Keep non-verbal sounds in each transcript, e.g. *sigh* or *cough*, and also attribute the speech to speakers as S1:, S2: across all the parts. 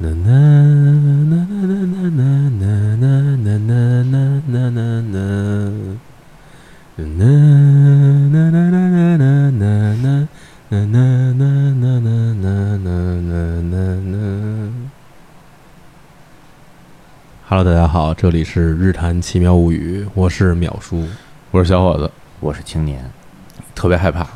S1: 啦啦啦啦啦啦啦啦啦啦啦啦啦啦，啦啦啦啦啦啦啦啦。啦啦啦啦啦啦啦啦啦啦。Hello，大家好，这里是日谈奇妙物语，我是淼
S2: *laughs*
S1: 叔，
S2: 我是小伙子，
S3: 我是青年，
S2: 特别害
S3: *laughs*
S2: 怕。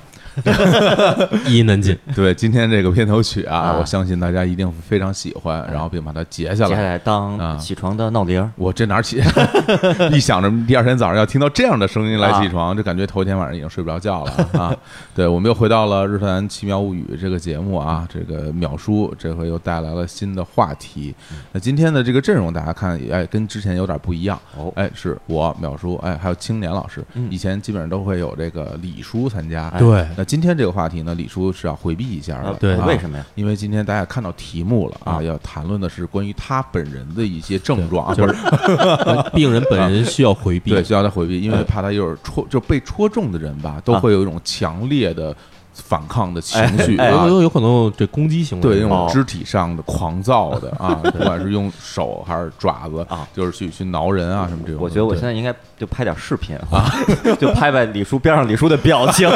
S1: 一难尽。
S2: 对，今天这个片头曲啊，
S3: 啊
S2: 我相信大家一定非常喜欢，然后并把它截下
S3: 接下
S2: 来。
S3: 来
S2: 啊
S3: 当起床的闹铃儿，
S2: 我这哪儿起？ *laughs* 一想着第二天早上要听到这样的声音
S3: 啊
S2: 来起床，就感觉头天晚上已经睡不着觉了啊！ *laughs* 对，我们又回到了《日坛奇妙物语》这个节目啊，这个淼叔这回又带来了新的话题。
S3: 嗯
S2: 那今天的这个阵容，大家看，哎，跟之前有点不一样。
S3: 哦
S2: 哎，是我淼叔，哎，还有青年老师，
S3: 嗯哎
S2: 以前基本上都会有这个李叔参加。
S1: 对
S2: 那今天这个话题呢，李叔是要回避一下的
S3: 啊，
S1: 对
S2: 啊
S3: 为什么呀？
S2: 因为今天大家看到题目了啊，
S3: 啊
S2: 要谈论的是关于他本人的一些症状，
S1: 就
S2: 不
S1: 是哎病人本人需要回避
S2: 对，，需要他回避，因为怕他一会儿戳就被戳中的人吧，都
S3: 嗯啊
S2: 会有一种强烈的反抗的情绪
S3: 哎
S2: 啊
S1: 有。有有可能有这攻击行为，
S2: 对，那种
S3: 哦
S2: 肢体上的狂躁的
S3: *laughs*
S2: 啊，不管是用手还是爪子
S3: 啊，
S2: 就是去去挠人啊什么这种的。
S3: 我觉得我
S2: 对
S3: 现在应该就拍点视频啊， *laughs* 就拍拍李叔边上李叔的表
S1: *laughs*
S3: 情，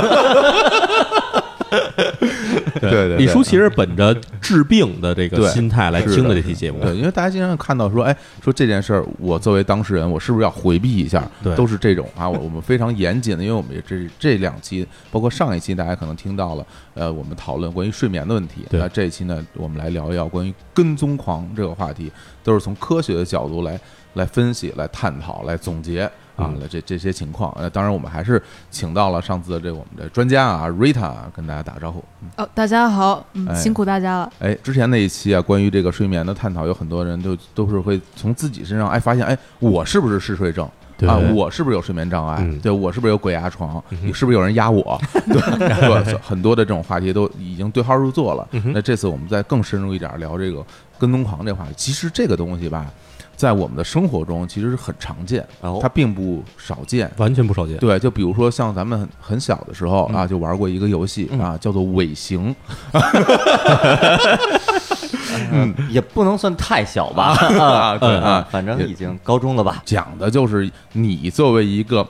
S1: 对
S2: 对对
S1: 李叔其实本着治病的这个
S2: 对
S1: 心态来
S2: 是的
S1: 听的这期节目，
S2: 对，因为大家经常看到说，哎，说这件事儿，我作为当事人，我是不是要回避一下？
S1: 对
S2: 都是这种啊，我我们非常严谨的，因为我们也这这两期，包括上一期，大家可能听到了，呃，我们讨论关于睡眠的问题。
S1: 对
S2: 那这一期呢，我们来聊一聊关于跟踪狂这个话题，都是从科学的角度来来分析、来探讨、来总结。啊，
S1: 嗯
S2: 来这这些情况，呃，当然我们还是请到了上次的这我们的专家啊，Rita 啊跟大家打个招呼。
S4: 哦，大家好，嗯，
S2: 哎
S4: 辛苦大家了。
S2: 哎，之前那一期啊，关于这个睡眠的探讨，有很多人就都是会从自己身上哎发现，哎，我是不是嗜睡症
S1: 对
S2: 啊？我是不是有睡眠障碍？
S1: 嗯
S2: 对我是不是有鬼压床？
S1: 嗯哼
S2: 是不是有人压
S1: *laughs*
S2: 我？对，对很多的这种话题都已经对号入座了。
S1: 嗯哼
S2: 那这次我们再更深入一点聊这个跟踪狂这话题。其实这个东西吧，在我们的生活中其实是很常见，
S3: 哦
S2: 它并不少见。
S1: 完全不少见。
S2: 对，就比如说像咱们很很小的时候啊，
S1: 嗯
S2: 就玩过一个游戏啊，叫做尾行。
S3: 嗯也不能算太小吧，
S2: *laughs* 啊对
S3: 嗯
S2: 啊
S3: 反正
S2: 也
S3: 已经高中了吧，
S2: 讲的就是你作为一个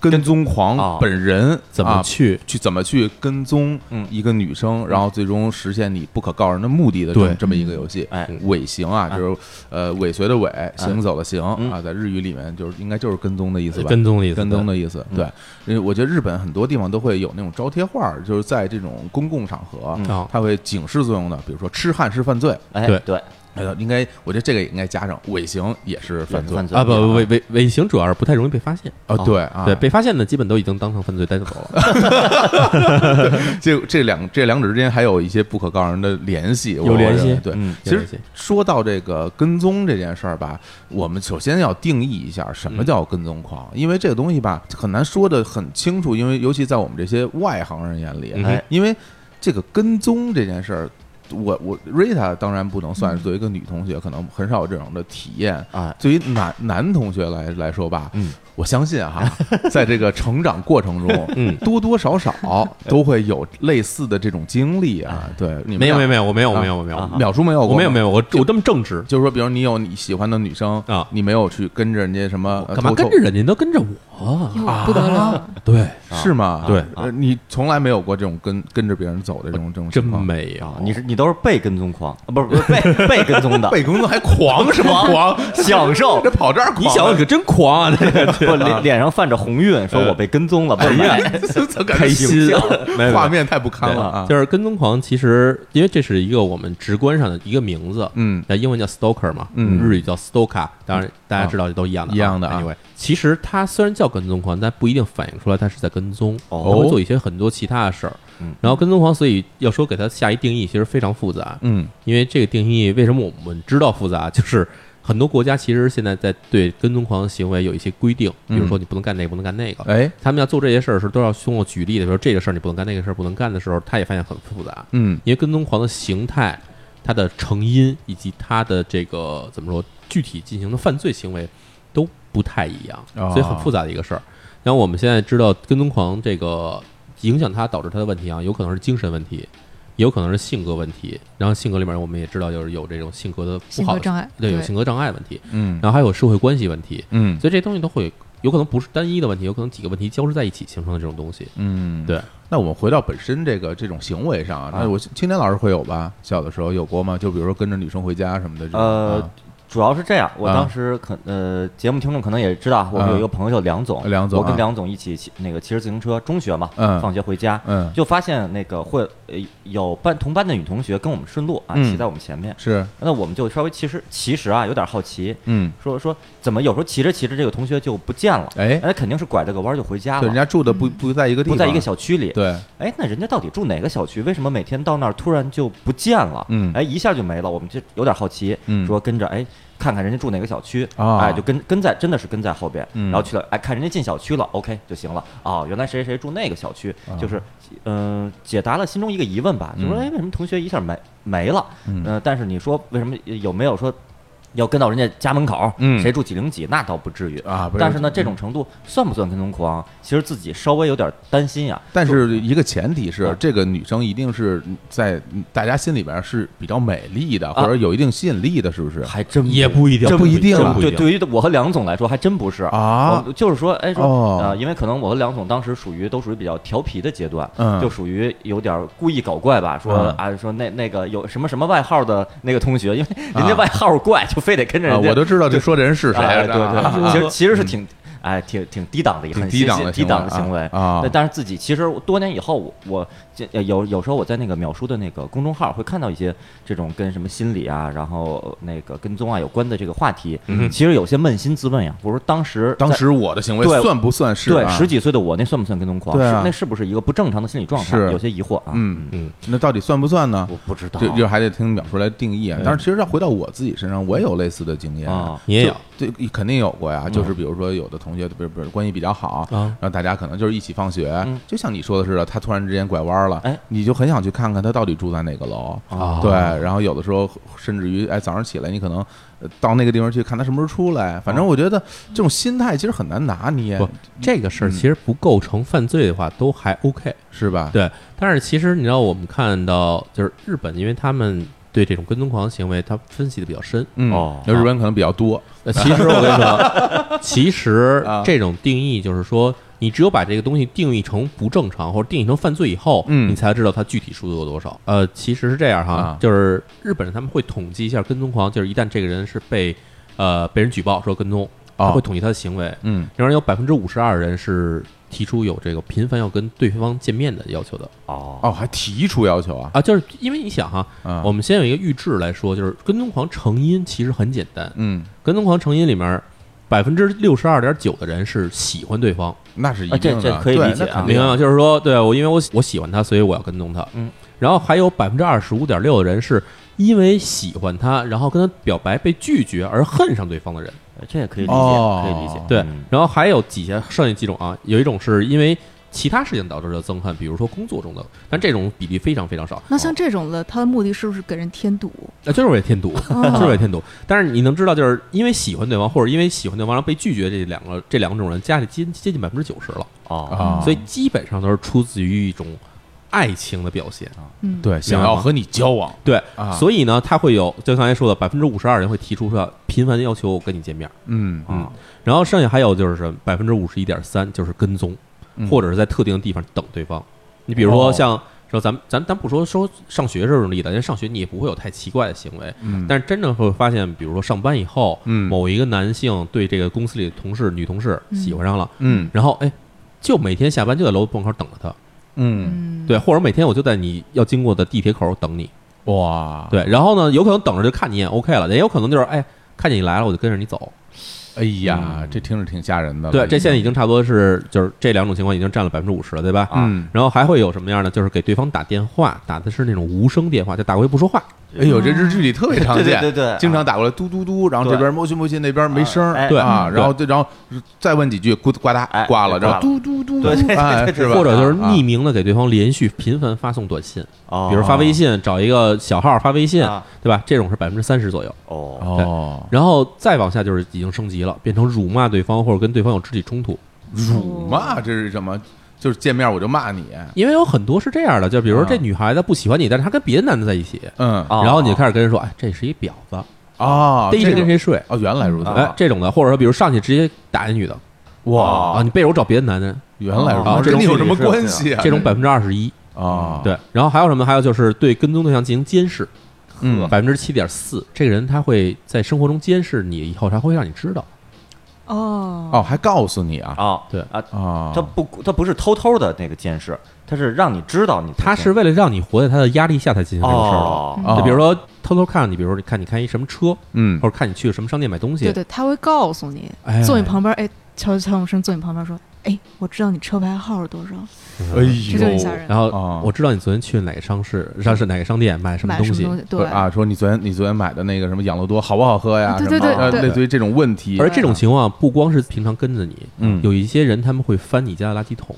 S2: 跟踪
S3: 哦
S2: 狂本人，
S1: 怎么
S2: 啊
S1: 去？
S2: 去怎么去跟踪
S3: 嗯
S2: 一个女生，然后最终实现你不可告人的目的的这
S1: 对
S2: 么这么一个游戏。
S3: 哎，
S2: 尾行啊，就是呃尾随的尾，行走的行
S3: 嗯
S2: 啊，在日语里面就是应该就是跟踪的意思吧？
S1: 跟踪的意思，
S2: 跟踪的意思，
S3: 嗯
S2: 对，因为我觉得日本很多地方都会有那种招贴画儿，就是在这种公共场合，
S3: 嗯
S1: 啊，
S2: 它会警示作用的，比如说痴汉是犯罪，
S3: 哎
S1: 对
S3: 对，
S2: 哎呦，应该我觉得这个也应该加上尾行也嗯是犯
S3: 犯
S2: 罪
S3: 犯罪
S1: 啊不不尾尾尾行主要是不太容易被发现，
S2: 啊，
S3: 哦
S2: 对啊，
S1: 对被发现的基本都已经当成犯罪带走了。
S2: *laughs* 这这两这两者之间还有一些不可告人的联系，
S1: 有
S2: 我
S1: 联
S2: 认为
S1: 系
S2: 对，
S3: 嗯
S2: 其
S1: 有
S2: 实哎
S1: 联系
S2: 说到这个跟踪这件事儿吧，我们首先要定义一下
S1: 嗯
S2: 什么叫跟踪狂，因为这个东西吧很难说的很清楚，因为尤其在我们这些外行人眼里，
S1: 嗯
S3: 哎
S2: 因为这个跟踪这件事儿。我我 Rita 当然不能算
S1: 嗯
S2: 是作为一个女同学，可能很少有这种的体验。
S3: 啊
S2: 对于男男同学来来说吧，
S3: 嗯，
S2: 我相信哈， *laughs* 在这个成长过程中，
S1: 嗯
S2: 多多少少都会有类似的这种经历啊。对，你们
S1: 哎没有没
S2: 俩
S1: 有没有我没有我没有我没
S3: 啊
S1: 有
S2: 淼叔没有过
S1: 我
S2: 吗，
S1: 没有没有我我这么正直，
S2: 就是说，比如你有你喜欢的女生
S1: 啊
S2: 你没有去跟着人家什么，呃
S1: 干嘛
S2: 偷
S1: 跟
S2: 偷
S1: 着人家都跟着
S2: 啊
S1: 我？
S4: 哟，不得了， *laughs*
S1: 对，
S2: 是吗？
S1: 对
S2: 呃你从来没有过这种跟跟着别人走的这种这种
S1: 真
S2: 情况
S1: 没有
S3: 啊，，你是你都是被跟踪狂，啊不
S1: *laughs*
S3: 是不是被被跟踪的，
S2: 被跟踪还狂什么狂？
S1: *laughs*
S3: 享受
S2: 这。跑这儿狂，
S1: 你
S2: *laughs*
S1: 小子可真狂啊！ *laughs* 这个
S3: 不脸脸上泛着红晕，说我被跟踪了，不
S2: 哎
S3: 是
S2: *laughs*
S3: 买
S1: 呃哎开心啊，没有没有
S2: 画面太不堪了啊！
S1: 就是跟踪狂，其实因为这是一个我们直观上的一个名字，
S2: 嗯
S1: 那英文叫 stalker 嘛，
S2: 嗯
S1: 日语叫 stalker，当然大家知道都一样的啊，
S2: 一样的啊
S1: Anyway，其实它虽然叫跟踪狂，但不一定反映出来它是在跟踪，
S3: 哦
S1: 它会做一些很多其他的事儿
S3: 嗯。
S1: 然后跟踪狂，所以要说给它下一定义，其实非常复杂，
S2: 嗯
S1: 因为这个定义为什么我们知道复杂，就是很多国家其实现在在对跟踪狂行为有一些规定，比
S2: 嗯
S1: 如说你不能干这个，不能干那个。
S2: 哎
S1: 他们要做这些事儿的时候，都要通过举例的，比如说这个事儿你不能干，那个事儿不能干的时候，他也发现很复杂。
S2: 嗯
S1: 因为跟踪狂的形态、它的成因以及它的这个怎么说具体进行的犯罪行为都不太一样，
S2: 哦
S1: 所以很复杂的一个事儿。然后我们现在知道跟踪狂这个影响他导致他的问题啊，有可能是精神问题，有可能是性格问题。然后性格里面我们也知道，就是有这种性格的不
S4: 性
S1: 好
S4: 格
S1: 的
S4: 障碍，
S1: 对，有性格障碍问题，
S2: 嗯
S1: 然后还有社会关系问题，
S2: 嗯
S1: 所以这些东西都会有可能不是单一的问题，有可能几个问题交织在一起形成的这种东西。
S2: 嗯，
S1: 对。
S2: 那我们回到本身这个这种行为上啊，
S1: 啊
S2: 那我青年老师会有吧？小的时候有过吗？就比如说跟着女生回家什么的这种。
S3: 呃，主要是这样，我
S2: 啊
S3: 当时可呃，节目听众可能也知道，我们
S2: 啊
S3: 有一个朋友叫梁总，
S2: 梁总
S3: 我跟
S2: 啊
S3: 梁总一起骑那个骑着自行车，中学嘛，
S2: 嗯
S3: 放学回家，
S2: 嗯，
S3: 就发现那个会呃有班同班的女同学跟我们顺路啊，
S2: 嗯
S3: 骑在我们前面，
S2: 是，
S3: 那我们就稍微其实其实啊有点好奇，
S2: 嗯，
S3: 说说怎么有时候骑着骑着这个同学就不见了，
S2: 哎，
S3: 那肯定是拐了个弯儿就回家
S2: 对，人
S3: 了，
S2: 家住的不不在一个地
S3: 嗯不
S2: 方，
S3: 在一个小区里，
S2: 对，
S3: 哎，那人家到底住哪个小区？为什么每天到那儿突然就不见了？
S2: 嗯
S3: 哎，一下就没了。我们就有点好奇，
S2: 嗯
S3: 说跟着哎看看人家住哪个小区，
S2: 啊
S3: 哎就跟跟在真的是跟在后边，
S2: 嗯
S3: 然后去了哎看人家进小区了，OK 就行了。哦，原来谁谁谁住那个小区，就是嗯、解答了心中一个疑问吧，就说
S2: 啊嗯
S3: 哎为什么同学一下没没了？
S2: 嗯
S3: 呃但是你说为什么有没有说要跟到人家家门口？
S2: 嗯
S3: 谁住几零几？那倒不至于。
S2: 啊，不
S3: 但是呢，这种程度算不算跟踪狂？啊其实自己稍微有点担心啊呀、
S2: 但是一个前提是
S3: 啊，
S2: 这个女生一定是在大家心里边是比较美丽
S3: 啊
S2: 的，或者有一定吸引力的，是不是？
S3: 还真
S1: 不一定
S2: 这不一定
S1: 真
S2: 啊
S1: 不
S3: 对，
S1: 一定。
S3: 对于我和梁总来说，还真不是。
S2: 啊
S3: 我就是说，哎，说
S2: 哦
S3: 呃，因为可能我和梁总当时属于都属于比较调皮的阶段，
S2: 嗯
S3: 就属于有点故意搞怪吧，说
S2: 嗯
S3: 啊，说那那个有什么什么外号的那个同学，因为人
S2: 啊
S3: 家外号怪，就非得跟着
S2: 啊，
S3: 人家，
S2: 我都知道这说的人是谁了，
S3: 哎对
S2: 啊
S3: 对，
S1: 啊
S3: 其实其实是挺哎挺挺低档的一个，
S2: 挺
S3: 很
S2: 低
S3: 新
S2: 档
S3: 鲜
S2: 的
S3: 低档的
S2: 行
S3: 行
S2: 为
S3: 为
S2: 啊啊
S3: 对但是自己其实多年以后，我我这呃有有时候我在那个秒叔的那个公众号会看到一些这种跟什么心理啊，然后那个跟踪啊有关的这个话题。
S1: 嗯
S3: 其实有些扪心自问呀，我说当时
S2: 当
S3: 在
S2: 时我的行为
S3: 对
S2: 算不算是
S3: 对
S2: 啊
S3: 十几岁的我那算不算跟踪狂？
S2: 对
S3: 是
S2: 啊
S3: 那是不是一个不正常的心理状态？
S2: 是
S3: 有些疑惑啊。
S2: 嗯，那到底算不算呢？
S3: 我不知道
S2: 就就还得听淼叔来定义啊。
S3: 嗯
S2: 但是其实要回到我自己身上，我也有类似的经验
S3: 啊，嗯
S1: 你也有
S2: 对，肯定有过呀。就是比如说，有的同学，比如比如关系比较好，
S1: 啊
S2: 然后大家可能就是一起放学
S3: 嗯，
S2: 就像你说的似的，他突然之间拐弯了
S3: 哎，哦
S2: 你就很想去看看他到底住在哪个楼。
S1: 啊
S2: 对，然后有的时候甚至于，哎，早上起来你可能呃到那个地方去看他什么时候出
S3: 哦
S2: 来。反正我觉得这种心态其实很难拿捏
S1: 不，这个事
S2: 嗯
S1: 儿其实不构成犯罪的话，都还 OK。
S2: 是吧？
S1: 对，但是其实你知道，我们看到就是日本，因为他们对这种跟踪狂行为，他分析的比较
S2: *laughs*
S1: 深。
S2: 嗯
S3: 哦，
S2: 那日本可能比较多，
S1: 呃，其实我跟你说，其实
S2: 啊
S1: 这种定义就是说，你只有把这个东西定义成不正常或者定义成犯罪以后，
S2: 嗯
S1: 你才知道它具体数字有多少。呃，其实是这样哈，
S2: 啊
S1: 就是日本人他们会统计一下跟踪狂，就是一旦这个人是被呃被人举报说跟踪，他
S2: 哦
S1: 会统计他的行为，
S2: 嗯，
S1: 然后有百分之五十二人是提出有这个频繁要跟对方见面的要求的
S3: 哦，
S2: 哦，还提出要求啊，
S1: 啊，就是因为你想哈，
S2: 啊
S1: 我，们先有一个预制来说，就是跟踪狂成因其实很简单，
S2: 嗯，
S1: 跟踪狂成因里面百分之六十二点九的人是喜欢对方，
S2: 那是一
S3: 啊这
S2: 定的，
S3: 这可以
S2: 对
S3: 理解
S2: 那
S3: 啊
S2: 肯
S1: 明
S2: 定
S1: 白吗？就是说，对我因为我喜我喜欢他，所以我要跟踪他。
S3: 嗯，
S1: 然后还有百分之二十五点六的人是因为喜欢他，然后跟他表白被拒绝而恨上对方的人。
S3: 这也可以理解，
S2: 哦
S3: 可以理解。
S1: 对
S3: 嗯，
S1: 然后还有几些剩下几种啊，有一种是因为其他事情导致的憎恨，比如说工作中的，但这种比例非常非常少。
S4: 那像这种的，他的目的是不是给人添堵？
S1: 那就是为添堵，
S4: 哦
S1: 就是为添堵。但是你能知道，就是因为喜欢对方，或者因为喜欢对方然后被拒绝这两个这两种人，加起来接接近百分之九十了，
S3: 哦，
S2: 啊，
S1: 所以基本上都是出自于一种爱情的表现。
S4: 嗯，
S2: 对想要和你交往，
S1: 对，
S2: 啊
S1: 所以呢，他会有就刚才说的百分之五十二人会提出说频繁地要求我跟你见面，
S2: 嗯
S3: 啊
S1: 然后剩下还有就是百分之五十一点三就是跟踪，
S2: 嗯
S1: 或者是在特定的地方等对方。你比如说
S2: 哦
S1: 像说咱们咱咱不说说上学这种例子，因为上学你也不会有太奇怪的行为，
S2: 嗯
S1: 但是真正会发现，比如说上班以后，
S2: 嗯
S1: 某一个男性对这个公司里的同事女同事
S4: 嗯
S1: 喜欢上了，
S2: 嗯
S1: 然后哎，就每天下班就在楼门口等着他，
S2: 嗯，
S4: 嗯，
S1: 对，或者每天我就在你要经过的地铁口等你，
S2: 哇，，
S1: 对，然后呢，有可能等着就看你一眼 OK 了，也有可能就是哎。看见你来了，我就跟着你走。
S2: 哎呀，这听着挺吓人的了，
S1: 嗯对，这现在已经差不多是，就是这两种情况已经占了百分之五十了，对吧？
S2: 嗯，
S1: 然后还会有什么样呢？就是给对方打电话，打的是那种无声电话，就打过去不说话。
S2: 哎呦，这日剧里特别常见，
S3: 对对对对
S2: 经常打过来嘟嘟嘟，然后
S3: 对
S2: 这边摸去摸去，那边没声儿，
S3: 哎
S1: 对
S2: 啊，
S1: 嗯
S2: 然后对，然后再问几句，咕呱
S3: 哎
S2: 嗒挂了，
S3: 挂
S2: 然
S3: 了
S2: 后嘟嘟嘟，
S3: 对对对
S2: 哎
S3: 对对
S2: 是吧？
S1: 或者就是
S2: 啊
S1: 匿名的给对方连续频繁发送短信，
S3: 哦
S1: 比如发微信，找一个小号发微信
S3: 啊，
S1: 对吧？这种是百分之三十左右。
S3: 哦，
S2: 哦，
S1: 然后再往下 *laughs* 就是已经升级了，变成辱骂对方或者跟对方有肢体冲突。
S2: 辱骂这是什么？就是见面我就骂你，
S1: 因为有很多是这样的，就比如说这
S2: 啊
S1: 女孩子不喜欢你，但是她跟别的男的在一起，
S2: 嗯
S3: 哦
S1: 啊然后你就开始跟人说，哎，这是一婊子，
S2: 啊，
S1: 逮谁
S2: 这
S1: 跟
S2: 个
S1: 谁睡，
S2: 哦，原来如此，
S1: 哎，这种的，或者说比如上去直接打那女的，啊，
S2: 哇，哎
S1: 你背着我找别的男人，
S2: 原来如
S1: 啊
S2: 此，
S1: 这
S2: 跟
S1: 种
S2: 你有
S1: 比例
S2: 什么
S3: 是有
S2: 关
S3: 这
S2: 系啊？
S1: 这种百分之二十一，
S2: 啊，，
S1: 对。然后还有什么？还有就是对跟踪对象进行监视，
S2: 嗯，
S1: 百分之七点四，这个人他会在生活中监视你，以后他会让你知道，
S4: 哦
S2: 哦，还告诉你啊
S3: 啊，
S1: 对
S3: 啊，
S2: 啊，
S3: 他不他不是偷偷的那个监视，他是让你知道你在
S1: 他
S3: 监
S1: 是为了让你活在他的压力下才进行这个事儿的。
S3: 哦
S4: 嗯
S2: 啊
S1: 就比如说偷偷看你，比如说你看你看一什么车，
S2: 嗯
S1: 或者看你去什么商店买东西，
S4: 对对，他会告诉你，
S1: 哎
S4: 坐你旁边，哎，乔乔永生坐你旁边说，哎，我知道你车牌号是多少，
S2: 哎呦，
S4: 这就很吓人。
S1: 然后
S2: 啊
S1: 我知道你昨天去哪个商市，商是哪个商店买什么
S4: 买什
S1: 东
S4: 么
S1: 西，
S4: 东西？
S2: 不是
S4: 对，
S2: 啊，说你昨天你昨天买的那个什么养乐多好不好喝呀？
S4: 对
S2: 什么
S4: 对
S2: 的
S4: 对
S2: 呃
S4: 对
S2: 类似于这种问题，
S1: 而这种情况不光是平常跟着你，
S2: 嗯
S1: 有一些人他们会翻你家的垃圾桶，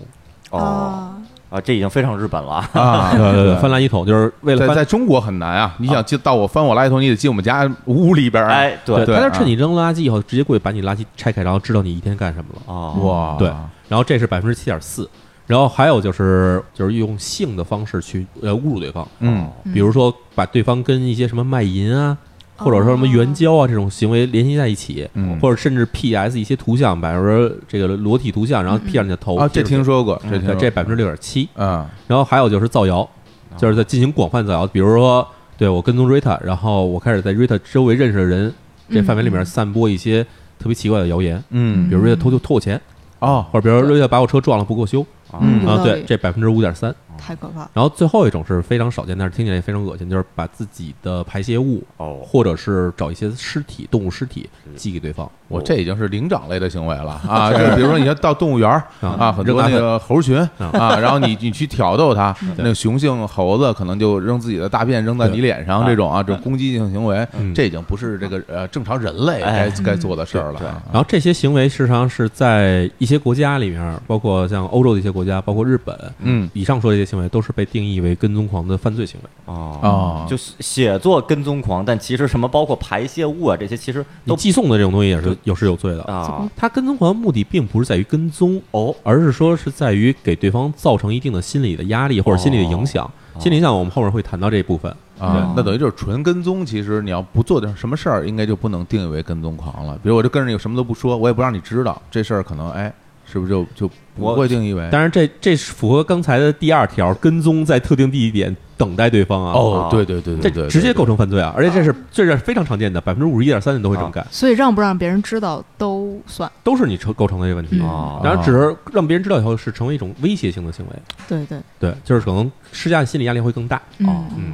S3: 哦
S4: 啊，
S3: 啊，这已经非常日本了啊
S2: 啊，对
S1: 翻垃圾桶就是为了
S2: 在
S1: 翻，
S2: 在中国很难啊！你想进到我翻我垃圾桶，你得进我们家屋里边儿啊
S3: 哎，对
S1: 对，
S2: 对
S1: 他就
S2: 啊
S1: 趁你扔垃圾以后，直接过去把你垃圾拆开，然后知道你一天干什么了。
S3: 哦，
S2: 哇，
S1: 对然后这是百分之七点四，然后还有就是就是用性的方式去呃侮辱对方，
S2: 嗯，
S4: 嗯
S1: 比如说把对方跟一些什么卖淫啊，或者说什
S4: 哦
S1: 么援交啊这种行为联系在一起，
S2: 嗯
S1: 或者甚至 P S 一些图像，比如说这个裸体图像，然后 P 上你的头
S2: 啊，这听说过，这听
S1: 对
S2: 说
S1: 这
S2: 过
S1: 百分之六点七，
S2: 啊，
S1: 然后还有就是造谣，就是在进行广泛造谣，比如说对我跟踪 Rita，然后我开始在 Rita 周围认识的人这范围里面散播一些特别奇怪的谣言，比
S2: 嗯，
S1: 如 Rita 偷偷偷我钱，
S2: 哦，
S1: 或者比如说 Rita 把我车撞了不给我修
S2: 嗯
S1: 啊，
S4: 有道
S1: 对，
S4: 理
S1: 这百分之五点三。
S4: 太可怕了。
S1: 然后最后一种是非常少见，但是听起来也非常恶心，就是把自己的排泄物
S3: 哦
S1: 或者是找一些尸体、动物尸体寄给对方，
S2: 嗯我这已经是灵长类的行为了 *laughs* 啊！就是比如说，你要到动物园儿
S1: 啊
S2: 啊，很多
S1: 扔垃圾
S2: 那个猴群啊，然后你你去挑逗 *laughs* 它，那个雄性猴子可能就扔自己的大便扔在你脸上，
S3: 对
S2: 这种啊，这种攻击性行为
S1: 嗯，
S2: 这已经不是这个呃正常人类该
S3: 哎
S2: 该做的事儿了
S3: 对
S2: 啊。
S1: 然后这些行为事实上是在一些国家里面，包括像欧洲的一些国家，包括日本，
S2: 嗯
S1: 以上说的这些行为都是被定义为跟踪狂的犯罪行为。
S3: 哦，
S2: 啊，
S3: 就写作跟踪狂，但其实什么包括排泄物啊这些，其实
S1: 你
S3: 都
S1: 寄送的这种东西也是
S3: 对
S1: 有是有罪的。
S3: 啊
S1: 他跟踪狂的目的并不是在于跟踪
S3: 哦，
S1: 而是说是在于给对方造成一定的心理的压力或者心理
S2: 哦
S1: 的影响。心理影响我们后面会谈到这一部分。
S2: 啊，那等于就是纯跟踪。其实你要不做点什么事儿，应该就不能定义为跟踪狂了。比如我就跟着你什么都不说，我也不让你知道这事儿，可能哎，是不是就就不
S3: 我
S2: 会定义为？
S1: 当然这，这是符合刚才的第二条，跟踪在特定地点等待对方啊。
S2: 哦
S3: 啊，
S2: 对对对对
S1: 这
S2: 对对，
S1: 直接
S2: 对
S1: 构成犯罪啊！而且这是这是非常常见的，百分之五十一点三的人都会这么干，
S2: 啊
S4: 所以让不让别人知道都算，
S1: 都是你成构成的这个问题。
S4: 嗯
S3: 哦
S1: 然后只是让别人知道以后是成为一种威胁性的行为，
S4: 对对，
S1: 对，就是可能施加的心理压力会更
S2: *laughs*
S1: 大。
S3: 哦
S4: 嗯
S1: 嗯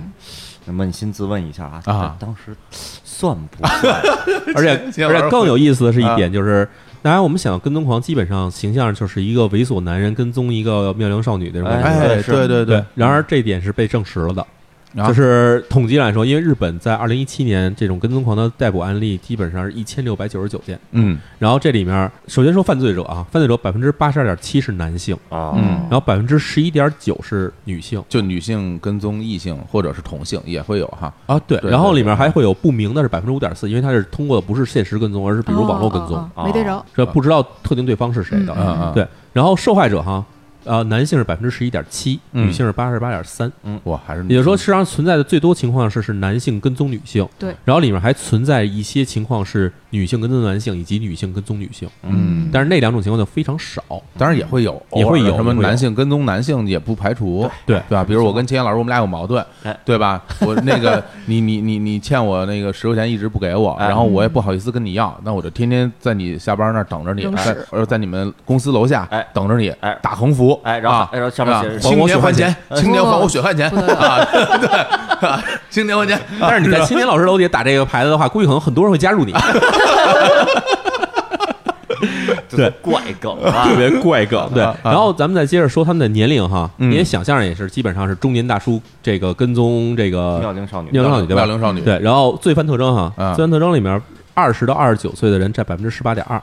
S4: 嗯，
S3: 扪心自问一下啊，
S2: 啊
S3: 这当时算不
S2: *laughs*
S3: 算
S1: 而且
S2: 这
S1: 而且更有意思的是
S2: 啊
S1: 一点就是，当然我们想到跟踪狂基本上形象就是一个猥琐男人跟踪一个妙龄少女这种感觉。
S3: 哎
S2: 哎，
S3: 是
S2: 对对对，
S1: 然而这一点是被证实了的，
S2: 啊
S1: 就是统计来说，因为日本在二零一七年这种跟踪狂的逮捕案例基本上是一千六百九十九件。
S2: 嗯
S1: 然后这里面，首先说犯罪者啊，犯罪者百分之八十二点七是男性，
S3: 啊
S2: 嗯
S1: 然后百分之十一点九是女性
S2: 就女性跟踪异性或者是同性也会有哈。
S1: 啊，对
S2: 对
S1: 然后里面
S2: 对
S1: 还会有不明的是百分之五点四，因为它是通过的不是现实跟踪，而是比如网络跟踪啊
S4: 哦，哦哦没逮着，
S1: 这不知道特定对方是谁的。
S2: 嗯嗯，
S1: 对，然后受害者哈，呃，男性是百分之十一点七，
S2: 嗯
S1: 女性是八十八点三，
S2: 我还是
S1: 也就是说，实际上存在的最多情况是是男性跟踪女性，
S4: 对，
S1: 然后里面还存在一些情况是女性跟踪男性以及女性跟踪女性，
S2: 嗯，
S1: 但是那两种情况就非常
S2: *laughs*
S1: 少。
S2: 当然也会有，
S1: 也会有
S2: 偶尔什么
S1: 也会有
S2: 男性跟踪男性也不排除，
S1: 对
S2: 对吧？比如我跟秦岩老师我们俩有矛盾
S3: 哎，
S2: 对吧？我那个你你你你欠我那个十块钱一直不给我，
S3: 哎
S2: 然后我也不好意思跟你要，那我就天天在你下班那儿等着你，
S4: 扔
S2: 在
S4: 屎
S2: 呃在你们公司楼下
S3: 哎
S2: 等着你
S3: 哎，
S2: 打横幅，
S3: 哎然后
S2: 啊
S3: 哎然后上面
S2: 啊
S3: 写着
S2: 青
S1: 还我血
S2: 年还
S1: 汗
S2: 钱，青年还我
S4: 不
S2: 血汗钱
S4: 不能
S2: 啊， *laughs* 对啊，青年还钱。
S1: 但是你在青年老师楼底下打这个牌子的话，估计可能很多人会加入你，
S3: 对怪梗
S2: *laughs*
S3: 啊
S1: 特别怪梗。对
S2: 啊，
S1: *laughs* 然后咱们再接着说他们的年龄哈，
S2: 嗯
S1: 你也想象也是基本上是中年大叔这个跟踪这
S3: 妙
S1: 个
S3: 龄少女
S1: 妙龄少女对吧
S2: 妙？呃龄少女，
S1: 对，然后罪犯特征哈，
S2: 嗯
S1: 罪犯特征里面二十到二十九岁的人占百分之十八点二，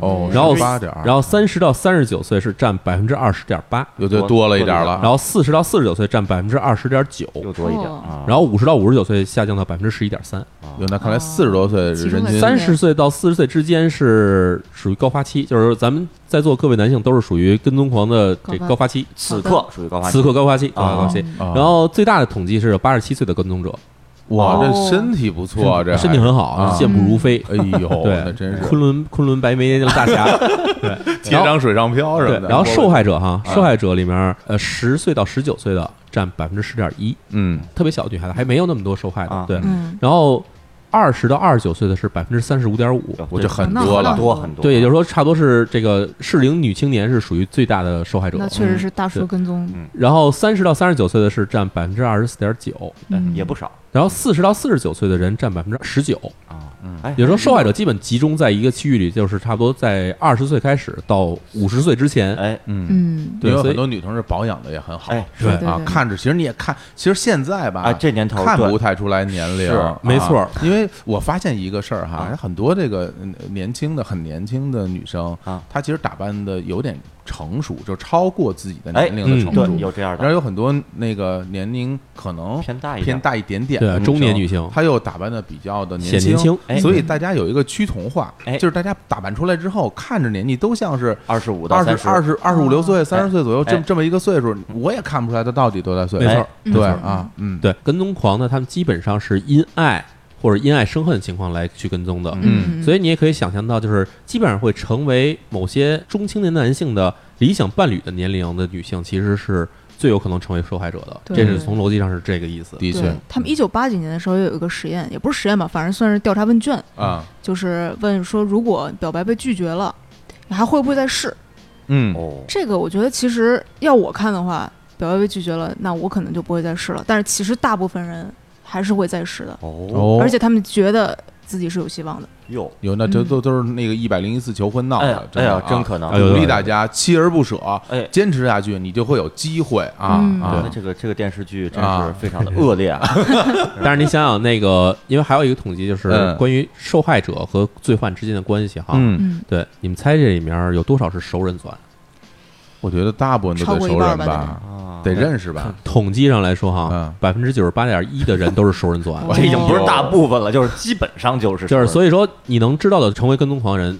S2: 哦，
S1: 嗯然后
S2: 八点，
S1: 然后三十到三十九岁是占百分之二十点八，
S2: 又对多了一点了，
S1: 然后四十到四十九岁占百分之二十点九，
S3: 又多一点
S4: 哦
S3: 啊。
S1: 然后五十到五十九岁下降到百分之十一点三，
S2: 哟，那看来四十多岁
S4: 其
S2: 人
S4: 中
S2: 均
S4: 的
S1: 三十岁到四十岁之间是属于高发期，就是咱们在座各位男性都是属于跟踪狂的这
S4: 高发
S1: 高发期，
S3: 此刻属于高发期
S1: 此刻高发期，高发期。
S2: 啊
S1: 然后最大的统计是有八十七岁的跟踪者，
S2: 哇，这
S4: 哦
S2: 身体不错，这还
S1: 身体很好，
S2: 啊
S1: 健步如飞。
S2: 哎呦，
S1: *laughs* 对
S2: 那真是
S1: 昆仑昆仑白眉大
S2: *laughs*
S1: 侠，对，
S2: 节
S1: 然后
S2: 上水上漂什
S1: 对
S2: 么，的。
S1: 然后受害者哈，
S2: 啊
S1: 受害者里面呃十岁到十九岁的占百分之十点一，
S2: 嗯，
S1: 特别小的女孩子还没有那么多受害的
S3: 啊，
S1: 对。
S4: 嗯，
S1: 然后二十到二十九岁的是百分之三十五点五，
S2: 我就很
S4: 那
S2: 多
S4: 好
S2: 哦了
S4: 那
S3: 多很多，
S1: 对，也就是说差不多是这个适龄女青年是属于最大的受害者
S4: 那。确实是大
S1: 对
S4: 叔跟踪，
S1: 然后三十到三十九岁的是占百分之二十四点九，
S3: 嗯
S4: 嗯
S3: 也不少
S1: 然后四十到四十九岁的人占百分之十九，
S3: 啊。
S2: 嗯
S3: 哎，
S1: 也就是说，受害者基本集中在一个区域里，就是差不多在二十岁开始到五十岁之前。
S3: 哎
S2: 嗯，
S4: 嗯，
S1: 对
S2: 有
S1: 所以
S2: 很多女同志保养的也很好
S3: 哎
S4: 对对
S2: 啊，
S4: 对
S2: 看着其实你也看，其实现在吧，
S3: 啊，这年头
S2: 看
S3: 对
S2: 不太出来年龄，
S3: 是
S2: 啊
S1: 没错儿。
S2: 因为我发现一个事儿哈
S3: 啊，
S2: 很多这个嗯年轻的、很年轻的女生
S3: 啊，
S2: 她其实打扮的有点成熟，就超过自己的
S3: 哎
S2: 年龄的成
S1: 嗯
S2: 熟
S3: 对。有这样
S2: 然后
S3: 的
S2: 有很多那个年龄可能
S3: 偏大一点
S2: 偏大一点点
S1: 对啊
S2: 的
S1: 中年女性
S2: 她又打扮的比较的
S1: 显年轻
S3: 哎
S2: 所以大家有一个趋同化，
S3: 哎
S2: 就是大家打扮出来之后，看着年纪都像是
S3: 二十五到
S2: 二
S3: 三
S2: 十二十二十五六岁、三十岁左右这
S3: 哎
S2: 么这么一个岁数，我也看不出来她到底多大岁。
S1: 没错
S2: 哎
S1: 儿，
S4: 嗯
S2: 对啊，嗯，
S1: 对，跟踪狂呢，他们基本上是因爱或者因爱生恨的情况来去跟踪的。
S2: 嗯
S1: 所
S4: 以
S1: 以你也可以想象到，就是基本上会成为某些中青年男性的理想伴侣的年龄的女性，其实是最有可能成为受害者的。
S4: 对
S1: 这是从逻辑上是这个意思。
S2: 的确
S4: 对他们一九八几年的时候有一个实验，也不是实验吧，反正算是调查问卷，
S2: 啊，
S4: 就是问说如果表白被拒绝了，你还会不会再试？
S2: 嗯，
S3: 哦，
S4: 这个我觉得其实要我看的话，表白被拒绝了，那我可能就不会再试了。但是其实大部分人还是会再试的，
S3: 哦
S2: 哦，
S4: 而且他们觉得自己是有希望的。
S3: 哟，
S2: 有那这都都是那个一百零一次求婚闹
S3: 哎
S2: 的
S3: 呀，
S2: 真
S3: 哎
S2: 的
S3: 呀
S2: 啊
S3: 真可能
S1: 哎呦
S2: 鼓励大家锲而不舍，
S3: 哎。
S2: 坚持下去，你就会有机会啊
S4: 嗯
S2: 啊
S3: 那！这个这个电视剧真
S2: 啊
S3: 是非常的恶劣啊！
S1: 但是你想想，那个因为还有一个统计，就是
S2: 嗯
S1: 关于受害者和罪犯之间的关系哈。
S2: 嗯，
S4: 嗯，
S1: 对，你们猜这里面有多少是熟人作啊案？
S2: 我觉得大部分都得熟
S4: 超过
S2: 人
S4: 一半吧
S3: 啊
S2: 得认识吧？
S1: 统计上来说
S2: 嗯
S1: 哈，百分之九十八点一的人都是熟人作案。
S3: 这已经不是大部分了，就是基本上就是
S1: 哦就是
S3: 以
S1: 所以说，你能知道的成为跟踪狂人，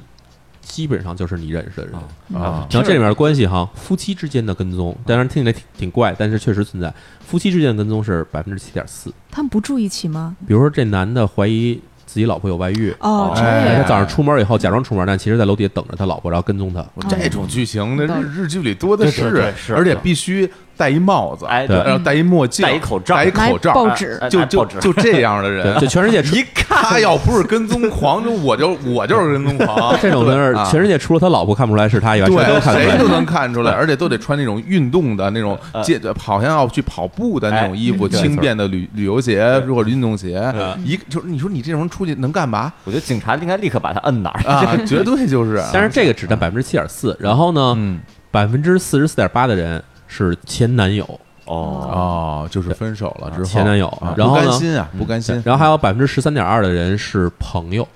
S1: 基本上就是你认识的人。
S3: 啊
S4: 嗯
S2: 啊
S1: 然后这里面的关系哈，夫妻之间的跟踪，当然听起来挺挺怪，但是确实存在。夫妻之间的跟踪是百分之七点四。
S4: 他们不住一起吗？
S1: 比如说这男的怀疑自己老婆有外遇，
S4: 哦，这
S2: 哎
S1: 他
S4: 样
S1: 早上出门以后假装出门，但其实在楼底下等着他老婆，然后跟踪他。
S2: 我这种剧情，那
S4: 嗯
S2: 日日剧里多的
S3: 对对对是
S2: 而且必须戴一帽子，
S3: 哎对
S2: 然后戴一墨镜，
S3: 戴一口罩
S2: 呃戴一
S3: *laughs*
S4: 拿
S2: 口罩，啊哎
S4: 报纸
S2: 就就就这样的
S1: 对，
S2: 人，
S1: 就全世界出
S2: 一看他要不是跟踪狂，就我就我就是跟踪
S1: *laughs*
S2: 狂，
S1: 这种
S2: 对
S1: 人，
S2: 啊
S1: 全世界除了他老婆看不出来是他以外，全
S2: 对，
S1: 都看出
S2: 谁
S1: 来
S2: 都。能看出来，而且都得穿那种运动的那种
S3: 呃
S2: 借，好像要去跑步的那种衣服，
S1: 哎对
S2: 轻便的旅旅游鞋或者运动鞋
S1: 嗯，
S2: 一就是你说你这种人出去能干嘛
S3: 我觉得警察应该立刻把他摁哪儿。
S2: 啊？绝对就是，
S1: 但是这个只占百分之七点四，然后呢，
S2: 嗯
S1: 百分之四十四点八的人是前男友，
S3: 哦，
S2: 哦，就是分手了之后
S1: 前男友
S2: 啊
S1: 然后
S2: 不
S1: 呢嗯
S2: 甘心啊，不甘心，
S1: 然后还有百分之十三点二的人是朋友，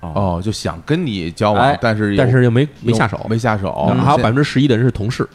S2: 哦，就想跟你交往
S3: 哎，
S2: 但是有
S1: 但是又没没
S2: 有
S1: 下手。
S2: 没下手
S1: 然后，还有
S2: 现
S1: 百分之十一的人是同事，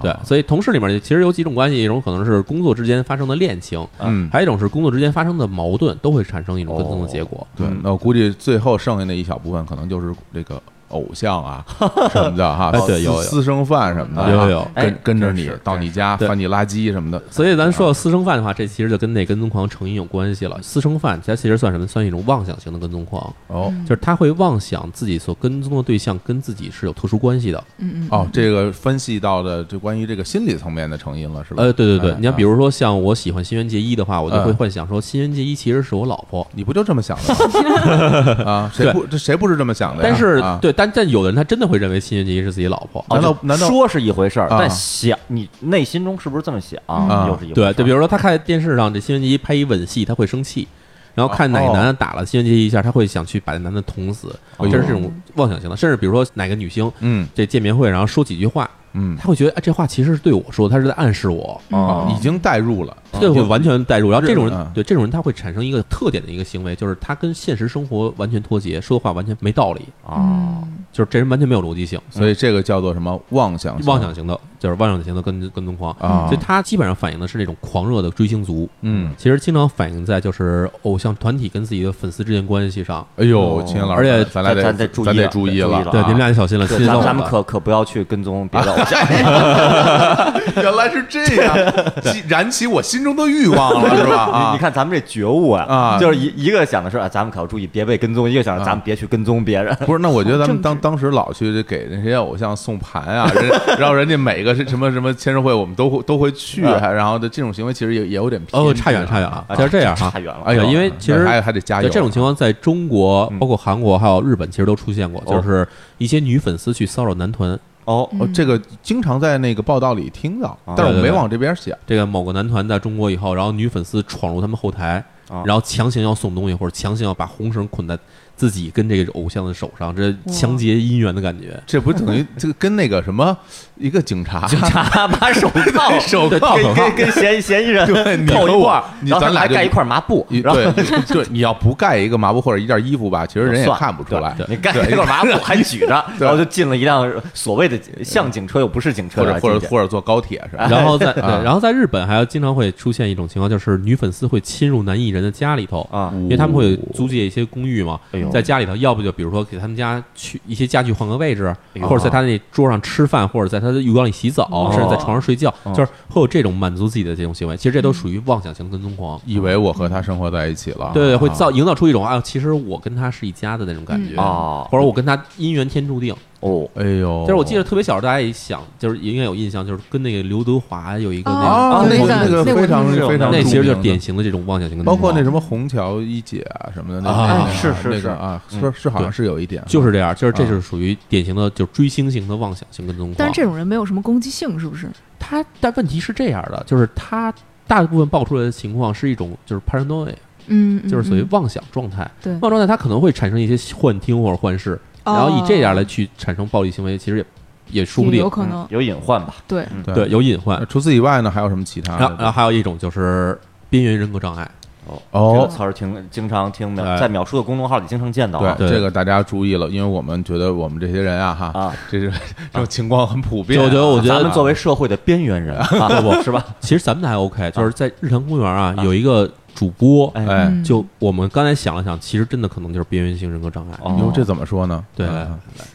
S2: 啊，
S1: 对，所以同事里面其实有几种关系，一种可能是工作之间发生的恋情，
S2: 嗯。
S1: 还有一种是工作之间发生的矛盾，都会产生一种跟踪的结果。
S2: 对
S3: 嗯，
S2: 那我估计最后剩下那一小部分，可能就是这个偶像啊 *laughs* 什么的哈，
S1: 哎对
S2: 私
S1: 有有
S2: 私生饭什么的，
S1: 有有有
S2: 跟
S3: 哎
S2: 跟着
S3: 真
S2: 你
S3: 是
S2: 到你家
S1: 对
S2: 翻你垃圾什么的，
S1: 所以咱说到私生饭的话，这其实就跟那跟踪狂成因有关系了。私生饭它其实算什么？算一种妄想型的跟踪狂，
S2: 哦
S1: 就是他会妄想自己所跟踪的对象跟自己是有特殊关系的。
S4: 嗯嗯
S2: 哦，这个分析到的就关于这个心理层面的成因了，是吧？
S1: 呃，对对对
S2: 哎，
S1: 你像比如说像我喜欢新垣结衣的话，我就会
S2: 嗯
S1: 幻想说新垣结衣其实是我老婆。
S2: 你不就这么想
S1: *laughs*
S2: 的吗啊？谁
S1: 对
S2: 不这谁不是这么想的呀？
S1: 但是
S2: 啊，
S1: 对，但但有的人他真的会认为新垣结衣是自己老婆。
S2: 难道
S3: 哦就
S2: 难道
S3: 说是一回事儿，
S2: 啊
S3: 但想你内心中是不是这么想，
S2: 啊
S3: 又是一回事
S1: 对，
S3: 儿。
S1: 就比如说他看电视上这新垣结衣拍一吻戏，他会生气，然后看
S2: 哦
S1: 哪个男的打了新垣结衣一下，他会想去把那男的捅死，
S2: 哎呦
S1: 这是这种妄想型的。甚至比如说哪个女星
S2: 嗯
S1: 这见面会，然后说几句话，
S2: 嗯，
S1: 他会觉得哎，这话其实是对我说，他是在暗示我，
S2: 啊，
S3: 哦
S4: 嗯
S2: 已经带入了，啊
S1: 对，会完全代入。然后这种
S2: 哦是嗯
S1: 人，对这种人，他会产生一个特点的一个行为，就是他跟现实生活完全脱节，说的话完全没道理，
S4: 嗯
S3: 啊，
S1: 就是这人完全没有逻辑性，
S2: 所以这个叫做什么妄想
S1: 妄想型的，就是妄想型的跟跟踪狂。
S2: 啊
S1: 所以，他基本上反映的是这种狂热的追星族，
S2: 嗯，
S1: 其实经常反映在就是偶像团体跟自己的粉丝之间关系上。
S2: 哎呦，秦岩老师，
S1: 而且
S2: 咱俩得
S3: 哦咱得注意
S2: 咱得
S3: 了
S2: 注
S3: 得
S2: 意
S3: 注意
S2: 了
S3: 了，
S1: 对，你们俩就小心了，
S3: 啊对
S1: 心
S3: 咱
S1: 漏
S3: 咱们
S1: 了。
S3: 可可不要去跟踪别的偶像，
S2: 原来是这样，激燃起我心中的欲望了，是吧？
S1: *laughs*
S3: 你
S2: 啊
S3: 你，看咱们这觉悟
S2: 啊
S3: 就是一一个想的是啊，咱们可要注意别被跟踪；一个想着
S2: 啊
S3: 咱们别去跟踪别人。
S2: 不是，那我觉得咱们
S4: 好
S2: 当
S4: 政治
S2: 当时老去给那些偶像送盘啊，人然后人家每个是什么什么签售会，我们都会都会去，
S3: 啊
S2: 还然后的这种行为其实也也有点偏
S1: 哦，
S2: 激
S1: 差远
S2: 啊
S1: 差远了，
S3: 啊
S1: 就是这
S3: *laughs*
S1: 样哈
S3: 差。远了。
S2: 哎呦，
S1: 对因为其实
S2: 还还得加油
S1: 对
S2: 啊，
S1: 这种情况，在中国、包括韩国还有日本，其实都出现过，
S3: 嗯哦
S1: 就是一些女粉丝去骚扰男团。
S3: 哦，
S2: 哦，这个经常在那个报道里听到，但是我
S1: 嗯对对
S2: 没
S1: 对
S2: 往这边想。
S1: 这个某个男团在中国以后，然后女粉丝闯入他们后台，
S3: 啊
S1: 然后强行要送东西，或者强行要把红绳捆在自己跟这个偶像的手上，这强结姻缘的感
S3: *laughs*
S1: 觉。
S2: 这不等于这个跟那个什么一个警察 *laughs*
S3: 警察把手铐
S2: 手铐
S3: 跟跟跟嫌疑嫌疑人
S2: 对你
S3: 扣
S2: 和
S3: 一
S2: 我
S3: 块儿，
S2: 你
S3: 然后
S2: 咱俩
S3: 还
S2: 就
S3: 盖一块麻布，
S2: 一
S3: 然后
S2: 对对，你要不盖一个麻布或者一件衣服吧，其实人
S1: *laughs*
S2: 也
S1: 啊
S3: 算
S2: 看不出来。
S3: 你盖一块
S2: *laughs*
S3: 麻布还举着，然后就进了一辆所谓的像警车又不是警车啊
S2: 或
S1: 啊
S2: 者或
S3: 的进
S2: 者
S3: 去，
S2: 或者坐高铁
S3: 哎
S2: 是吧？
S1: 然后在对，
S2: 啊
S1: 然后在日本还有经常会出现一种情况，就是女粉丝会侵入男艺人的家里头
S3: 啊
S1: 因为他们会租借一些公寓嘛
S3: 哎呦，
S1: 在家里头，要不就比如说给他们家去一些家具换个位置，
S3: 哎呦哦
S1: 或者在他那桌上吃饭，或者在他的浴缸里洗澡，甚至在床上睡觉，就是会有这种满足自己的这种行为。其实这
S3: 嗯
S1: 都属于妄想型跟踪狂，
S2: 以为我和他生活在一起了，
S1: 对，会
S2: 啊
S1: 造营造出一种啊，其实我跟他是一家的那种感觉
S4: 嗯
S3: 哦
S1: 或者我跟他姻缘天注定。
S3: 哦
S2: 哎呦，
S1: 就是我记得特别小，大家一想，就是应该有印象，就是跟那个刘德华有一个那
S2: 啊
S4: 哦，
S2: 那
S4: 那
S2: 个个
S4: 个那个
S2: 非常
S3: 是有
S2: 非
S1: 个，
S2: 常，
S1: 那其实就是典，型的这种妄想型跟
S2: 包
S1: 踪狂。
S2: 括那什么虹桥一姐啊什么的那个
S1: 啊
S2: 那个
S3: 是是
S2: 那
S3: 是
S2: 个啊，是是好像是有一点，
S1: 就是这样，就是这
S2: 啊
S1: 就是属于典型的就是追星型的妄想型跟踪狂。
S4: 但是这种人没有什么攻击性，是不是？
S1: 他，但问题是这样的，就是他大部分爆出来的情况是一种就是 paranoia，
S4: 嗯，嗯
S1: 就是属于
S4: 嗯哦
S1: 妄想状态。
S4: 对
S1: 妄想状态他可能会产生一些幻听或者幻视，然后以这样来去产生暴力行为，其实也也说不
S4: 也
S1: 定嗯
S4: 有。可能
S3: 有隐患吧？
S4: 对
S1: 对，。有啊隐患
S2: 那。除此以外呢，还有啊什么其他
S1: 然后，然后
S2: 的？
S1: 还有一种就是边缘人格障碍，
S3: 这个
S2: 哦，
S3: 词儿听经常听描
S1: 哎
S3: 在描述的公众号里经常见到啊
S2: 对
S1: 对
S2: 这个大家注意了，因为我们觉得我们这些人啊哈，
S3: 啊，
S2: 这是 *laughs* 这种情况很普遍啊。
S1: 我觉得我觉得
S3: 咱们作为社会的边
S2: *laughs*
S3: 缘人啊，不是吧？
S1: 其实咱们的还 OK，就是在日坛公园啊，有一个主播，
S3: 哎
S2: 哎，
S4: 嗯
S1: 就我们刚才想了想，其实真的可能就是边缘性人格障碍。
S3: 哦
S2: 哟，这怎么说呢？
S1: 对
S2: 啊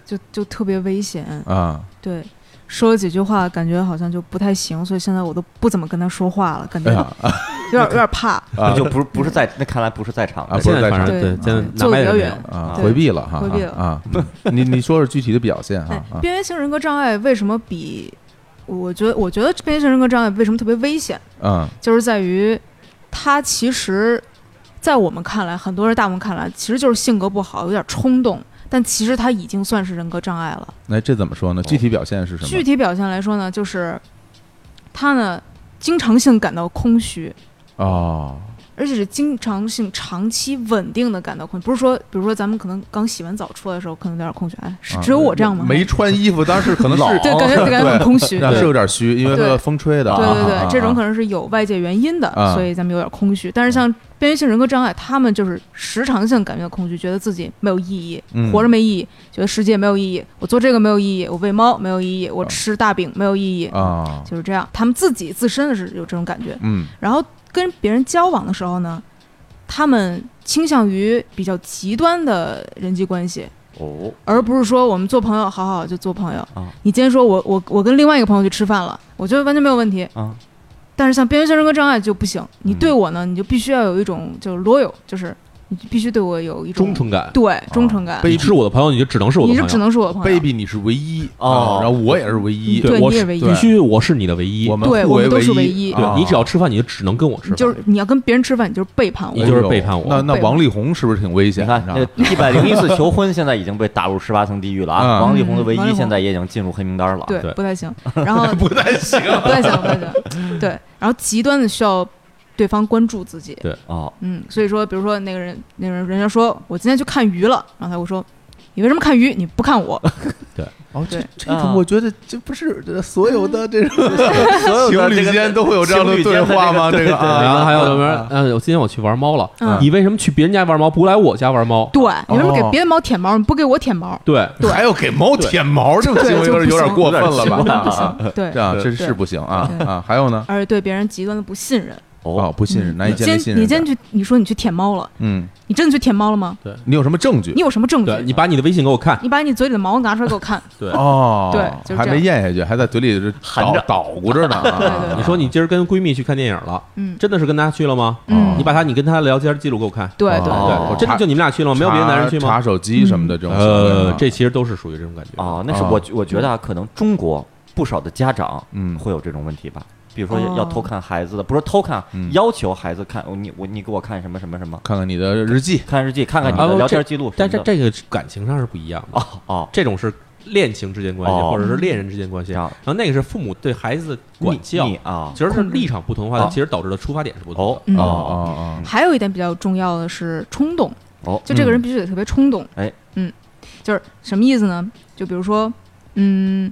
S4: 就就特别危险。
S2: 啊，
S4: 对，说了几句话，感觉好像就不太行，所以现在我都不怎么跟他说话了，感觉
S2: 哎呀
S4: *laughs* 有点有点怕。
S2: 啊
S3: 就不是不是在那看来不是在场
S2: 啊
S3: 的
S2: 不
S1: 现
S2: 是
S1: 在
S2: 在
S1: 反
S2: 场
S1: 正
S4: 对
S1: 对，现在
S4: 坐
S1: 哪也没有
S4: 得比较远。
S2: 啊，
S4: 对
S2: 回避了哈，
S4: 回避了
S2: 啊，啊嗯你你说说具体的表现哈
S4: 哎，
S2: 啊
S4: 边缘性人格障碍为什么比我觉得我觉得边缘性人格障碍为什么特别危险，
S2: 嗯
S4: 就是在于他其实，在我们看来，很多人大部分看来，其实就是性格不好，有点冲动。但其实他已经算是人格障碍了。
S2: 那这怎么说呢？具体表现是什
S4: 哦具
S2: 么？
S4: 体表现来说呢，就是他呢经常性感到空虚，
S2: 哦，
S4: 而且是经常性、长期稳定的感到空虚，不是说，比如说咱们可能刚洗完澡出来的时候，可能有点空虚，哎，是
S2: 啊
S4: 只有我这样吗？
S2: 没穿衣服，当时可能是
S4: *laughs* 对，感觉
S2: 对
S4: 感觉很空虚。
S2: *laughs* 那
S4: 对
S2: 是有点虚，因为
S4: 对
S2: 和风吹的啊。
S4: 对对
S2: 啊
S4: 对，这种可能是有外界原因的
S2: 啊，
S4: 所以咱们有点空虚。但是像边缘性人格障碍，他们就是时常性感觉到空虚，觉得自己没有意义
S2: 嗯，
S4: 活着没意义，觉得世界没有意义，我做这个没有意义，我喂猫没有意义，我吃大饼没有意义，
S2: 啊，
S4: 就是这样。他们自己自身的是有这种感觉，
S2: 嗯
S4: 然后跟别人交往的时候呢，他们倾向于比较极端的人际关系，
S3: 哦，
S4: 而不是说我们做朋友好好就做朋友。
S3: 啊
S4: 你今天说我我我跟另外一个朋友去吃饭了，我觉得完全没有问题。
S3: 啊
S4: 但是像边缘性人格障碍就不行，你
S2: 嗯
S4: 对我呢，你就必须要有一种就是 loyal，就是你必须对我有一种
S1: 忠，诚感，
S4: 对忠诚感，
S1: 你是我的朋友，你就只能是我啊的
S4: 你
S1: 朋
S4: 就
S1: 友，
S4: 只能是我的朋友。
S2: ，baby，你是唯一
S3: 哦
S2: 啊然后我也是唯一，
S4: 对
S1: 我
S4: 你也
S1: 是
S4: 唯一
S1: 必须我是你的唯一。
S2: 我们
S4: 对
S2: 互
S4: 我
S2: 为
S4: 们都是唯
S2: 一，
S4: 一
S1: 对
S2: 啊
S1: 你只要吃饭，你就只能跟我吃
S4: 你
S1: 饭，
S4: 就是你要跟别人吃饭，你就是背叛
S1: 你
S4: 我。
S1: 就是背叛我
S2: 哎呦那那
S4: 背叛
S2: 王力宏是不是挺危险？
S3: 你看
S2: 你知道
S3: 那
S2: 吗
S3: 一百零一次求婚现在已经被打入十八层地狱了啊！
S2: 嗯
S3: 王力宏的唯
S4: 嗯王
S3: 一
S4: 力宏
S3: 现在也已经进入黑名单了。
S4: 对
S1: 对，
S4: 不太行。然后
S2: 不太行，
S4: *laughs* 不太行，不太行。对，然后极端的需要对方关注自己。
S3: 哦，
S4: 嗯，所以说，比如说那个人，那个人人家说我今天去看鱼了，然后他会说你为什么看鱼？你不看我？
S2: *laughs* 哦，这
S4: 对嗯
S2: 这种
S3: 啊
S2: 我觉得这不是这所有的
S4: *laughs*
S2: 这种
S3: 所有
S2: 情
S3: 的
S2: 侣
S3: 这个
S2: 间都会有这样
S3: 情
S2: 的
S3: 侣间
S2: 对
S3: 的
S2: 话
S3: 这个
S2: 吗？这个啊，
S1: 然后还有什
S2: 啊
S1: 么？嗯，我今天我去玩猫了，
S4: 嗯
S1: 你为什么去别人家玩猫，不来我家玩猫？
S2: *laughs*
S4: 对，你为什么给
S2: 哦
S4: 别的猫舔毛，你不给我舔毛？
S1: 对，
S4: 对
S2: 还有给猫哦舔毛这种行为，有点
S4: 对就不行
S2: 有点过分了
S3: 有
S2: 吧？
S3: 点
S2: 啊啊 *laughs*
S4: 对
S2: 这，样
S1: 对
S2: 真是
S4: 对
S2: 不行啊
S4: 对
S2: 啊！还有呢？
S4: 而且对别人极端的不信任。
S2: 哦，不信任，难以建
S4: 今
S2: 立信
S4: 天
S2: 任
S4: 你今
S2: 感。
S4: 天去，你说你去舔猫了，
S2: 嗯，
S4: 你真的去舔猫了吗？
S2: 你有什么证据
S4: 你？有什么证
S2: 啊
S4: 据？
S1: 对你把你的微信给我看，
S4: 你把你嘴里的毛拿出来给我看。
S1: 对，
S2: 哦，
S4: 对就是这样
S2: 还没咽下去，还在嘴里
S3: 含
S2: 捣
S3: 着
S2: 捣鼓着呢啊。
S4: *laughs* 对对对
S1: 你说你今儿跟闺蜜去看电影了，
S2: *laughs*
S4: 嗯
S1: 真的是跟她去了吗？
S4: 嗯
S1: 你把她你跟她聊天记录给我看，
S4: 对对
S2: 哦
S4: 对，
S1: 对，真的就你们俩去了吗？没有别的男人去
S2: 查查
S1: 吗？
S2: 手机什么的这种行为吗。
S1: 呃，这其实都是属于这种感觉。
S3: 啊，那是
S2: 啊
S3: 我我觉得啊，可能中国不少的家长
S2: 嗯
S3: 会有这种问题吧，比如说
S4: 哦
S3: 要偷看孩子的，不是偷看啊
S2: 嗯，
S3: 要求孩子看哦你我你给我看什么什么什么，
S2: 看看你的日记，
S3: 看日记，看看你
S1: 啊
S3: 的
S1: 不
S3: 聊
S1: 这
S4: 哦
S3: 天记录什么的，
S1: 但是这个感情上是不一样的，
S3: 哦哦
S1: 这种是恋情之间关系，
S3: 哦
S1: 或者是恋人之间关系，
S3: 这
S2: 嗯
S1: 然
S3: 样
S1: 后那个是父母对孩子的
S3: 你
S1: 管教
S3: 你，啊
S1: 其实是立场不同的话，
S3: 哦
S1: 其实导致的出发点是不同的。
S4: 嗯
S2: 嗯哦
S3: 哦
S2: 哦
S4: 还有一点比较重要的是冲动，
S3: 哦
S4: 就这个人必须得特别冲动。
S3: 哎，
S4: 嗯，就是什么意思呢？就比如说，嗯，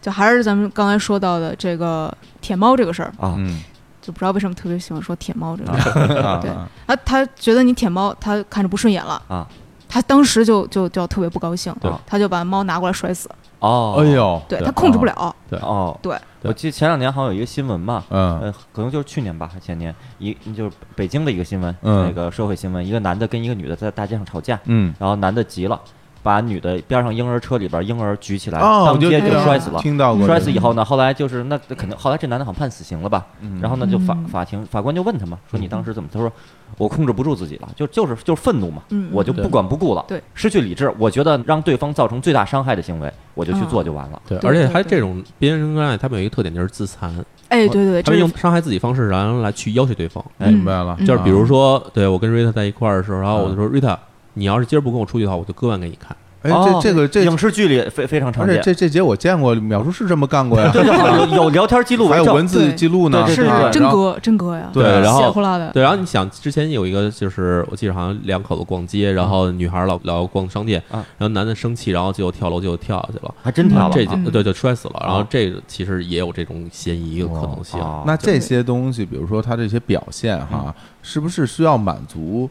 S4: 就还是咱们刚才说到的这个舔猫这个事儿，
S2: 哦，
S3: 啊
S2: 嗯
S4: 就不知道为什么特别喜欢说舔猫这个
S3: 啊
S4: 事
S3: *laughs*
S4: 儿。
S2: 啊
S4: 对
S2: 啊
S4: 他他觉得你舔猫，他看着不顺眼了
S3: 啊，
S4: 他当时就就就特别不高兴
S1: 对，
S4: 他就把猫拿过来摔死，
S3: 哦，
S2: 哎呦，
S4: 对
S1: 对
S4: 他控制不了，
S3: 哦，
S4: 对，
S1: 对
S3: 我记得前两年好像有一个新闻吧，
S2: 嗯
S3: 呃，可能就是去年吧，还前年，一就是北京的一个新闻，
S2: 嗯
S3: 那个社会新闻，一个男的跟一个女的在大街上吵架，
S2: 嗯，
S3: 然后男的急了，把女的边上婴儿车里边婴儿举起来，
S2: 哦，我
S3: 当
S2: 就
S3: 街就
S4: 知道
S3: 摔死了。
S2: 听到过
S3: 摔
S2: 这
S3: 死
S2: 个
S3: 以后呢，后来就是那可能后来这男的好像判死刑了吧，
S2: 嗯
S3: 然后呢就法
S4: 嗯
S3: 法庭法官就问他嘛，说你当时怎么？他说我控制不住自己了，就就是就是愤怒嘛，
S4: 嗯嗯
S3: 我就
S1: 对
S3: 不管不顾了，
S4: 对
S3: 失去理智，我觉得让对方造成最大伤害的行为，我
S4: 嗯
S3: 就去做就完了。
S1: 对，
S4: 对
S1: 而且
S4: 对
S1: 还
S4: 对
S1: 这种边缘关爱，他们有一个特点就是自残，
S2: 哦
S4: 哎，对对对，
S1: 他们
S4: 这是
S1: 用伤害自己方式，然后来去要挟对方。
S3: 哎
S2: 明白了，
S4: 嗯
S1: 就是比如说，对我跟 Rita 在一块儿的时候，然后我就说 Rita，你要是今儿不跟我出去的话，我就割腕给你看。
S2: 哎，
S3: 哦
S2: 这这个这，
S3: 影视剧里非非常常
S2: 而且
S3: 见，
S2: 这这节我见过，淼叔是这么干过呀，
S3: 对对对有有聊天记录
S2: *laughs* 还
S3: 为
S2: 有
S3: 证
S2: 文字记录呢，
S3: 对
S4: 是
S3: 对
S2: 啊
S3: 对
S4: 嗯真
S2: 然后
S4: 哥真哥呀，
S2: 对
S1: 然
S4: 血
S1: 后
S4: 呼啦的，
S1: 对，然后你想，之前有一个就是我记得好像两口子逛街，然后女孩老老逛商店，
S3: 啊
S1: 然后男的生气，然后就跳楼就跳下去了，
S3: 还真跳了
S1: 这
S3: 啊
S1: 就对就摔死了。然后
S3: 啊
S1: 这个其实也有这种嫌疑的可能性。
S3: 哦
S2: 啊那这些东西，比如说他这些表现
S3: 嗯
S2: 哈，是不是需要满足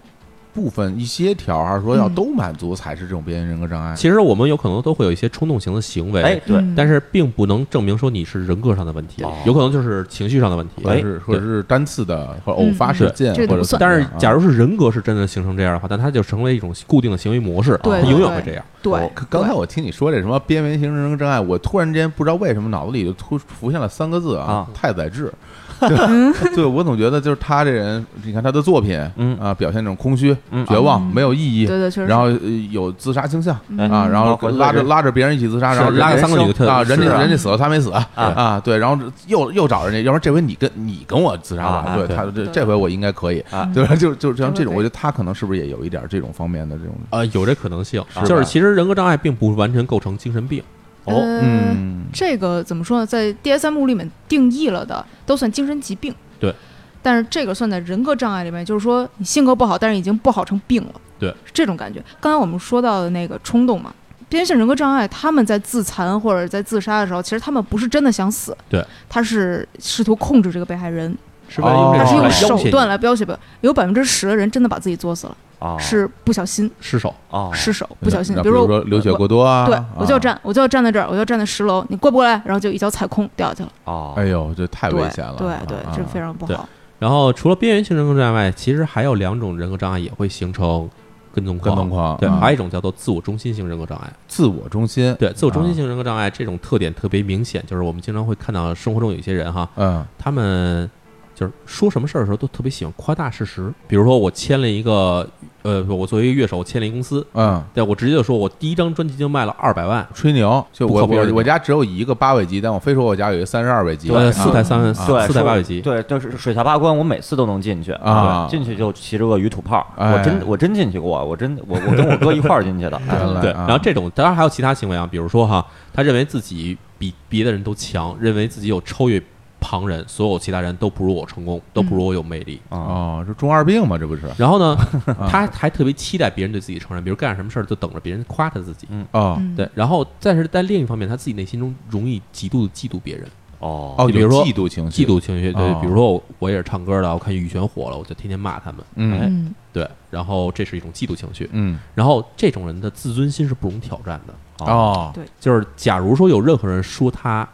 S2: 部分一些条，还是说要
S4: 嗯
S2: 都满足才是这种边缘人格障碍？
S1: 其实我们有可能都会有一些冲动型的行为，
S3: 哎对，
S4: 嗯
S1: 但是并不能证明说你是人格上的问题，
S3: 哦哎
S1: 有可能就是情绪上的问题。
S2: 或者是或者是单次的或者偶发事件，
S4: 嗯这个
S2: 或者
S4: 不
S2: 怎
S4: 算
S1: 但
S2: 么
S1: 是
S2: 样啊，
S1: 假如是人格是真的形成这样的话，但它就成为一种固定的行为模式，
S4: 对
S1: 它永远
S4: 对
S1: 会这样。
S4: 对
S2: 可哦刚才我听你说这什么边缘型人格障碍，我突然之间不知道为什么脑子里就突浮现了三个字啊
S3: 啊，
S2: 太宰
S4: *laughs*
S2: 治。对，对我总觉得就是 *laughs* 他这人，你看他的作品，
S3: 嗯
S2: 啊，表现这种空虚、
S3: 嗯
S2: 绝望、
S4: 嗯
S2: 没有意义，
S4: 对对确实
S2: 然后呃有自杀倾向
S4: 嗯
S2: 啊，然后
S3: 包括
S2: 拉着
S3: 人
S2: 拉着别人一起自杀，
S1: 是
S2: 然后
S1: 拉个
S2: 人
S1: 三个女的特
S2: 啊，
S1: 是
S2: 人家
S3: 啊
S2: 人家死了他没死啊，对，然后又又找人家，要不然这回你跟你跟我自杀吧，
S3: 啊
S2: 对
S1: 对
S2: 他这
S4: 对
S2: 这回我应该可以
S3: 啊，
S2: 对吧， *laughs* 就就像这种，
S4: 这回可以
S2: 我觉得他可能是不是也有一点这种方面的这种，
S1: 呃，有这可能性，
S3: 是
S1: 就是
S3: 吧
S1: 其实人格障碍并不完全构成精神病。
S3: 哦
S4: 呃
S2: 嗯，
S4: 这个怎么说呢？在 DSM 里面定义了的都算精神疾病。
S1: 对。
S4: 但是这个算在人格障碍里面，就是说你性格不好，但是已经不好成病了。
S1: 对，
S4: 是这种感觉。刚才我们说到的那个冲动嘛，边缘性人格障碍，他们在自残或者在自杀的时候，其实他们不是真的想死，
S1: 对，
S4: 他是试图控制这个被害人，
S1: 是吧？用
S3: 哦
S1: 这
S4: 他
S1: 种
S4: 是
S1: 哦来
S4: 用
S1: 要
S4: 手
S1: 挟你
S4: 段来要挟别人。有百分之十的人真的把自己作死了，
S3: 哦
S4: 是不小心
S1: 失手，
S3: 哦
S4: 失手，不小心，
S2: 那
S4: 比
S2: 比
S4: 如
S2: 如
S4: 说
S2: 说流血
S4: 我
S2: 过多啊，
S4: 对
S2: 啊，
S4: 我就要站，我就要站在这儿，我就要站在十楼，你过不过来，然后就一脚踩空掉下去了。
S3: 哦
S2: 哎呦，这太
S4: 对
S2: 危险了！
S4: 对
S2: 啊
S4: 对
S2: 啊，
S4: 这非常不
S1: 对
S4: 好。
S1: 然后除了边缘性人格障碍外，其实还有两种人格障碍也会形成跟踪
S2: 跟
S1: 狂。
S2: 踪狂，
S1: 对，
S2: 啊
S1: 还有一种叫做自我中心型人格障碍。
S2: 自我中心，
S1: 对，自我中心型人格障碍这种特点特别明显，就是我们经常会看到生活中有一些人哈，
S2: 嗯，
S1: 他们就是说什么事儿的时候都特别喜欢夸大事实。比如说我签了一个，呃，我作为一个乐手，我签了一公司，
S2: 嗯
S1: 对我直接就说我第一张专辑就卖了二百万，
S2: 吹牛，就
S1: 不
S2: 我
S1: 靠边儿
S2: 我
S1: 的
S2: 我家只有一个八位机，但我非说我家有一个三十二位机，
S1: 呃
S2: 啊
S1: 四台三万
S3: 对，
S1: 四台
S3: 是
S1: 八尾级。
S3: 对，就是水下八关，我每次都能进去
S2: 啊
S3: 对进去就骑着个鱼吐泡，
S2: 哎
S3: 我真我真进去过，我真我我跟我哥一块儿进去的，哎
S2: 原来
S1: 对，
S2: 啊
S1: 然后这种当然还有其他行为啊，比如说哈，他认为自己比别的人都强，认为自己有超越旁人，所有其他人都不如我成功，都不如我有魅力。
S3: 啊，
S2: 哦，这中二病嘛，这不是？
S1: 然后
S2: *laughs*
S1: 呢，
S2: 啊
S1: 他还特别期待别人对自己承认，比如干点什么事儿就等着别人夸他自己。
S2: 哦
S4: 嗯
S1: 对，，然后但是在另一方面，他自己内心中容易极度地嫉妒别人，
S3: 哦
S2: 哦，
S1: 就比如说
S2: 有嫉妒情绪，
S1: 嫉妒情绪。对
S2: 哦，
S1: 比如说我我也是唱歌的，我看羽泉火了，我就天天骂他们。
S2: 嗯，嗯
S4: 嗯，
S1: 对，然后这是一种嫉妒情绪。
S2: 嗯
S1: 然后这种人的自尊心是不容挑战的。
S2: 哦，
S1: 就是假如说有任何人说他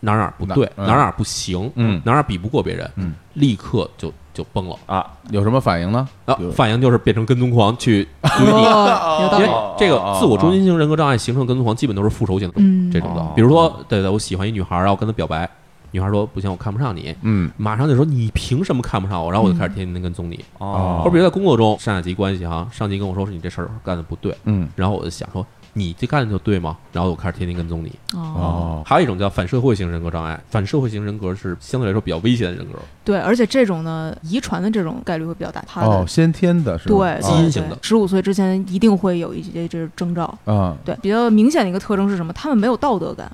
S1: 哪儿哪儿不对，
S2: 哪
S1: 哪
S2: 嗯
S1: 儿哪儿不行，
S2: 嗯
S1: 哪儿哪儿比不过别人，
S2: 嗯，
S1: 立刻就就崩了。
S3: 啊，
S2: 有什么反应呢？
S1: 啊
S2: 对，
S1: 反应就是变成跟踪狂去追你，
S4: 哦，有道
S1: 因为
S4: 理，
S1: 这个
S2: 哦
S1: 自我中心型人格障碍形成的跟踪狂，基本都是复仇型的
S4: 嗯，
S1: 这种
S2: 哦
S1: 的。比如说，对对，我喜欢一女孩儿，然后我跟她表白，女孩说不行，我看不上你，
S2: 嗯
S1: 马上就说你凭什么看不上我？然后我就开始天天跟踪你。
S2: 哦
S1: 或者比如在工作中，上下级关系哈，上级跟我说是你这事儿干的不对，
S2: 嗯
S1: 然后我就想说你这干的就对吗？然后我开始天天跟踪你。
S4: 哦，
S2: 哦
S1: 还有一种叫反社会型人格障碍，反社会型人格是相对来说比较危险的人格，
S4: 对，而且这种呢，遗传的这种概率会比较大，他的
S2: 哦，先天的是吧
S4: 对
S1: 基因
S2: 哦
S1: 型的
S4: 十五岁之前一定会有一些这征兆。
S2: 啊
S4: 对，比较明显的一个特征是什么？他们没有道德感。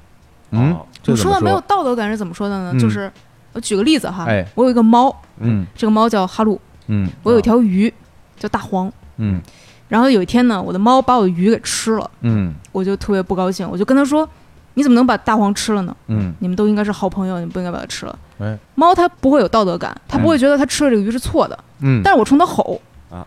S2: 嗯
S3: 哦，
S2: 这
S4: 我
S2: 怎
S4: 说
S2: 么
S4: 的没有道德感是怎么说的呢？
S2: 嗯
S4: 就是我举个例子哈，
S2: 哎
S4: 我有一个猫，
S2: 嗯
S4: 这个猫叫哈鲁，
S2: 嗯，
S4: 我有一条鱼、叫大黄。
S2: 嗯
S4: 然后有一天呢，我的猫把我的鱼给吃了，
S2: 嗯
S4: 我就特别不高兴，我就跟他说：“你怎么能把大黄吃了呢？
S2: 嗯
S4: 你们都应该是好朋友，你不应该把它吃了。
S2: 哎
S4: 猫它不会有道德感，它不会觉得它吃了这个鱼是错的，
S2: 嗯
S4: 但是我冲它吼
S3: 啊，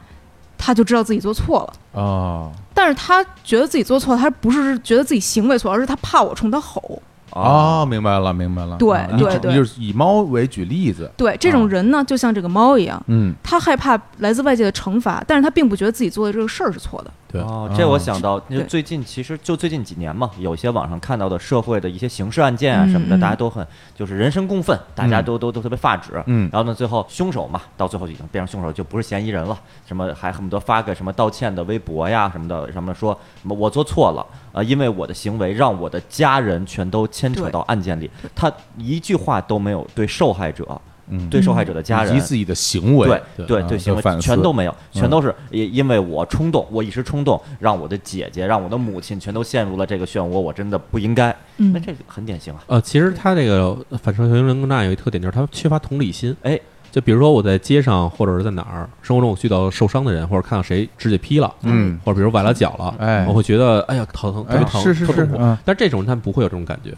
S4: 它就知道自己做错了。
S2: 哦
S4: 但是他觉得自己做错，他不是觉得自己行为错，而是他怕我冲他吼。
S2: 哦，明白了明白了，
S4: 对
S2: 啊你
S4: 对
S2: 只
S4: 对
S2: 你就是以猫为举例子，
S4: 对，这种人呢，就像这个猫一样，
S2: 嗯
S4: 他害怕来自外界的惩罚，但是他并不觉得自己做的这个事儿是错的。
S1: 对
S3: 哦，
S2: 啊
S3: 这我想到，就
S4: 对
S3: 最近其实就最近几年嘛，有些网上看到的社会的一些刑事案件啊
S4: 嗯
S3: 什么的，
S4: 嗯
S3: 大家都很就是人神共愤，大家
S2: 嗯
S3: 都都都特别发指。
S2: 嗯
S3: 然后呢，最后凶手嘛，到最后已经变成凶手，就不是嫌疑人了。什么还恨不得发个什么道歉的微博呀什么的，什么说什么我做错了，呃，因为我的行为让我的家人全都牵扯
S4: 对
S3: 到案件里，他一句话都没有对受害者、
S2: 嗯，
S3: 对受害者的家人
S2: 以及自己的行为，
S3: 对
S2: 啊
S3: 对，
S2: 就
S3: 行为
S2: 反
S3: 全
S2: 思
S3: 都没有，全
S2: 嗯
S3: 都是因因为我冲动，我一时冲动，让我的姐姐，让我的母亲全都陷入了这个漩涡，我真的不应该。那
S4: 嗯
S3: 这个很典型啊，
S1: 呃，其实他这个反社会型人格障碍有一特点，就是他缺乏同理心。
S3: 哎，
S1: 就比如说我在街上或者是在哪儿生活中，我遇到受伤的人，或者看到谁指甲劈了，
S2: 嗯
S1: 或者比如崴了脚了，
S2: 哎
S1: 我会觉得哎呀头疼，特别
S2: 哎
S1: 疼，
S2: 是是
S1: 特
S2: 是
S1: 痛苦。
S2: 嗯
S1: 但这种人他们不会有这种感觉，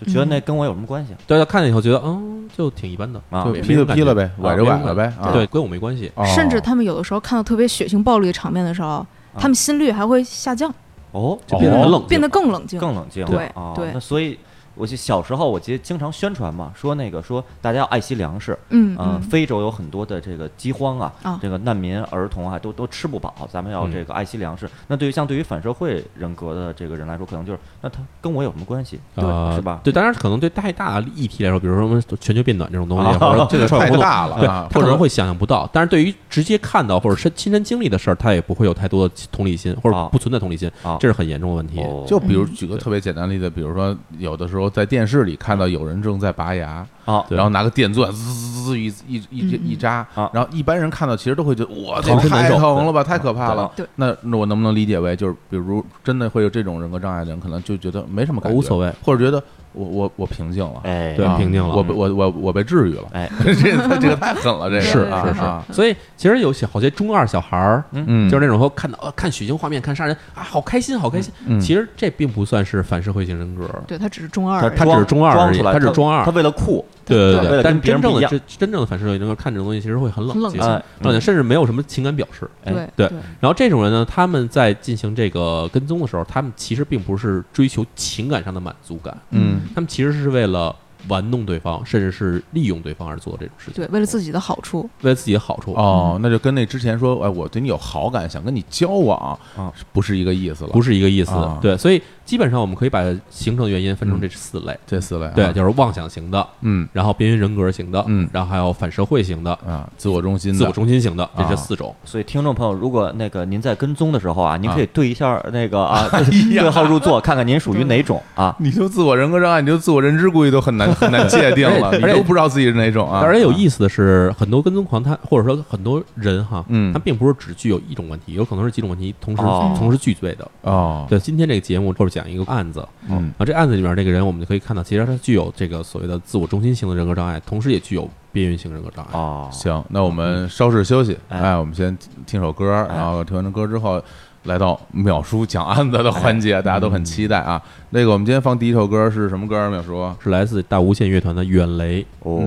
S3: 就觉得
S4: 嗯
S3: 那跟我有什么关系啊
S1: 对他看见以后觉得嗯就挺一般的，
S3: 啊
S2: 就？
S1: 没
S2: 劈就劈了呗，
S1: 没
S2: 崴
S1: 有
S2: 就崴
S1: 感觉
S2: 了呗，啊
S1: 对，跟我没关系。
S2: 哦
S4: 甚至他们有的时候看到特别血腥暴力的场面的时候，他们心率还会下降，
S3: 哦，
S1: 就变得很冷静
S4: 变得更冷静。
S3: 更冷静，
S4: 对
S3: 啊，
S4: 对
S3: 那所以。我记小时候，我记得经常宣传嘛，说那个说大家要爱惜粮食，
S4: 嗯
S3: 呃，
S4: 嗯，
S3: 非洲有很多的这个饥荒啊，
S4: 啊
S3: 这个难民儿童啊，都都吃不饱，咱们要
S1: 嗯
S3: 这个爱惜粮食。那对于像对于反社会人格的这个人来说，可能就是那他跟我有什么关系？
S1: 呃
S3: 是吧
S1: 对，当然可能对太大的议题来说，比如说什么全球变暖这种东西，
S3: 啊
S1: 或者
S2: 这个
S1: 创业
S2: 太
S1: 活动
S2: 大了
S1: 对， *laughs*
S2: 啊
S1: 他可能会想象不到。但是对于直接看到或者是亲身经历的事儿，他也不会有太多的同理心，或
S3: 啊
S1: 者不存在同理心
S3: 啊，
S1: 这是很严重的问题。
S3: 哦
S2: 就比如举个
S1: 对
S2: 特别简单的例子，比如说有的时候在电视里看到有人正在拔牙，
S3: 啊，
S1: 对
S2: 然后拿个电钻滋滋滋滋一一一
S4: 嗯嗯
S2: 一扎
S3: 啊，
S2: 然后一般人看到其实都会觉得哇，这
S1: 疼
S2: 也太
S1: 难受
S2: 疼了吧，太可怕
S3: 啊
S2: 了。
S4: 对
S2: 那那我能不能理解为就是比如真的会有这种人格障碍的人，可能就觉得没什么感觉，
S1: 无所谓，
S2: 或者觉得我我我平静了，
S3: 哎，
S1: 对
S2: 啊
S1: 平静了嗯
S2: 我被我我我被治愈了。
S3: 哎，
S2: 这这个太狠了，这个
S4: 是
S2: 啊
S4: 是是
S2: 啊
S1: 所以其实有些好些中二小孩儿，
S2: 嗯，
S1: 就是那种说看到、呃、看血腥画面、看杀人啊，好开心，好开心。
S2: 嗯嗯
S1: 其实这并不算是反社会型人格，
S4: 对他只是中二
S3: 他
S4: 而已，
S1: 他只是中二
S3: 装
S1: 而已
S3: 出来
S1: 他只是中二
S3: 他为了酷，
S1: 对
S4: 对
S3: 为了
S1: 对。但
S3: 跟
S1: 是
S3: 别人
S1: 真正
S3: 不一
S1: 的
S3: 样
S1: 这真正的反社会人格看这种东西，其实会很冷
S4: 很冷
S1: 静，
S4: 静
S3: 哎，
S1: 冷静，甚至没有什么情感表示。
S3: 哎
S1: 对
S4: 对
S1: 然后这种人呢，他们在进行这个跟踪的时候，他们其实并不是追求情感上的满足感，
S2: 嗯
S1: 他们其实是为了玩弄对方，甚至是利用对方而做这种事情，
S4: 对，为了自己的好处，
S1: 为了自己的好处。
S2: 哦，那就跟那之前说，哎，我对你有好感，想跟你交往
S3: 啊，
S2: 是不是一个意思了？
S1: 嗯不
S2: 是
S1: 是一个意思
S2: 啊，
S1: 对，所以基本上我们可以把形成的原因分成
S2: 嗯
S1: 这四类，
S2: 这思维啊，
S1: 对，就是妄想型的，
S2: 嗯
S1: 然后边缘人格型的，
S2: 嗯
S1: 然后还有反社会型的、
S2: 啊，自我中心的，
S1: 自我中心型的，这
S2: 啊
S1: 是四种。
S3: 所以听众朋友，如果那个您在跟踪的时候啊，您
S2: 啊
S3: 可以对一下那个
S1: *laughs*
S3: 啊
S1: 哎
S3: *laughs* 对号入座，看看您属于哪种啊。
S2: 你就自我人格障碍，你就自我认知估计都很难很难界定了，
S1: 而
S2: 你
S1: 且
S2: 都不知道自己是哪种啊。
S1: 而且有意思的是，很多跟踪狂他或者说很多人哈，
S2: 嗯
S1: 他并不是只具有一种问题，有可能是几种问题同时
S3: 哦
S1: 同时具备的。
S2: 哦，
S1: 对，今天这个节目或者讲一个案子，
S2: 嗯
S1: 啊，这案子里面那个人，我们就可以看到，其实他具有这个所谓的自我中心型的人格障碍，同时也具有边缘型人格障碍。
S3: 哦，
S2: 行，那我们稍事休息，
S3: 哎
S2: 哎，我们哎先听首歌，然后听完这歌之后，来到秒叔讲案子的环节，大家都很期待啊。那个，我们今天放第一首歌是什么歌儿？淼叔，
S1: 是来自大无限乐团的《远雷》。
S3: 哦，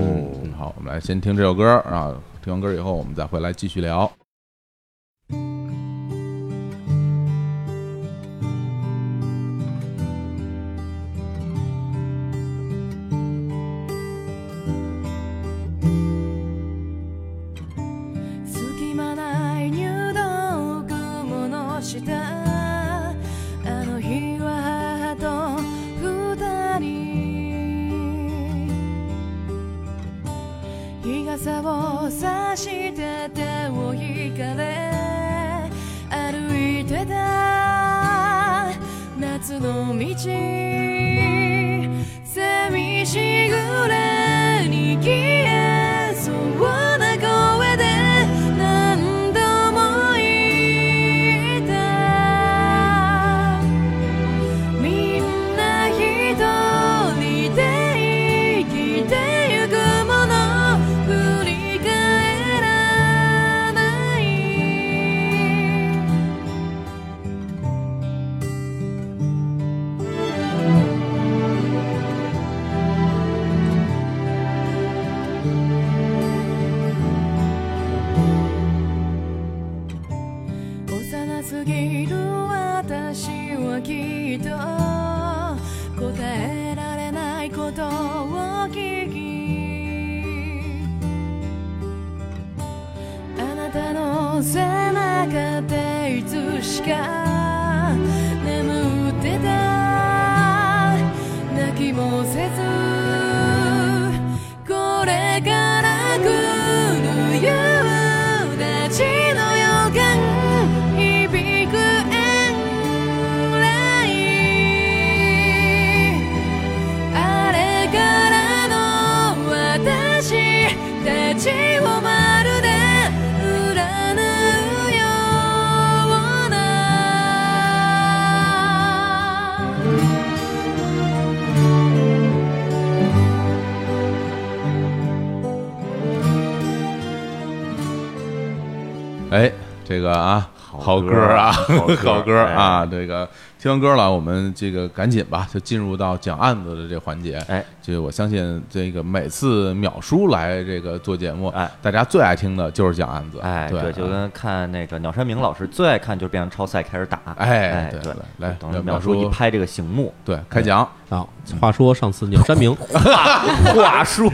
S2: 嗯，好，我们来先听这首歌啊，听完歌以后，我们再回来继续聊。
S5: 隙間ない入道雲の下あの日はと二人日傘を差して手を引かれ歩いてた夏の道寂しぐれに消えそうな声で何度も言ったみんな一人で生きてゆくもの振り返らない幼すぎる私はきっと答えられないことを聞きあなたの背中でいつしか眠ってた泣きもせずこれから来る夕立の予感響く遠来あれからの私たちをまるで占うような
S2: 哎，这个啊，好歌啊，好
S3: 好
S2: 歌
S3: 歌哎
S2: 啊，这个听完歌了，我们这个赶紧吧，就进入到讲案子的这环节。
S3: 哎，
S2: 就我相信这个每次淼叔来这个做节目，
S3: 哎，
S2: 大家最爱听的就是讲案子。
S3: 哎，
S2: 对，啊
S3: 就跟看那个鸟山明老师最爱看就是变成超赛开始打，
S2: 哎
S3: 哎，
S2: 对
S3: 对，
S2: 来
S3: 等
S2: 来
S3: 淼
S2: 淼
S3: 叔
S2: 叔
S3: 一拍这个醒目，
S2: 对开讲，
S1: 啊，话说上次鸟山明，
S3: 话说，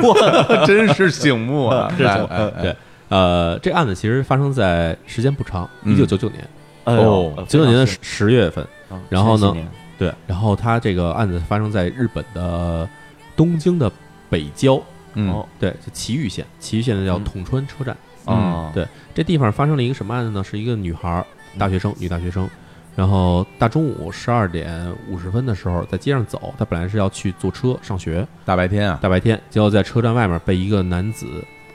S2: 真是醒目啊！来哎哎
S1: 对，呃，这案子其实发生在时间不长，
S2: 嗯
S1: 一九九九年，
S3: 哎
S2: 哦
S3: 呦
S1: 九九年的十十月份，
S3: 哦
S1: 然后呢，对，然后他这个案子发生在日本的东京的北郊，
S2: 嗯
S3: 哦
S1: 对，就埼玉县，埼玉县的叫
S3: 嗯
S1: 统川车站。
S3: 啊，
S1: 对这地方发生了一个什么案子呢？是一个女孩儿，大学生，女大学生。然后大中午十二点五十分的时候，在街上走，她本来是要去坐车上学，
S2: 大白天啊，
S1: 大白天，结果在车站外面被一个男子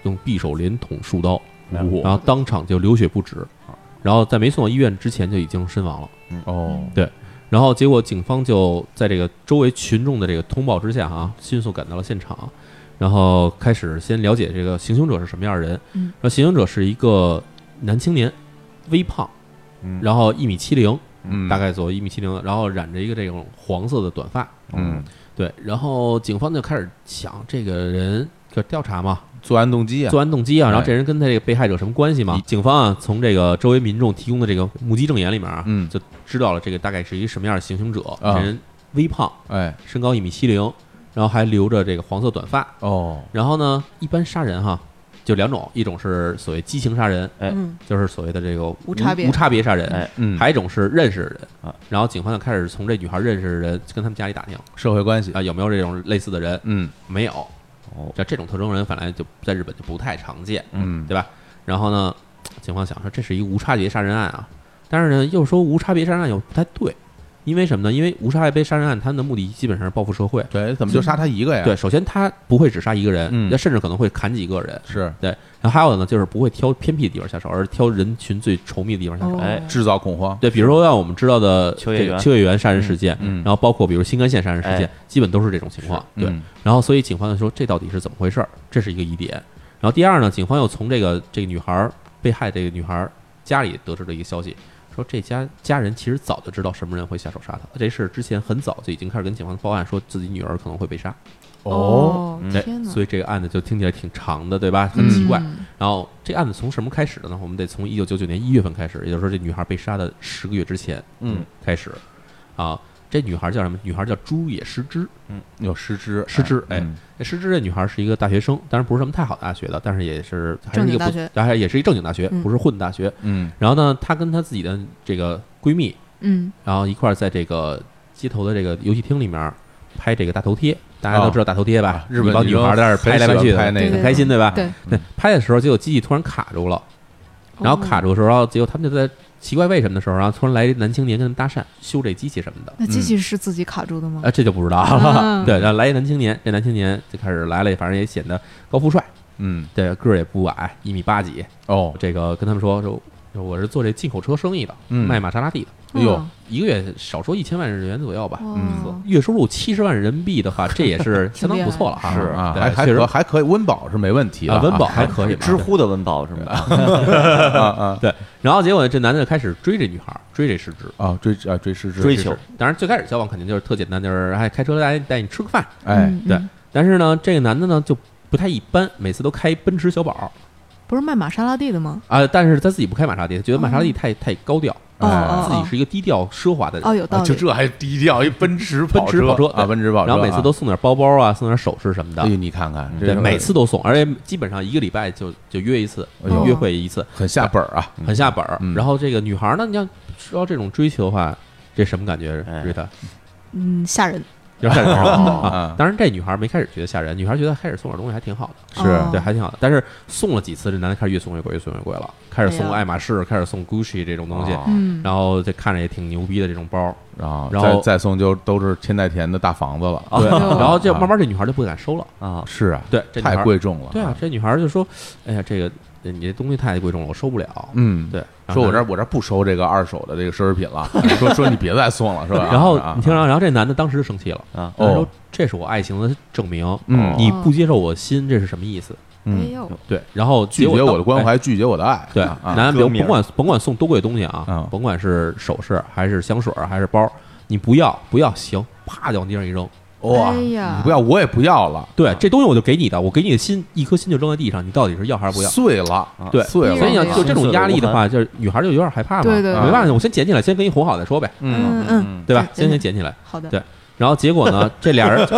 S1: 用匕首连捅数刀，
S2: 哦
S1: 然后当场就流血不止，然后在没送到医院之前就已经身亡了。
S2: 哦，
S1: 然后结果警方就在这个周围群众的这个通报之下啊，迅速赶到了现场，然后开始先了解这个行凶者是什么样的人。
S4: 嗯
S1: 然后行凶者是一个男青年，微胖，
S3: 嗯
S1: 然后一米七零，
S2: 嗯，
S1: 大概左右一米七零，然后染着一个这种黄色的短发。
S2: 嗯，
S1: 对，然后警方就开始想这个人就调查嘛，
S2: 作案动机啊，
S1: 作案动机啊，
S2: 哎
S1: 然后这人跟他这个被害者什么关系嘛？警方啊，从这个周围民众提供的这个目击证言里面啊，
S2: 嗯
S1: 就知道了这个大概是一个什么样的行凶者。
S2: 啊
S1: 这人微胖，
S2: 哎
S1: 身高一米七零，然后还留着这个黄色短发。
S2: 哦，
S1: 然后呢，一般杀人哈就两种，一种是所谓激情杀人，
S3: 哎
S4: 嗯，
S1: 就是所谓的这个无
S4: 差别
S1: 无差别杀人。
S3: 哎
S2: 嗯，
S1: 还有一种是认识的人
S3: 啊，
S1: 然后警方就开始从这女孩认识的人跟他们家里打听
S2: 社会关系，
S1: 啊有没有这种类似的人，
S2: 嗯
S1: 没有，
S3: 哦，
S1: 像这种特征人反正就在日本就不太常见，
S2: 嗯，
S1: 对吧？然后呢，警方想说这是一无差别杀人案啊，但是呢又说无差别杀人案又不太对，因为什么呢？因为无差别被杀人案，他的目的基本上是报复社会。
S2: 对，怎么就杀他一个呀？
S1: 对，，首先他不会只杀一个人，
S2: 嗯
S1: 那甚至可能会砍几个人。
S2: 是
S1: 对，然后还有呢，就是不会挑偏僻的地方下手，而是挑人群最稠密的地方下手。
S4: 哦
S3: 哎
S2: 制造恐慌。
S1: 对，比如说让我们知道的
S3: 秋叶原
S1: 这个秋叶原杀人事件，
S2: 嗯嗯
S1: 然后包括比如新干线杀人事件，
S3: 哎
S1: 基本都是这种情况。对，
S2: 嗯
S1: 然后所以警方就说这到底是怎么回事儿？这是一个疑点。然后第二呢，警方又从这个这个女孩儿被害这个女孩儿家里得知了一个消息，说这家家人其实早就知道什么人会下手杀她，这事儿之前很早就已经开始跟警方报案，说自己女儿可能会被杀。
S4: 哦
S3: 嗯，
S4: 天哪，
S1: 哎所以这个案子就听起来挺长的，对吧？很奇怪。
S4: 嗯
S1: 然后这案子从什么开始的呢？我们得从一九九九年一月份开始，也就是说这女孩被杀的十个月之前，
S2: 嗯，
S1: 开始。啊，这女孩叫什么？女孩叫朱野诗织。
S2: 有失之
S1: 失之哎
S2: 嗯
S1: 这诗织这女孩是一个大学生，当然不是什么太好的大学的，但是也是还
S4: 正
S1: 是
S4: 经
S1: 一个
S4: 大
S1: 不
S4: 学，
S1: 然后也是一正经大学，
S4: 嗯
S1: 不是混大学。
S2: 嗯
S1: 然后呢，她跟她自己的这个闺蜜，
S4: 嗯，
S1: 然后一块儿在这个街头的这个游戏厅里面拍这个大头贴。大家都
S2: 哦
S1: 知道大头贴吧
S2: 啊？日本
S1: 一帮
S2: 女
S1: 女
S2: 生
S1: 孩在那儿
S2: 很
S1: 拍来
S2: 喜
S1: 拍
S2: 欢
S1: 去的，
S2: 拍那嗯
S4: 个
S1: 很开心，对吧？
S4: 对
S1: 对，拍的时候，结果机器突然卡住
S4: 哦
S1: 了，然后卡
S4: 着，
S1: 住的时候，结果他们就在奇怪为什么的时候，然后突然来一男青年跟他们搭讪，修这机器什么的，
S4: 那机器是自己卡住的吗？
S1: 啊，这就不知道了。
S4: 嗯
S1: 对，然后来一男青年，这男青年就开始来了，反正也显得高富帅，
S2: 嗯
S1: 对，个儿也不矮，一米八几。
S2: 哦
S1: 这个跟他们说说，我是做这进口车生意的，
S2: 嗯
S1: 卖玛莎拉蒂的，
S4: 嗯
S2: 哎呦，
S1: 一个月少说一千万日元左右吧。
S4: 哇，
S1: 月收入七十万人民币的话，这也
S4: *laughs*
S1: 是相当不错了哈。
S2: 是啊，
S1: 对
S2: 还还
S1: 确实
S2: 可还可以，温饱是没问题的
S1: 啊，
S2: 啊，
S1: 温饱还可以嘛。
S3: 知乎的温饱是吗？
S2: 啊啊
S1: 对，然后结果这男的就开始追这女孩儿，追这失职。
S2: 啊追啊追失之
S3: 追
S2: 是
S3: 求
S1: 当然最开始交往肯定就是特简单，就是哎开车来带你吃个饭。
S2: 哎
S4: 嗯
S1: 对
S4: 嗯
S1: 但是呢，这个男的呢就不太一般，每次都开奔驰小宝儿
S4: 不是卖玛莎拉蒂的吗？
S1: 啊、但是他自己不开玛莎拉蒂，他觉得玛莎拉蒂太、太高调，
S4: 哦
S2: 哎
S1: 自己
S4: 哦
S1: 是一个低调奢华的人。
S4: 哦，有道
S2: 啊
S4: 理，
S2: 就这还低调一奔驰
S1: 奔驰
S2: 跑
S1: 跑车
S2: 啊
S1: 对
S2: 奔驰跑车，
S1: 然后每次都
S2: 啊
S1: 送点包包啊，送点首饰什么的
S2: 哎。呦你看看，这
S1: 对，
S2: 个
S1: 每次都送，而且基本上一个礼拜就就约一次，
S2: 哎呦
S1: 约会一次，
S2: 很下本儿啊，
S1: 很下本儿。
S2: 嗯
S1: 然后这个女孩呢，你要说到这种追求的话，这什么感觉
S3: 哎？
S1: 瑞塔
S4: 嗯，吓人，
S1: 有 *laughs*
S4: 哦
S1: 点吓人
S2: 啊
S1: 啊！当然，这女孩没开始觉得吓人，女孩觉得开始送点东西还挺好的，
S2: 是
S4: 哦
S1: 对，还挺好的。但是送了几次，这男的开始越送越贵，越送越贵了，开始
S4: 哎
S1: 送
S4: 呀
S1: 爱马仕，开始送 Gucci 这种东西，
S2: 哦
S4: 嗯，
S1: 然后这看着也挺牛逼的这种包，
S2: 然后
S1: 然
S2: 再
S1: 后
S2: 再送就都是天带田的大房子了，
S4: 哎
S3: 啊
S1: 对，然后就
S2: 啊
S1: 慢慢这女孩就不敢收了。
S3: 啊，
S2: 是啊，
S1: 对，这女孩
S2: 太贵重了，
S1: 对啊，，这女孩就说：“哎呀，这个呃你这东西太贵重了，我收不了。”
S2: 嗯，
S1: 对，然后
S2: 说我
S1: 男
S2: 这儿我这儿不收这个二手的这个奢侈品了，说说你别再送了，是吧？
S1: 然后
S2: 啊
S1: 你听着，然后这男的当时就生气了，
S3: 啊
S1: 他说
S2: 哦：“
S1: 这是我爱情的证明，
S2: 嗯
S1: 你
S4: 哦
S1: 不接受我心，这是什么意思
S4: 哎
S2: 嗯，
S4: 呦，？”
S1: 对，然后
S2: 拒绝我的关。
S1: 哎
S2: 怀，拒绝我的爱，
S1: 对，
S2: 啊
S1: 男的
S3: 歌
S1: 别甭
S3: 名
S1: 管甭管送多贵的东西啊
S2: 嗯，
S1: 甭管是首饰还是香水还是包，你不要不要，行，啪就往地上一扔。
S2: 哇，
S4: 哎
S2: 你
S4: 呀
S2: 不要我也不要了，
S1: 对，这东西我就给你的，我给你的心，一颗心就扔在地上，你到底是要还是不要？
S2: 碎了，啊
S1: 对
S2: 碎
S1: 所以
S2: 了，
S1: 你要就这种压力的
S3: 心碎了无
S1: 话，就是女孩就有点害怕嘛。
S4: 对对
S2: 对
S1: 没办法，我先捡起来，先给你哄好再说呗，
S4: 嗯嗯，
S1: 对吧？
S4: 对
S1: 先先
S4: 对
S1: 捡起来。
S4: 好的，
S1: 对然后结果呢，这俩人就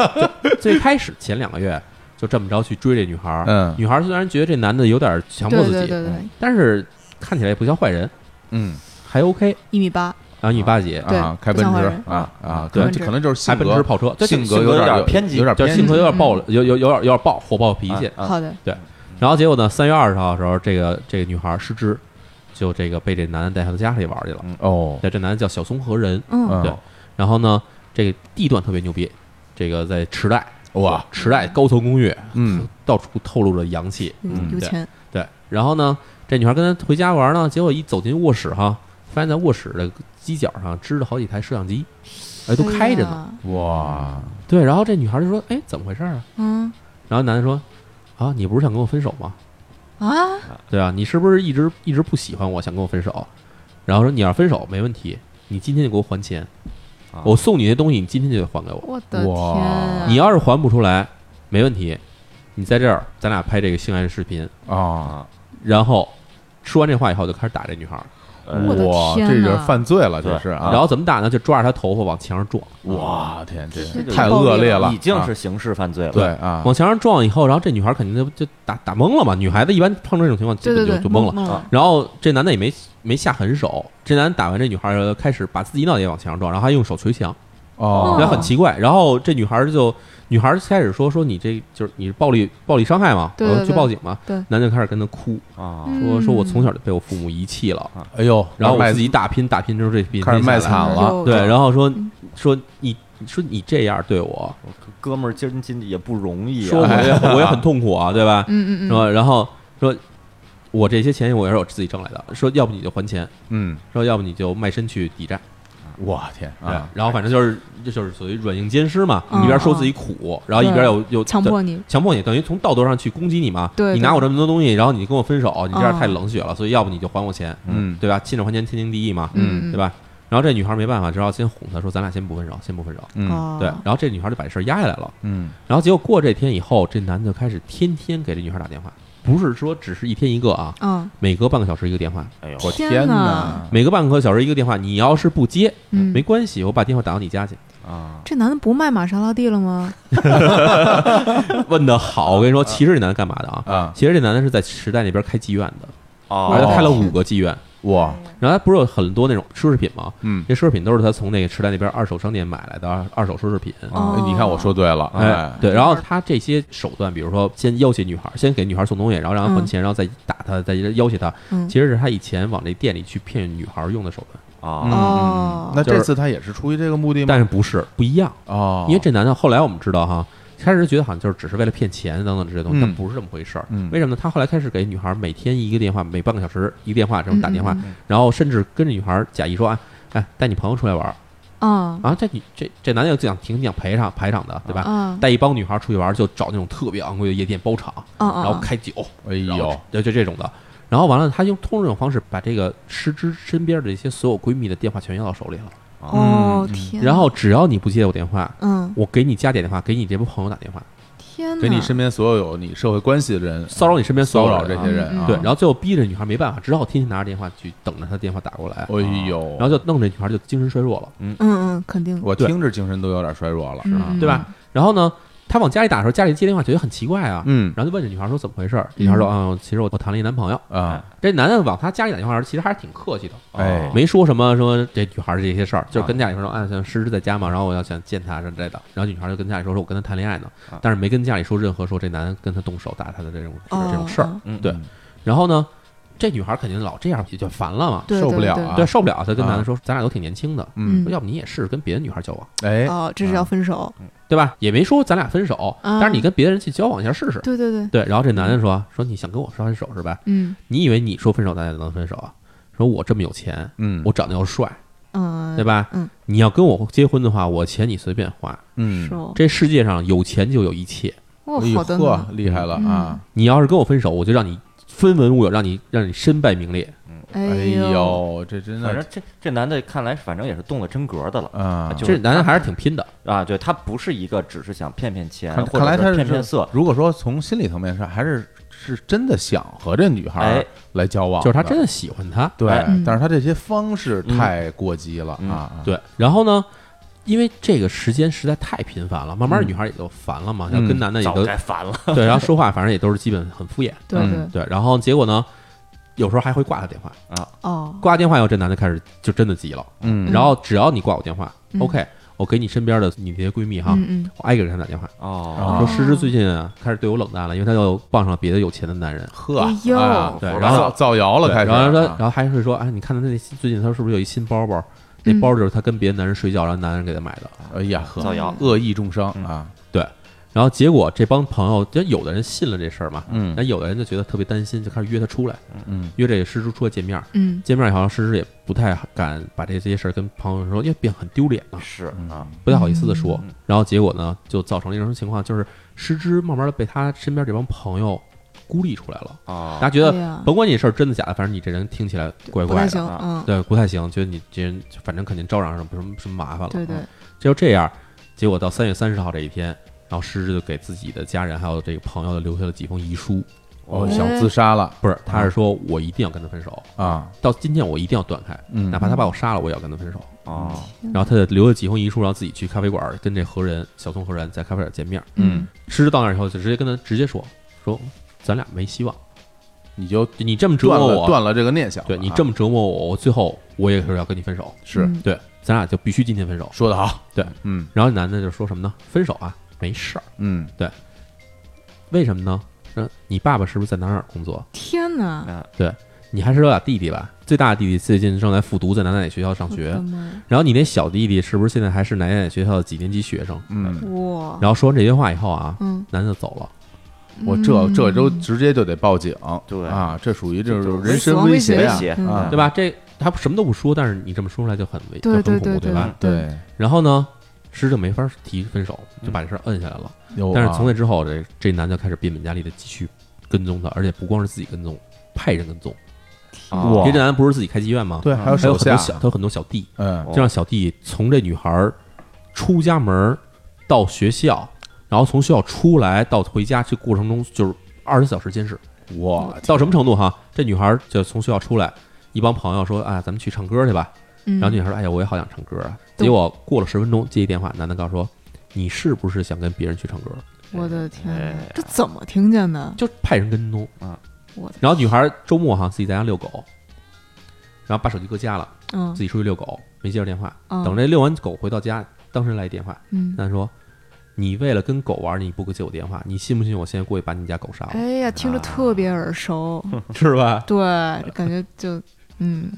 S1: 就最开始前两个月就这么着去追这女孩儿。
S2: 嗯
S1: 女孩儿虽然觉得这男的有点强迫
S4: 对
S1: 自己，嗯
S4: 对对对，
S1: 但是看起来也不像坏人，
S2: 嗯
S1: 还 OK。
S4: 一米八，
S1: 然后你八姐
S4: 对
S2: 啊，开
S4: 不
S2: 奔
S4: 像坏
S2: 驰
S4: 人
S2: 啊啊，
S1: 对
S2: 可能可能就是
S1: 嗯开
S2: 性
S1: 奔驰
S2: 格，
S1: 跑车，这
S2: 性
S3: 性格
S2: 有
S3: 有点
S2: 有
S3: 偏激
S2: 有点
S1: 就
S2: 偏嗯
S1: 性格有点暴，
S4: 嗯
S1: 有有有点有点暴，火爆脾气。
S3: 啊
S4: 好的，
S1: 然后结果呢，三月二十号的时候，这个这个女孩儿失之，就这个被这男的带到家里玩去了。
S2: 哦，
S1: 对，这男的叫小松和人，
S4: 嗯，
S2: 嗯
S1: 对然后呢，这个地段特别牛逼，这个在池袋，
S2: 哇，
S1: 池袋高层公寓，
S2: 嗯，
S1: 到处透露着洋气。
S4: 有
S2: 嗯
S4: 有
S1: 对
S4: 钱，
S1: 对，然后呢，这女孩跟他回家玩呢，结果一走进卧室哈，发现在卧室的犄角上支着好几台摄像机，哎，都开着呢。
S4: 呢，
S2: 哇，
S1: 对，然后这女孩就说：“哎，怎么回事啊
S4: 嗯？”
S1: 然后男的说：“啊，你不是想跟我分手吗？
S4: 啊，
S1: 对啊，你是不是一直一直不喜欢我，想跟我分手？”然后说：“你要分手没问题，你今天就给我还钱，
S3: 啊
S1: 我送你那东西，你今天就得还给我。
S4: 我的天
S2: 哇
S4: 啊，
S1: 你要是还不出来，没问题，你在这儿咱俩拍这个性爱视频。”
S2: 啊，
S1: 然后说完这话以后，就开始打这女孩儿。
S3: 呃
S4: 我的
S2: 哇，
S4: 天
S2: 这人
S4: 呐
S2: 犯罪了，这
S3: 对
S2: 是
S1: 然
S2: 啊，
S1: 后怎么打呢？就抓着她头发往墙上撞，
S4: 啊
S2: 哇，天，这
S4: 这
S2: 太
S4: 暴力
S2: 恶劣
S4: 了
S2: 了，
S3: 已经
S2: 啊
S3: 是刑事犯罪了，
S2: 对啊，
S1: 往墙上撞以后，然后这女孩肯定就就打打懵了嘛。女孩子一般碰到这种情况，基
S4: 对
S1: 本
S4: 对
S1: 就
S4: 对，
S1: 就懵了。
S4: 懵
S3: 啊
S4: 了，
S1: 然后这男的也没没下狠手，这男的打完这女孩儿，开始把自己脑袋也往墙上撞，然后还用手捶墙，
S2: 哦，
S1: 觉得很奇怪。然后这女孩儿就女孩儿开始说说你这就是你是暴力暴力伤害嘛，
S4: 对
S1: 我
S4: 对
S1: 就
S4: 对
S1: 报警嘛。
S4: 对
S1: 男的开始跟她哭，
S3: 啊，
S4: 嗯
S1: 说说我从小就被我父母遗弃了，
S2: 哎呦，
S1: 然后我
S2: 卖
S1: 自己打拼打拼之后这笔
S2: 开始卖惨
S4: 了
S2: 了，
S1: 啊对，然后说
S4: 嗯
S1: 说你说你这样对我，
S3: 哥们儿今儿今也不容易
S1: 说我
S3: 啊，
S1: 也我也很痛苦
S4: *laughs*
S1: 啊，对吧？
S4: 嗯嗯
S1: 说然后说我这些钱我也是我自己挣来的，说要不你就还钱，
S2: 嗯，
S1: 说要不你就卖身去抵债。
S2: 我天
S1: 啊
S2: 啊，，
S1: 然后反正就是这就是属于软硬兼施嘛，
S4: 嗯
S1: 一边说自己苦，然后一边又又
S4: 嗯，强迫你，
S1: 强迫你，等于从道德上去攻击你嘛。
S4: 对对
S1: 你拿我这么多东西，然后你跟我分手，你这样
S4: 嗯
S1: 太冷血了，所以要不你就还我钱，
S2: 嗯
S1: 对吧？亲手还钱，天经地义嘛，
S4: 嗯，
S1: 对吧？然后这女孩没办法，只好先哄她说：“咱俩先不分手，先不分手。
S4: 嗯？
S2: 嗯
S4: 哦
S1: 对，然后这女孩就把这事儿压下来了。
S2: 嗯，
S1: 然后结果过这天以后，这男的就开始天天给这女孩打电话，不是说只是一天一个啊，
S4: 嗯
S1: 每隔半个小时一个电话，
S3: 哎呦，
S2: 我
S4: 天
S2: 天
S4: 哪，
S1: 每隔半个小时一个电话。你要是不接，
S4: 嗯，
S1: 没关系，我把电话打到你家去。
S3: 啊，
S4: 这男的不卖玛莎拉蒂了吗？
S1: 问的好，我跟你说，其实这男的干嘛的啊？
S2: 啊，
S1: 其实这男的是在时代那边开妓院的，
S3: 哦
S1: 而且开了五个妓院。
S2: 我
S1: 然后他不是有很多那种奢侈品吗？
S2: 嗯
S1: 这奢侈品都是他从那个时代那边二手商店买来的二二手奢侈品。
S4: 哦
S2: 啊，你看我说对了，
S1: 哎
S2: 哎，，
S1: 对，然后他这些手段，比如说先要挟女孩，先给女孩送东西，然后让她还钱，然后再打她，再要挟她，
S4: 嗯
S1: 其实是他以前往这店里去骗女孩用的手段。
S2: 嗯
S3: 啊，
S4: 哦
S2: 那
S1: 就是
S2: 这次他也是出于这个目的吗？
S1: 但是不是不一样？
S2: 哦，
S1: 因为这男的后来我们知道哈，开始觉得好像就是只是为了骗钱等等这些东西，
S2: 嗯
S1: 但不是这么回事儿。
S2: 嗯
S1: 为什么呢？他后来开始给女孩每天一个电话，每半个小时一个电话，这么打电话，
S4: 嗯
S1: 然后甚至跟着女孩假意说啊。哎，带你朋友出来玩儿
S4: 嗯
S1: 啊！这女这这男的又想挺想陪场排场的，对吧？
S4: 嗯
S1: 带一帮女孩出去玩儿，就找那种特别昂贵的夜店包场，
S4: 嗯
S1: 然后
S4: 嗯，
S1: 开酒，
S2: 哎
S1: 然后
S2: 呦，
S1: 就就这种的。然后完了，他用通过这种方式把这个失之身边的这些所有闺蜜的电话全要到手里了。
S4: 哦
S2: 嗯
S4: 天，
S1: 然后只要你不接我电话，
S4: 嗯
S1: 我给你家打电话，给你这帮朋友打电话，
S4: 天哪，
S2: 给你身边所有有你社会关系的人
S1: 骚扰你身边所
S2: 骚
S1: 有
S2: 扰这
S1: 人啊
S2: 些人啊，
S1: 对，然后最后逼着女孩没办法，只好天天拿着电话去等着她电话打过来，
S2: 哎呦，
S1: 然后就弄这女孩就精神衰弱了，
S4: 嗯嗯肯定
S2: 我
S1: 对
S2: 听着精神都有点衰弱了，
S4: 嗯
S1: 对吧？然后呢，她往家里打的时候，家里接电话觉得很奇怪啊，
S2: 嗯
S1: 然后就问这女孩说怎么回事儿，这女孩说啊，其实我我谈了一男朋友。
S2: 啊，
S1: 这男的往她家里打电话的时候，其实还是挺客气的，
S2: 哎
S1: 没说什么说这女孩儿这些事儿，就是跟家里说，啊，像诗诗在家嘛，然后我要想见她什么之类的。然后女孩就跟家里说，说我跟她谈恋爱呢，
S2: 啊
S1: 但是没跟家里说任何说这男的跟她动手打她的这种
S4: 哦
S1: 这种事儿。
S4: 哦
S3: 嗯
S1: 对然后呢，这女孩肯定老这样也就烦了嘛，
S4: 对
S2: 受不
S4: 对
S2: 了
S4: 对
S2: 啊
S1: 对，受不了，她跟男的说，咱俩都挺年轻的，
S2: 嗯，
S1: 要不啊你也试试跟别的女孩交往，
S2: 哎，
S4: 哦，这是要分手，
S1: 对吧？也没说咱俩分手，
S4: 嗯
S1: 但是你跟别人去交往一下试试。
S4: 对对对，
S1: 对，然后这男的说，说你想跟我手分手是吧？
S4: 嗯
S1: 你以为你说分手咱俩就能分手啊？说我这么有钱，
S2: 嗯，
S1: 我长得又帅，
S4: 嗯，
S1: 对？吧？
S4: 嗯，
S1: 你要跟我结婚的话，我钱你随便花。
S2: 嗯，
S4: 手，
S1: 这世界上有钱就有一切，
S4: 哦，
S2: 哎呦
S4: 好的
S2: 呵
S4: 呢，，
S2: 厉害了啊！
S1: 你要是跟我分手，我就让你分文无有，让你让你身败名裂。
S4: 哎
S2: 哎
S4: 呦，
S2: 呦，这真
S3: 反正
S2: 的，
S3: 这这男的看来反正也是动了真格的了
S2: 啊，
S3: 就
S1: 这男的还是挺拼的，
S3: 啊，对他不是一个只是想骗骗钱
S2: 看
S3: 或
S2: 看来
S3: 者
S2: 他
S3: 是
S2: 是
S3: 骗骗色，
S2: 如果说从心理层面上，还是是真的想和这女孩儿
S3: 哎
S2: 来交往，
S1: 就是他真的喜欢她。
S2: 对
S3: 哎，
S4: 嗯
S2: 但是他这些方式
S3: 嗯
S2: 太过激了
S3: 嗯
S2: 啊，
S1: 对，然后呢，因为这个时间实在太频繁了，慢慢
S2: 嗯
S1: 女孩也就烦了嘛，
S2: 嗯
S1: 要跟男的也
S3: 早
S1: 都
S3: 该烦
S2: *laughs*
S3: 了。
S1: *laughs* 对，然后说话反正也都是基本很敷衍。
S4: 对对
S2: 嗯，
S1: 对，然后结果呢，有时候还会挂他电话，
S4: 哦，
S1: 挂电话以后，这男的开始就真的急了。
S2: 嗯，
S1: 然后只要你挂我电话
S4: 嗯
S1: ，OK，我给你身边的你这些闺蜜哈，
S4: 嗯嗯，
S1: 我挨个给她打电话。
S3: 哦，
S1: 说
S4: 哦
S1: 诗诗最近啊开始对我冷淡了，因为她又傍上了别的有钱的男人。
S2: 呵，
S4: 哎呦
S2: 啊
S1: 对
S2: 造
S1: 然后
S2: 造谣了，
S1: 对
S2: 开始，
S1: 然后她，
S2: 啊
S1: 然后还会说，哎，你看她那新最近她是不是有一新包包？那
S4: 嗯
S1: 包就是她跟别的男人睡觉，然后男人给她买的。
S2: 哎呀呵，
S3: 啊造谣
S2: 恶意重伤
S1: 嗯
S2: 啊，
S1: 然后结果这帮朋友，就有的人信了这事儿嘛，
S2: 嗯
S1: 那有的人就觉得特别担心，就开始约她出来，
S2: 嗯
S1: 约这个诗诗出来见面儿。
S4: 嗯
S1: 见面以后，诗诗也不太敢把这这些事儿跟朋友说，因为变很丢
S2: 嗯
S1: 脸嘛，
S3: 是啊，
S1: 不太好意思的说
S3: 嗯。
S1: 然后结果呢，就造成了一种情况，就是诗之慢慢的被她身边这帮朋友孤立出来了。
S2: 嗯
S3: 哦
S1: 大家觉
S4: 哎
S1: 得
S4: 呀
S1: 甭管你事儿真的假的，反正你这人听起来怪
S4: 不
S1: 怪啊
S4: 太
S1: 的，
S4: 行，嗯，
S1: 对，不太行，觉得你这人反正肯定招惹上什么什么什么麻烦了。
S4: 嗯对对，
S1: 就这样，结果到三月三十号这一天，然后诗诗就给自己的家人还有这个朋友留下了几封遗书。
S2: 哦，想
S4: 哎
S2: 自杀了
S1: 不是，他是说我一定要跟他分手，
S2: 啊，
S1: 到今天我一定要断开，
S2: 嗯
S1: 哪怕他把我杀了，我也要跟他分手。
S3: 哦，
S4: 嗯
S1: 然后他就留了几封遗书，然后自己去咖啡馆跟这何人小宋何人在咖啡馆见面。
S2: 嗯
S1: 诗诗到那儿以后就直接跟他直接说说咱俩没希望，
S2: 你就
S1: 你这么折
S2: 断
S1: 磨
S2: 了
S1: 我，
S2: 断了这个念想了啊。
S1: 对你这么折磨我，我最后我也是要跟你分手。
S2: 是
S4: 嗯
S1: 对，咱俩就必须今天分手。
S2: 说的好，
S1: *laughs* 对，
S2: 嗯
S1: 然后男的就说什么呢？分手啊，没事儿。
S2: 嗯，
S1: 为什么呢？那你爸爸是不是在哪儿哪儿工作？
S4: 天哪！
S1: 你还是有俩弟弟吧？最大的弟弟最近正在复读，在奶奶学校上
S4: 我
S1: 学
S4: 的。妈
S1: 然后你那小弟弟是不是现在还是奶奶学校的几年级学生？
S2: 嗯，
S4: 哇，
S1: 然后说完这些话以后啊，
S4: 嗯，
S1: 男的走了。
S2: 我这
S4: 嗯
S2: 这都直接就得报警，
S3: 对
S2: 啊，这属于这
S3: 这
S2: 种
S3: 种
S2: 人
S4: 死
S2: 身
S4: 亡威
S2: 胁
S4: 胁
S2: 呀
S3: 胁，
S2: 啊
S4: 嗯
S1: 对吧？这他什么都不说，但是你这么说出来就很危，
S4: 对
S1: 就很
S4: 对
S1: 恐怖，
S4: 对
S1: 对吧？
S4: 对
S2: 对，
S1: 然后呢，师就没法提分手，就把这事儿摁下来了。
S2: 啊
S1: 但是从那
S2: 那
S1: 之后，这这男的开始变本加厉的继续跟踪他，而且不光是自己跟踪，派人跟踪。
S3: 啊
S1: 因为这男的不是自己开妓院吗？，
S2: 对还有
S1: 还有
S2: 手
S1: 很多
S2: 下，
S1: 小，他有很多小弟，
S2: 嗯
S1: 就让小弟从这女孩儿出家门儿到学校，然后从学校出来到回家，这过程中就是二十四小时监视。
S2: 我
S1: 到什么程度哈？这女孩儿就从学校出来，一帮朋友说：“哎，咱们去唱歌去吧。”
S4: 然
S2: 嗯
S1: 然后女孩说：“哎呀，我也好想唱歌啊。”
S4: 对
S1: 结果过了十分钟，接一电话，男的告诉说：“你是不是想跟别人去唱歌
S2: 嗯
S4: 我的天
S3: 哎
S4: 哪，这怎么听见的？”？
S1: 就派人跟踪
S2: 嗯
S3: 啊。
S4: 我的
S1: 然后女孩周末哈自己在家遛狗，然后把手机搁家了，
S4: 嗯
S1: 自己出去遛狗，没接着电话。
S4: 嗯
S1: 等这遛完狗回到家，当时来一电话，
S4: 嗯，
S1: 男的说：“你为了跟狗玩，你不给接我电话，你信不信我现在过去把你家狗杀了？
S4: 哎呀，听着特别
S1: *laughs*
S4: 耳熟，
S1: 是吧？
S4: 对，感觉就嗯，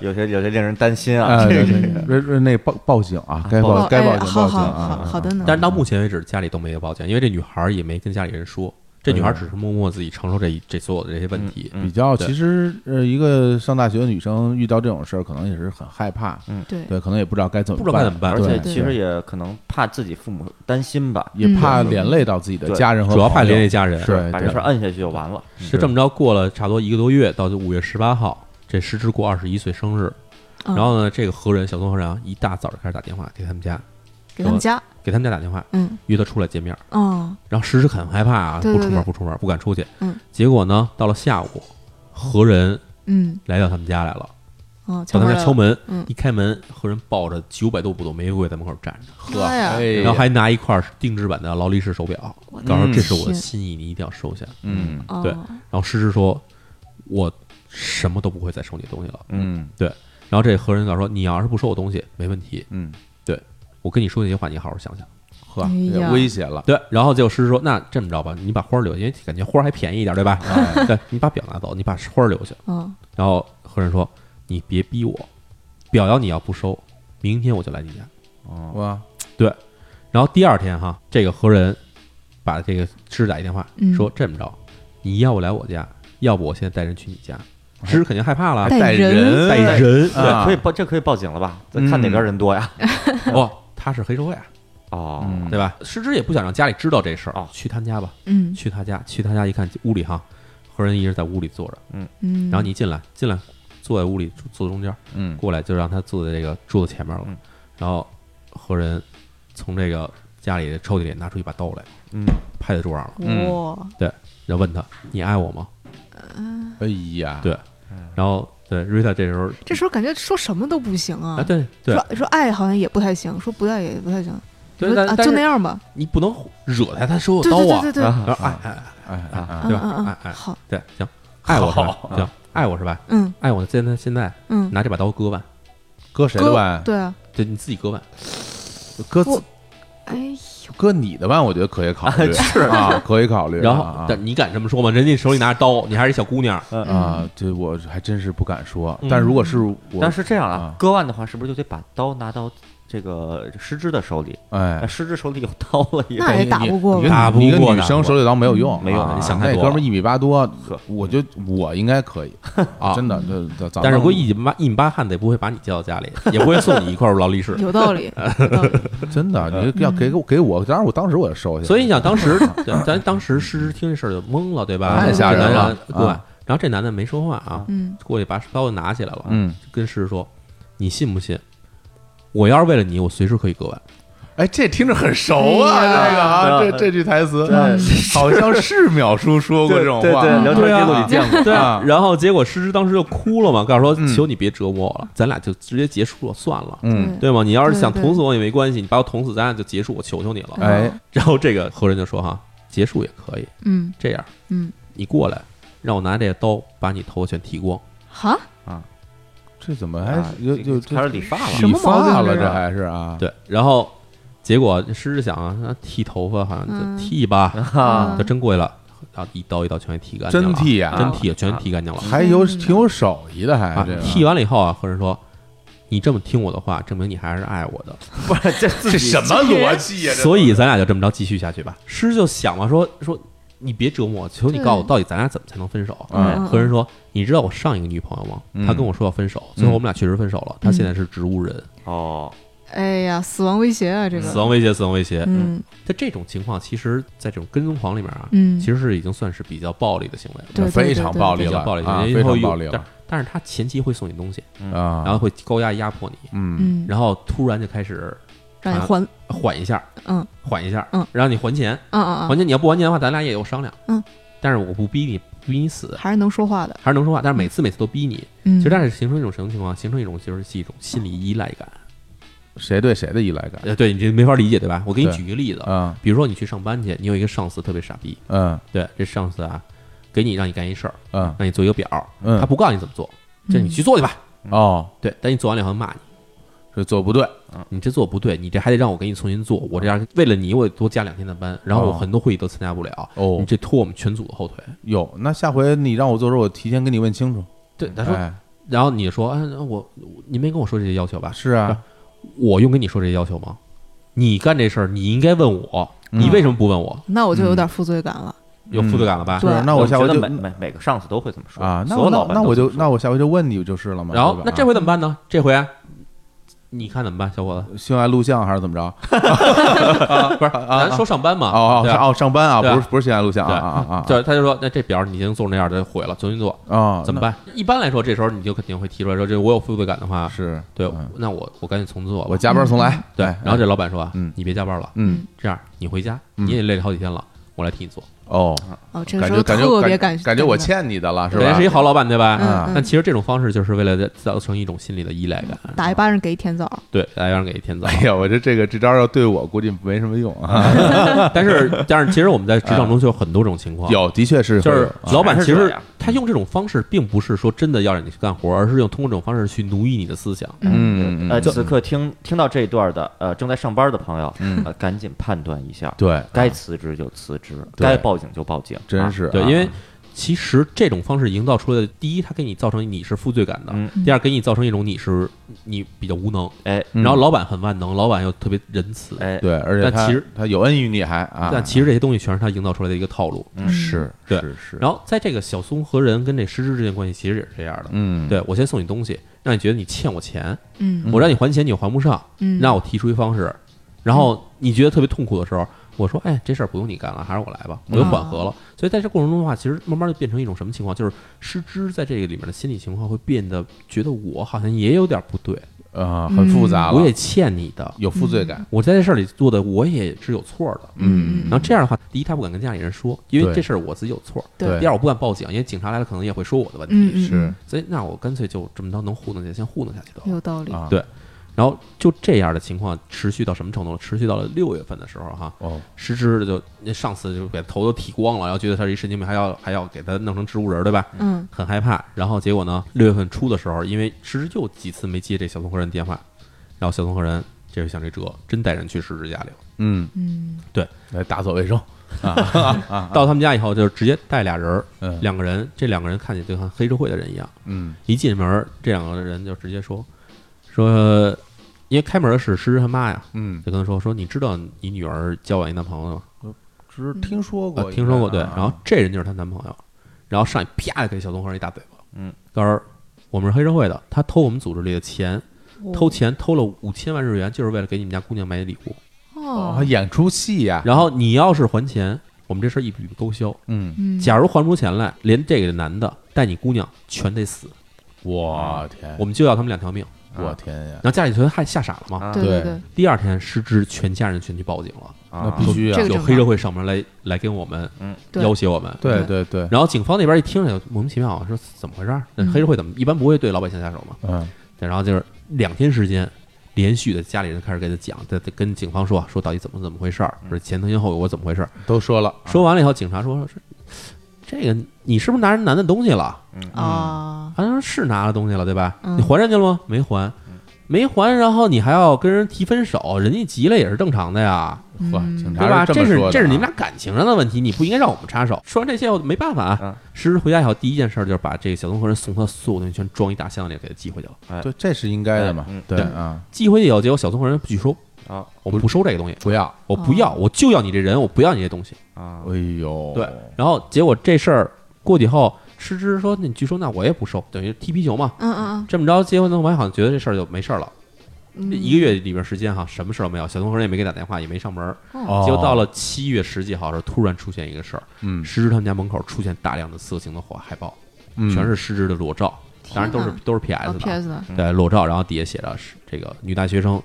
S3: 有些有些令人担心啊，
S2: 啊，对
S3: 这个
S2: 对对这这那报报警啊，该
S3: 报
S2: 报该
S4: 哎
S2: 报警
S4: 好
S2: 报警
S4: 好
S2: 啊
S4: 好！好的呢。
S1: 但是到目前为止，家里都没有报警，因为这女孩也没跟家里人说，这
S2: 哎
S1: 女孩只是默默自己承受这一这所有的这些问题。
S3: 嗯
S2: 比较，
S1: 对
S2: 其实呃，一个上大学的女生遇到这种事儿，可能也是很害怕，
S4: 对
S2: 对，可能也不知道该怎么
S1: 不知道该怎么办
S2: 办，
S3: 而
S2: 对
S3: 且
S2: 对
S3: 其实也可能怕自己父母担心吧，
S2: 也怕
S4: 嗯
S2: 连累到自己的
S3: 对
S2: 家人嗯和
S1: 主要怕
S2: 朋友
S1: 连累家人。
S2: 是对
S3: 把
S2: 对
S3: 这事儿摁下去就完了。
S1: 是这么着，过了差不多一个多月，到五月十八号，这失之过二十一岁生日。
S4: 嗯
S1: 然后呢，这个何人小松和尚一大早就开始打电话给他们家，
S4: 给他们家，
S1: 给他们家打电话
S4: 嗯
S1: 约他出来见面。
S4: 嗯
S1: 然后石之很害怕啊，
S4: 对
S1: 不
S4: 对
S1: 出门
S4: 对
S1: 不出门，不敢出去。
S4: 嗯
S1: 结果呢，到了下午，何人
S4: 嗯
S1: 来到他们家来了，
S4: 嗯，
S1: 到他们家敲
S4: 门
S1: 门，
S4: 嗯
S1: 一开门，何人抱着九百多朵玫瑰在门口站着。
S4: 来了，妈呀，
S2: 哎
S1: 然后还拿一块定制版的劳力士手表，
S4: 我
S1: 告诉
S2: 嗯
S1: 这是我的
S4: 天
S1: 心意，你一定要收下。
S2: 嗯
S4: 哦
S1: 对然后诗诗说：“我什么都不会再收你的东西了。
S2: 嗯”
S1: 然后这何人告诉说：“你要是不收我东西，没问题，
S2: 嗯，
S1: 我跟你说那些话，你好好想想。
S2: 呵，
S4: 哎
S2: 也
S4: 呀
S2: 危
S4: *laughs*
S2: 险了”，
S1: 对，然后结果诗诗说：“那这么着吧，你把花儿留下，因为感觉花儿还便宜一点，对吧？*laughs*
S2: 哎
S1: 对你把表拿走，你把花儿留下。
S4: 嗯”
S1: 然后何人说：“你别逼我，表要你啊要不收，明天我就来你家。”
S3: 哦，
S2: 哇，
S1: 然后第二天哈，这个何人把这个芝打一电话，
S4: 嗯
S1: 说这么着，你要不来我家，要不我现在带人去你家。芝肯定害怕了，
S4: 带
S2: 人
S4: 人
S1: 带
S2: 带
S1: 人
S2: 啊嗯
S3: 对，可以报，这可以报警了吧？再看哪边人多呀？
S1: 哦，他是黑社会啊，
S3: 哦，
S2: 嗯
S1: 对吧？芝芝也不想让家里知道这事儿啊
S3: 哦，
S1: 去他家吧，
S4: 嗯
S1: 去他家，去他家一看屋里哈，何人一直在屋里坐着，
S4: 嗯，
S1: 然后你进来，进来坐在屋里坐中间，
S2: 嗯
S1: 过来就让他坐在这个桌子前面了
S3: 嗯，
S1: 然后何人从这个家里的抽屉里拿出一把刀来，
S3: 嗯，
S1: 拍在桌上了，
S2: 嗯
S4: 哇，呃
S1: 然后问他你爱我吗？嗯
S2: 哎呀，
S1: 对然后对 Rita 这时候
S4: 这时候感觉说什么都不行
S1: 啊，
S4: 啊，
S1: 对对
S4: 说说爱好像也不太行，说不爱也不太行，
S1: 对，
S4: 说
S1: 但
S4: 啊
S1: 但
S4: 就是那样吧，
S1: 你不能惹他，他手有
S4: 对
S1: 刀
S4: 对
S1: 啊
S4: 对对，对，
S1: 然后哎
S2: 啊
S1: 哎哎，
S2: 哎哎哎
S4: 嗯
S1: 对吧
S4: 嗯
S1: 哎哎
S4: 嗯，好，
S1: 对，行，爱我是吧
S2: 好？
S1: 行，爱我是吧？
S4: 嗯
S1: 爱我现在现在
S4: 嗯，
S1: 拿这把刀割腕，
S2: 割谁的
S4: 哥
S2: 腕，？
S4: 对啊，
S1: 对你自己割腕，
S2: 割自
S4: 我哎
S2: 割你的腕，我觉得可以考
S1: *laughs*
S2: 虑，是啊，可以考虑啊。
S1: 然后
S2: 啊
S1: 但你敢这么说吗？人家手里拿着刀，你还是一小姑娘，
S4: 嗯
S2: 啊，这我还真是不敢说
S1: 嗯，
S2: 但如果是我，
S3: 但是这样
S2: 啊
S3: 啊，割腕的话，是不是就得把刀拿到这个失之的手里？
S2: 哎
S3: 哎，。失之手里有刀了也，
S4: 那也打不过吧
S2: 你
S1: 打不过
S2: 你一个
S1: 打不
S2: 女
S1: 过
S2: 生手里刀没有用，
S3: 没用
S2: 啊
S1: 你想太多
S2: 那哥们儿一米八多
S3: 呵，
S2: 我就我应该可以，
S1: 啊
S2: *laughs* 真的，这这
S1: 但是估计一米八一米八汉子也不会把你接到家里，也不会送你一块劳力士。
S4: 有道
S1: *laughs*
S4: 理，有道理，
S2: 真的，你要给我给我，当然我当时我也收下，
S1: 所以你想，当
S2: *laughs*
S1: 时对咱当时师之听这事儿就懵了，对吧？
S2: 太吓人了
S1: 对，
S2: 啊
S1: 然后这男的没说话啊，
S4: 嗯
S1: 过去把刀拿起来了，
S2: 嗯，
S1: 跟师说：“你信不信？我要是为了你，我随时可以割腕。
S2: 哎，这听着很熟啊，
S4: 哎呀
S2: 这个啊，
S3: 对
S2: 这这句台词
S4: 嗯
S3: 对
S2: *laughs* 好像是淼叔说过这种话，
S3: 对，聊
S1: 对
S3: 天
S1: 啊
S3: 记录里见过。
S1: 对
S2: 啊
S1: 然后结果诗诗当时就哭了嘛，告诉
S2: 嗯
S1: 说：“求你别折磨我了，咱俩就直接结束了，算了，
S2: 嗯，
S1: 对吗？你要是想
S4: 对对
S1: 捅死我也没关系，你把我捅死，咱俩就结束，我求求你
S4: 嗯
S1: 了。 *laughs*
S2: 哎，
S1: 然后这个何人就说：“哈，结束也可以，
S4: 嗯
S1: 这样
S4: 嗯
S1: 你过来，让我拿这个刀把你头发全剃光。
S4: 哈，
S2: 这怎么还
S3: 啊
S2: 又又
S3: 开始理发了
S4: 什
S2: 理
S4: 么毛病
S2: 发
S4: 啊
S2: 了？
S4: 这
S2: 这
S4: 是
S2: 还是啊？
S1: 对，然后结果试试想啊，那剃头发好像
S4: 嗯
S1: 就剃吧，
S3: *laughs* 啊
S1: 就真贵了，啊，一刀一刀全给剃干净了
S2: 真
S1: 啊，
S2: 剃呀
S1: 真剃全剃干净了
S2: 还有
S4: 嗯
S2: 挺有手艺的，还
S1: 啊
S2: 这个。
S1: 剃完了以后啊，和人说。你这么听我的话，证明你还是爱我
S2: *laughs*
S1: 的，
S3: 不是这自己
S2: 这什么逻辑呀？这
S1: 所以咱俩就这么着继续下去吧。师就想嘛，说说你别折磨我，求你
S4: 对
S1: 告诉我到底咱俩怎么才能分手。啊
S2: 嗯
S1: 哎和人说，你知道我上一个女朋友吗？
S2: 嗯
S1: 她跟我说要分手，最后我们俩确实分手了。她现在是植物人，
S3: 哦，
S4: 哎呀，死亡威胁啊，这
S1: 死
S4: 个，
S1: 亡威胁，死亡威胁。
S4: 嗯
S1: 在这种情况，其实，在这种跟踪狂里面啊，
S4: 嗯，
S1: 其实是已经算是比较暴力的行为了，
S4: 对对
S2: 非常
S4: 对对
S2: 暴力
S1: 比
S2: 了
S1: 较暴力的
S2: 啊
S1: 行为，
S2: 非
S1: 然后
S2: 常
S1: 又
S2: 暴力了
S1: 但但是他前期会送你东西，
S2: 啊，
S1: 嗯然后会高压压迫你，
S2: 嗯
S4: 嗯，
S1: 然后突然就开始
S4: 让你还，
S1: 缓一下，
S4: 嗯，
S1: 缓一下，
S4: 嗯，
S1: 让你还钱，
S4: 嗯嗯
S1: 还钱你要不还钱的话，咱俩也有商量，
S4: 嗯，
S1: 但是我不逼你，不逼你死
S4: 嗯，，还是能说话的，
S1: 还是能说话，但是每次每次都逼你，
S4: 嗯，
S1: 其实但是形成一种什么情况？形成一种就是一种心理依赖感，
S2: 谁对谁的依赖感
S1: 呃，对你这没法理解对吧？我给你
S2: 对
S1: 举一个例子，
S2: 啊？
S1: 比如说你去上班去，你有一个上司特别傻逼，
S2: 嗯
S1: 对，这上司啊，给你让你干一事儿，
S2: 嗯
S1: 让你做一个表，
S2: 嗯，
S1: 他不告诉你怎么做，就你去做去吧。
S2: 哦，
S1: 对，但你做完了以后骂你，
S2: 这做不对，
S1: 你这做不对，你这还得让我给你重新做，我这样为了你，我多加两天的班，然后我
S2: 哦
S1: 很多会议都参加不了，
S2: 哦
S1: 你这拖我们全组的后腿。
S2: 哟，那下回你让我做时候，我提前跟你问清楚。
S1: 对，他说，
S2: 哎，
S1: 然后你说，哎，我你没跟我说这些要求吧？
S2: 是啊，
S1: 我用跟你说这些要求吗？你干这事儿，你应该问我，
S2: 嗯
S1: 你为什么不问我？
S4: 那我就有点负罪感了，
S1: 有负罪感了吧？
S4: 对
S2: 是那我下
S3: 觉
S2: 回
S3: 得
S2: 就
S3: 每每每个上司都会这么说
S2: 啊，那
S3: 所有
S2: 我
S3: 老
S2: 那
S3: 板
S2: 那
S3: 都
S2: 我
S3: 这么
S2: 就
S3: 说
S2: 那我下回就问你就是了嘛。
S1: 然后
S2: 对吧
S1: 那这回怎么办呢？这回啊你看怎么办，小伙子？
S2: 性爱录像还是怎么着？
S1: *laughs* 不是，咱说上班嘛，
S2: 啊哦
S1: 对吧
S2: 哦哦，上班啊，
S1: 对啊
S2: 不是不是性爱录像啊啊啊啊
S1: 对，他就说，那这表你已经做成那样的毁了，重新做，
S2: 哦，
S1: 怎么办？一般来说，这时候你就肯定会提出来说，这我有负罪感的
S2: 那？
S1: 话，
S2: 是
S1: 对
S2: 嗯，
S1: 那我我赶紧重做吧。
S2: 我加班重来。
S1: 嗯对，
S2: 哎
S1: 然后这老板说啊
S2: 嗯，
S1: 你别加班了，
S2: 嗯
S1: 这样你回家，
S2: 嗯
S1: 你也累了好几天了，我来替你做。
S2: 哦，
S4: 哦，这个
S2: 感
S4: 时
S2: 觉感觉
S4: 候特别
S2: 感
S4: 感
S2: 觉我欠你的了是
S1: 人
S2: 吧
S1: 是一？好老板，对吧？
S2: 啊
S4: 嗯，
S1: 但其实这种方式就是为了造成一种心理的依赖感，
S2: 嗯
S4: 打一巴掌给一甜枣，
S1: 对，来让人给
S2: *laughs*
S1: 天造。
S2: *laughs* 哎呀，我这这个这招要对我估计没什么用啊。
S1: 但是但是，其实我们在职场中就有很多种情况，
S2: 嗯有，的确是
S1: 哦
S2: 嗯
S1: 就
S2: 会有啊
S1: 是老板
S3: 全
S1: 其
S3: 是这
S1: 实
S3: 样
S1: 他用这种方式，并不是说真的要让你去干活，而是用通过这种方式去奴役你的思想。
S2: 嗯嗯
S3: 呃，
S2: 嗯
S3: 此刻听听到这一段的呃正在上班的朋友，
S2: 嗯
S3: 呃，赶紧判断一下，
S2: 对，
S3: 该辞职就辞职，
S2: 对
S3: 该报警就报警，
S2: 真
S3: 啊
S2: 是啊
S1: 对，因为其实这种方式营造出来的，第一，它给你造成你是负罪感的；
S3: 嗯
S1: 第二，给你造成一种你是你比较无能。
S3: 哎
S2: 嗯
S1: 然后老板很万能，老板又特别仁慈，
S3: 哎，
S2: 对，而且
S1: 但
S2: 他
S1: 其实
S2: 他有恩于你还啊，
S1: 但其实这些东西全是他营造出来的一个套路。
S4: 嗯
S2: 是
S1: 对
S2: 是是，
S1: 然后在这个小松和人跟这师之之间关系其实也是这样的。
S2: 嗯，
S1: 对我先送你东西，让你觉得你欠我钱，
S4: 嗯
S1: 我让你还钱你又还不上，
S4: 嗯，
S1: 让我提出一方式，然后你觉得特别痛苦的时候，我说，哎，这事儿不用你干了，还是我来吧，我
S2: 嗯
S1: 就缓和了。所以在这过程中的话，其实慢慢就变成一种什么情况，就是失之在这个里面的心理情况会变得觉得我好像也有点不对，
S2: 啊，很复杂了
S1: 嗯我也，欠你的，
S2: 有负罪感，
S1: 我在这事儿里做的我也是有错的。
S2: 嗯
S1: 然后这样的话，第一，他不敢跟家里人说，因为
S2: 对
S1: 这事儿我自己有错；
S2: 对
S1: 第二，我不敢报警，因为警察来了可能也会说我的问题。
S4: 嗯嗯
S2: 是
S1: 所以，那我干脆就这么着能糊弄下去，先糊弄下去得了。
S4: 有道理，
S2: 啊，
S1: 对然后就这样的情况持续到什么程度了？持续到了六月份的时候，哈，
S2: 哦，
S1: 失之就那上司就给头都剃光了，然后觉得他是一神经病，还要还要给他弄成植物人，对吧？
S4: 嗯
S1: 很害怕。然后结果呢，六月份初的时候，因为失之又几次没接这小松和人电话，然后小松和人这回想这辙，真带人去失之家里了。
S2: 嗯，
S4: 嗯
S2: 来哎打扫卫生，
S1: 啊 *laughs* 到他们家以后，就是直接带俩人儿，
S2: 嗯
S1: 两个人，这两个人看起来就像黑社会的人一样。
S2: 嗯
S1: 一进门儿，这两个人就直接说说，因为开门的是失之他妈呀，
S2: 嗯，
S1: 就跟他说说，你知道你女儿交往一男朋友吗？
S2: 只是听说
S1: 啊
S2: 过，
S1: 听说过，对。
S2: 应该啊
S1: 然后这人就是她男朋友，然后上去啪就给小东和人一大嘴巴。
S3: 嗯，
S1: 告诉我们是黑社会的，他偷我们组织里的钱，
S4: 哦
S1: 偷钱偷了五千万日元，就是为了给你们家姑娘买礼物。
S2: 哦，
S4: 哦
S2: 还，演出戏
S3: 哎
S2: 呀，
S1: 然后你要是还钱，我们这事儿一笔勾销。
S2: 嗯，
S4: 嗯
S1: 假如还不出钱来，连这个男的带你姑娘全得死，
S2: 我天
S3: 哎
S1: 我，们就要他们两条命。
S2: 我天呀
S1: 然，后家里全害吓傻了嘛。
S3: 啊
S4: 对嗯
S2: 对
S4: 对，
S1: 第二天，失之全家人全去报警了，
S2: 那
S3: 啊
S2: 必须啊
S4: 这，个
S1: 有
S4: 正
S1: 黑社
S4: 常
S1: 会上门来来跟我们
S3: 嗯
S4: 对
S1: 要挟我们。
S2: 对对对，
S1: 然后警方那边一听就莫名其妙，啊说怎么回事儿？那
S4: 嗯
S1: 黑社会怎么一般不会对老百姓下手嘛？
S2: 嗯
S1: 对然后就是两天时间，连续的家里人开始给他讲，在在跟警方说
S2: 啊
S1: 说到底怎么怎么回事儿，说前因后果怎么回事儿。
S2: 都说了，
S1: 说完了以后，警察说说这个你是不是拿人男的东西了？
S4: 啊，
S1: 好像是拿了东西了，对吧？
S4: 嗯
S1: 你还人家了吗？没还，没还，然后你还要跟人提分手，人家急了也是正常的呀，
S2: 呵，
S4: 嗯
S2: 警
S1: 对吧？
S2: 察是
S1: 这
S2: 么
S1: 是
S2: 说的啊，
S1: 这是你们俩感情上的问题，你不应该让我们插手。说完这些，我没办法
S3: 嗯
S1: 啊。实时回家以后，第一件事就是把这个小东和人送他所有东西全装一大箱子里给他寄回去了。
S2: 对，这是应该的嘛
S3: 嗯，
S2: 对
S1: 哎对
S2: 啊，
S1: 寄回去以后，结果小东和人拒收，
S3: 啊
S1: 我们不收这个东西，
S2: 不要，
S1: 我不要，我就要你这人，我不要你这东西。
S3: 啊
S2: 哎呦，
S1: 对，然后结果这事儿过去以后，吃之说那你拒收，那我也不收，等于踢皮球嘛。
S4: 嗯嗯
S1: 这么着，结婚弄完好像觉得这事儿就没事儿了。
S4: 嗯，
S1: 一个月里边时间哈，什么事儿都没有，小东和人也没给打电话，也没上门儿。
S2: 哦
S1: 结果到，了七月十几号的时候，突然出现一个事儿，
S2: 嗯，
S1: 石之他们家门口出现大量的色情的火海报，
S2: 嗯
S1: 全是石之的裸照，当然都是
S4: 天哪哦
S1: 都是 PS 的啊，
S4: PS 的
S1: 对裸照，然后底下写着是这个女大学生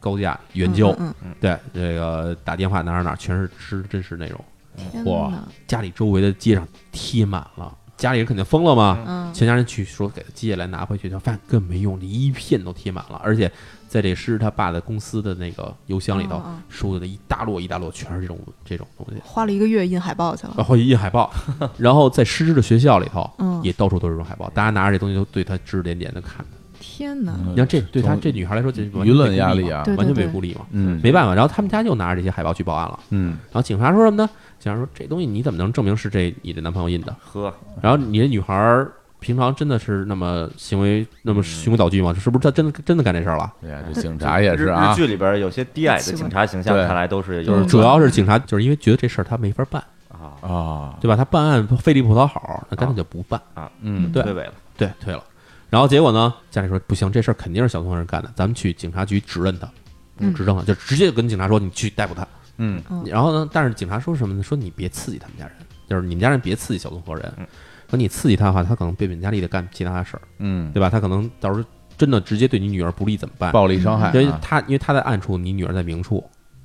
S1: 高价援交，
S4: 嗯嗯
S1: 对这个打电话哪哪哪，全是真真实内容。
S4: 嗯天
S2: 哇
S4: 哪
S1: 家里周围的街上贴满了，家里人肯定疯了嘛，
S4: 嗯
S1: 全家人去说给他接下来拿回去，就发现根本没用，一片都贴满了，而且在这师他爸的公司的那个邮箱里头
S4: 嗯嗯
S1: 收的一大摞一大摞，全是这种这种东西，
S4: 花了一个月印海
S1: *laughs*
S4: 报去了
S1: 然，后印海
S2: *laughs*
S1: 报，然后在师之的学校里头
S4: 嗯
S1: 也到处都是这种海报，大家拿着这东西都对他指指点点的看，
S4: 天哪，
S1: 你看这对他这女孩来说，这完全
S2: 嗯舆
S1: 被孤
S2: 论
S1: 立
S2: 压力
S1: 嘛
S2: 啊
S4: 对
S1: 完全
S4: 对
S1: 被
S4: 对
S1: 孤立嘛，
S2: 嗯
S1: 没办法，然后他们家又拿着这些海报去报案了，
S2: 嗯，
S1: 然后警察说什么呢？警察说这东西你怎么能证明是这你的男朋友印的？
S3: 呵，
S1: 然后你这女孩儿平常真的是那么行为那
S2: 嗯
S1: 么循规蹈矩吗？是不是她真的真的干这事儿了？
S2: 哎呀，这警察也是啊
S3: 日，剧里边有些低矮的警察形象，
S2: 对
S3: 看来都是
S1: 就
S3: 有
S1: 是主要是警察就是因为觉得这事儿他没法办，
S3: 啊
S2: 啊，
S1: 对吧？他办案费力不讨好，那干脆就不办，
S3: 啊，
S2: 嗯，
S1: 对
S3: 退
S1: *laughs*
S3: 尾了，
S1: 对，退了。然后结果呢？家里说不行，这事儿肯定是小同人干的，咱们去警察局指认他，
S4: 嗯
S1: 指证他，就直接跟警察说你去逮捕他。
S2: 嗯
S4: 嗯
S1: 然后呢，但是警察说什么呢？说你别刺激他们家人，就是你们家人别刺激小同伙人
S3: 嗯。
S1: 说你刺激他的话，他可能变本加厉的干其他的事儿，
S2: 嗯，
S1: 对吧？他可能到时候真的直接对你女儿不利怎么办？
S2: 暴力伤害啊，
S1: 因为他因为他在暗处，你女儿在明处，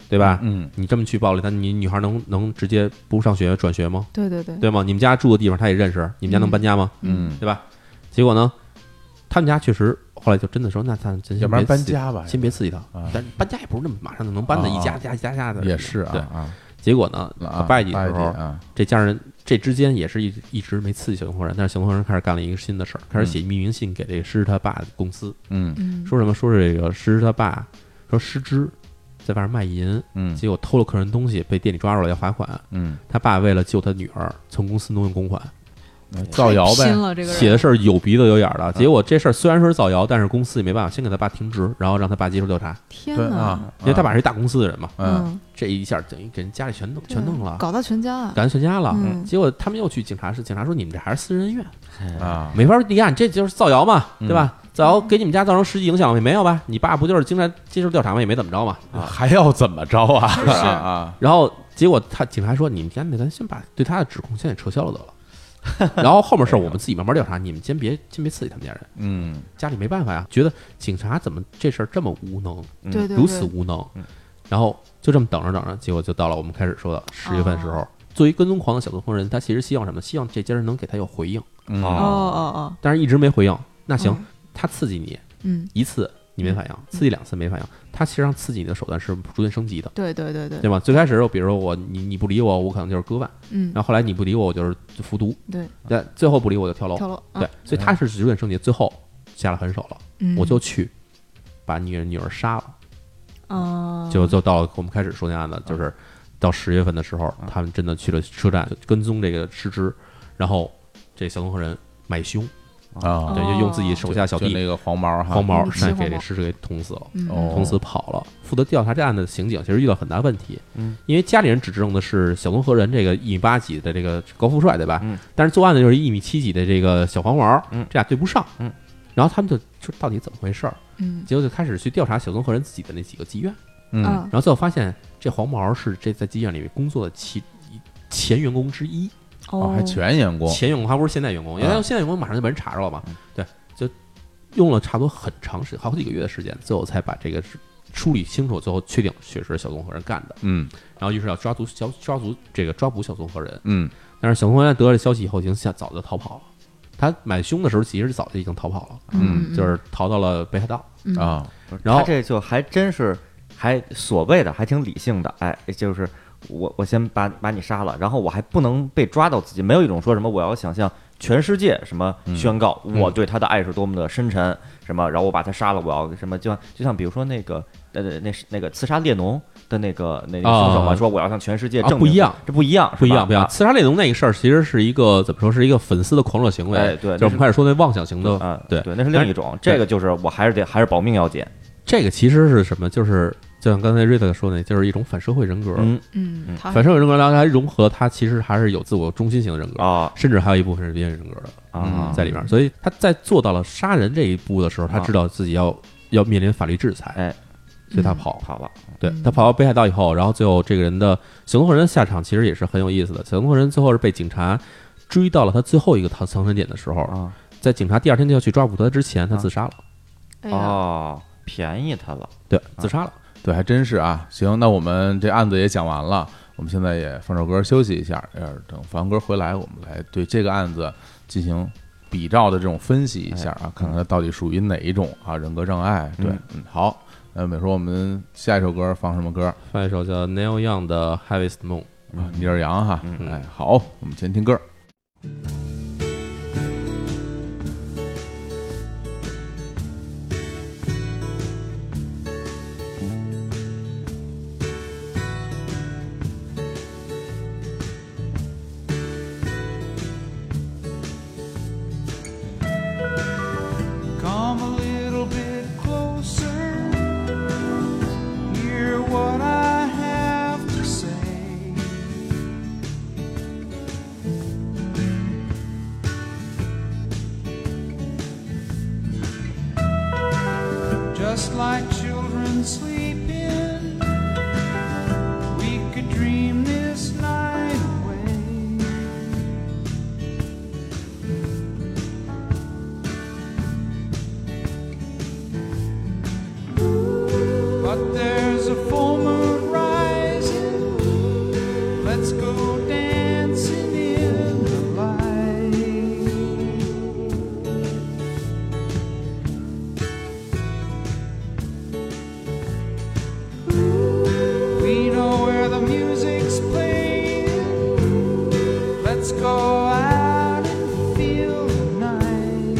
S1: 对吧？
S2: 嗯
S1: 你这么去暴力，但你女孩能能直接不上学转学吗？
S4: 对对对，
S1: 对吗？你们家住的地方她也认识，你们家能搬家吗？
S2: 嗯，
S1: 对吧？结果呢，他们家确实后来就真的说，那咱咱
S2: 要
S1: 先
S2: 不然
S1: 别
S2: 搬
S1: 刺激
S2: 家吧
S1: 先别刺激他
S2: 啊。
S1: 但是搬家也不是那么马上就能搬的，
S2: 啊
S1: 一家家家家的
S2: 也是啊
S1: 对，
S2: 啊，
S1: 结果呢，
S2: 啊
S1: 拜祭的时候，
S2: 啊，
S1: 这家人这之间也是一直一直没刺激小同伙人，但是小同伙人开始干了一个新的事儿，开始写匿名信给这个师他爸的公司，
S2: 嗯
S4: 嗯
S1: 说什么说是这个师他爸说师之在外面卖淫，
S2: 嗯
S1: 结果偷了客人东西被店里抓住了要罚款。
S2: 嗯，
S1: 他爸为了救他女儿，从公司挪用公款，
S2: 造谣
S4: 太
S2: 呗
S4: 拼，了这个人嗯
S1: 写的事儿有鼻子有眼儿的。结果这事儿虽然说是造谣，但是公司也没办法，先给他爸停职，然后让他爸接受调查，
S4: 天
S2: 对
S4: 哪，
S2: 啊，
S1: 因为他爸是一大公司的人嘛。
S2: 嗯，
S1: 这一下等于给人家里全弄
S4: 对
S1: 全弄了，
S4: 搞到全家啊，
S1: 赶全家了。
S4: 嗯
S1: 结果他们又去警察室，警察说你们这还是私人恩怨，
S2: 啊，
S1: 没法立案，这就是造谣嘛，
S2: 嗯
S1: 对吧？造谣给你们家造成实际影响也没有吧？你爸不就是经常接受调查嘛，也没怎么着嘛。
S4: 嗯
S2: 还要怎么着啊？是 *laughs* 啊啊，
S1: 然后结果他警察说：“你们家那咱先把对他的指控先给撤销了得了， *laughs* 然后后面事儿我们自己慢慢调查，你们先别先别刺激他们家人，
S2: 嗯
S1: 家里没办法呀，觉得警察怎么这事儿这么无能，
S3: 嗯
S4: 对对，
S1: 如此
S4: 对
S1: 无能
S3: 嗯，
S1: 然后就这么等着等着，结果就到了我们开始说的十月份时
S4: 啊
S1: 候。”作为跟踪狂的小跟风人，他其实希望什么？希望这家人能给他有回应，
S2: 嗯
S4: 哦
S3: 啊
S4: 哦
S1: 但是一直没回应。那行，
S4: 嗯
S1: 他刺激你
S4: 哦，嗯，
S1: 一次你没反应，刺激两次没反应，他其实上刺激你的手段是逐渐升级的，
S4: 对对对对，
S1: 对吗？最开始，比如说我你你不理我，我可能就是割腕，
S4: 嗯
S1: 然，后后来你不理我，我就是服毒，
S4: 对，
S1: 但最后不理我就跳楼，
S4: 跳楼，啊
S1: 对，，所以他是逐渐升级，最后下了狠手了，
S4: 嗯
S1: 我就去把女人女儿杀了，
S4: 啊，
S1: 就就到我们开始说那案子，就是
S4: 嗯
S1: 到十月份的时候，
S2: 嗯
S1: 他们真的去了车站就跟踪这个失之，然后这小东和人买凶，
S2: 啊
S1: 对，就用自己手下小
S2: 哦就那
S1: 弟
S2: 个黄毛哈，
S1: 黄毛上
S4: 嗯是
S1: 给
S4: 黄
S1: 这
S4: 毛
S1: 失之给捅死了。
S4: 嗯
S2: 哦
S1: 从此跑了。负责调查这案的刑警其实遇到很大问题，
S3: 嗯，
S1: 因为家里人指证的是小东和人这个一米八几的这个高富帅，对吧？
S3: 嗯，
S1: 但是作案的就是一米七几的这个小黄毛，
S3: 嗯
S1: 这俩对不上，
S3: 嗯，
S1: 然后他们就说到底怎么回事儿，
S4: 嗯
S1: 结果就开始去调查小东和人自己的那几个妓院，
S2: 嗯
S4: 啊
S1: 然后最后发现这黄毛是这在妓院里面工作的其前员工之一，
S2: 哦，还全员工，
S1: 前员工还不是现在员工，因为现在员工马上就被人查着了嘛
S3: 啊嗯，
S1: 对，就用了差不多很长时间，好几个月的时间，最后才把这个是梳理清楚，最后确定确实是小综合人干的，
S2: 嗯
S1: 然后于是要抓足小抓足这个抓捕小综合人，
S2: 嗯
S1: 但是小综合人得了消息以后，已经下早就逃跑了，他买凶的时候其实早就已经逃跑了，
S2: 嗯
S1: 就是逃到了北海道，
S4: 嗯
S2: 啊，
S3: 不是
S1: 然后
S3: 他这就还真是还所谓的还挺理性的，哎，就是我我先把把你杀了，然后我还不能被抓到自己，没有一种说什么我要想向全世界什么
S1: 嗯
S3: 宣告我对他的爱是多么的深沉，什么，然后我把他杀了，我要什么，就像就像比如说那个呃那是那个刺杀列侬的那个那个凶手嘛，
S1: 啊
S3: 说我要向全世界
S1: 啊
S3: 证明、
S1: 不一样，
S3: 这不一样，
S1: 不一
S3: 是吧
S1: 样，不一样。。刺杀列侬那个事儿，其实是一个怎么说，是一个粉丝的狂热行为。
S3: 哎对
S1: 就是我们开始说那妄想型的，
S3: 啊，
S1: 对
S3: 对，那是另一种，这个就是我还是得还是保命要紧。
S1: 这个其实是什么？就是就像刚才瑞特说的，就是一种反社会人格。
S3: 嗯
S4: 嗯，他
S1: 反社会人格当中还融合，它其实还是有自我中心型的人格，
S3: 啊
S1: 甚至还有一部分是边缘人格的。
S3: 啊
S1: 在里边儿。所以他在做到了杀人这一步的时候，他
S3: 啊
S1: 知道自己要要面临法律制裁，
S3: 哎
S1: 所以他
S4: 嗯
S1: 跑。
S3: 跑了，
S1: 对他跑到北海道以后，然后最后这个人的行动人下场其实也是很有意思的。行动人最后是被警察追到了他最后一个藏藏身点的时候，
S3: 啊
S1: 在警察第二天就要去抓捕他之前，他自杀了。
S4: 哎呀，
S3: 哦，便宜他了，
S1: 对，自杀了。
S2: 对，还真是啊。行，那我们这案子也讲完了，我们现在也放首歌休息一下。呃，等凡哥回来，我们来对这个案子进行比照的这种分析一下啊，看看它到底属于哪一种啊人格障碍。对，
S3: 哎嗯
S2: 嗯好。那美叔，我们下一首歌放什么歌？
S1: 放一首叫 Neil Young 的《Harvest Moon》。
S2: 啊，尼尔杨哈。
S3: 嗯
S2: 哎，好，我们先听歌。
S6: Come a little bit closer. Hear what I have to say. Just like children sleeping, we could dream this night away. But there's a full moon rising. Let's go dancing in the light. We know where the music's playing. Let's go out and feel the night.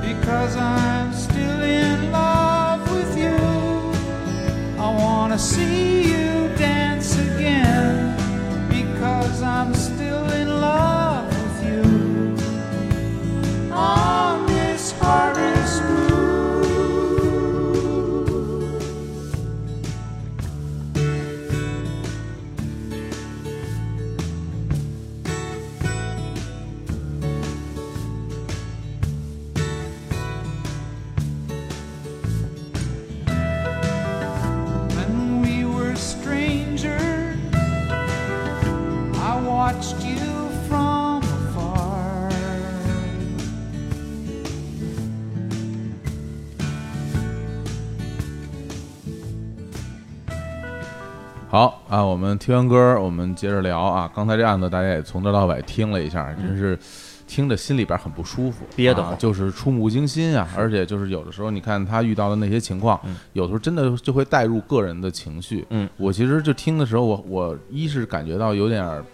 S6: because I'm still in love with you. I wanna see you dance again because I'm still in love with you. On this harvest moon. when we were strangers. I watched you from afar.
S2: 好啊，我们听完歌，我们接着聊啊。刚才这案子大家也从头到尾听了一下，真是听着心里边很不舒服，
S3: 嗯憋得
S2: 啊
S3: 慌
S2: 就是触目惊心啊。而且就是有的时候，你看他遇到的那些情况，有的时候真的就会带入个人的情绪。
S3: 嗯，
S2: 我其实就听的时候，我我一是感觉到有点儿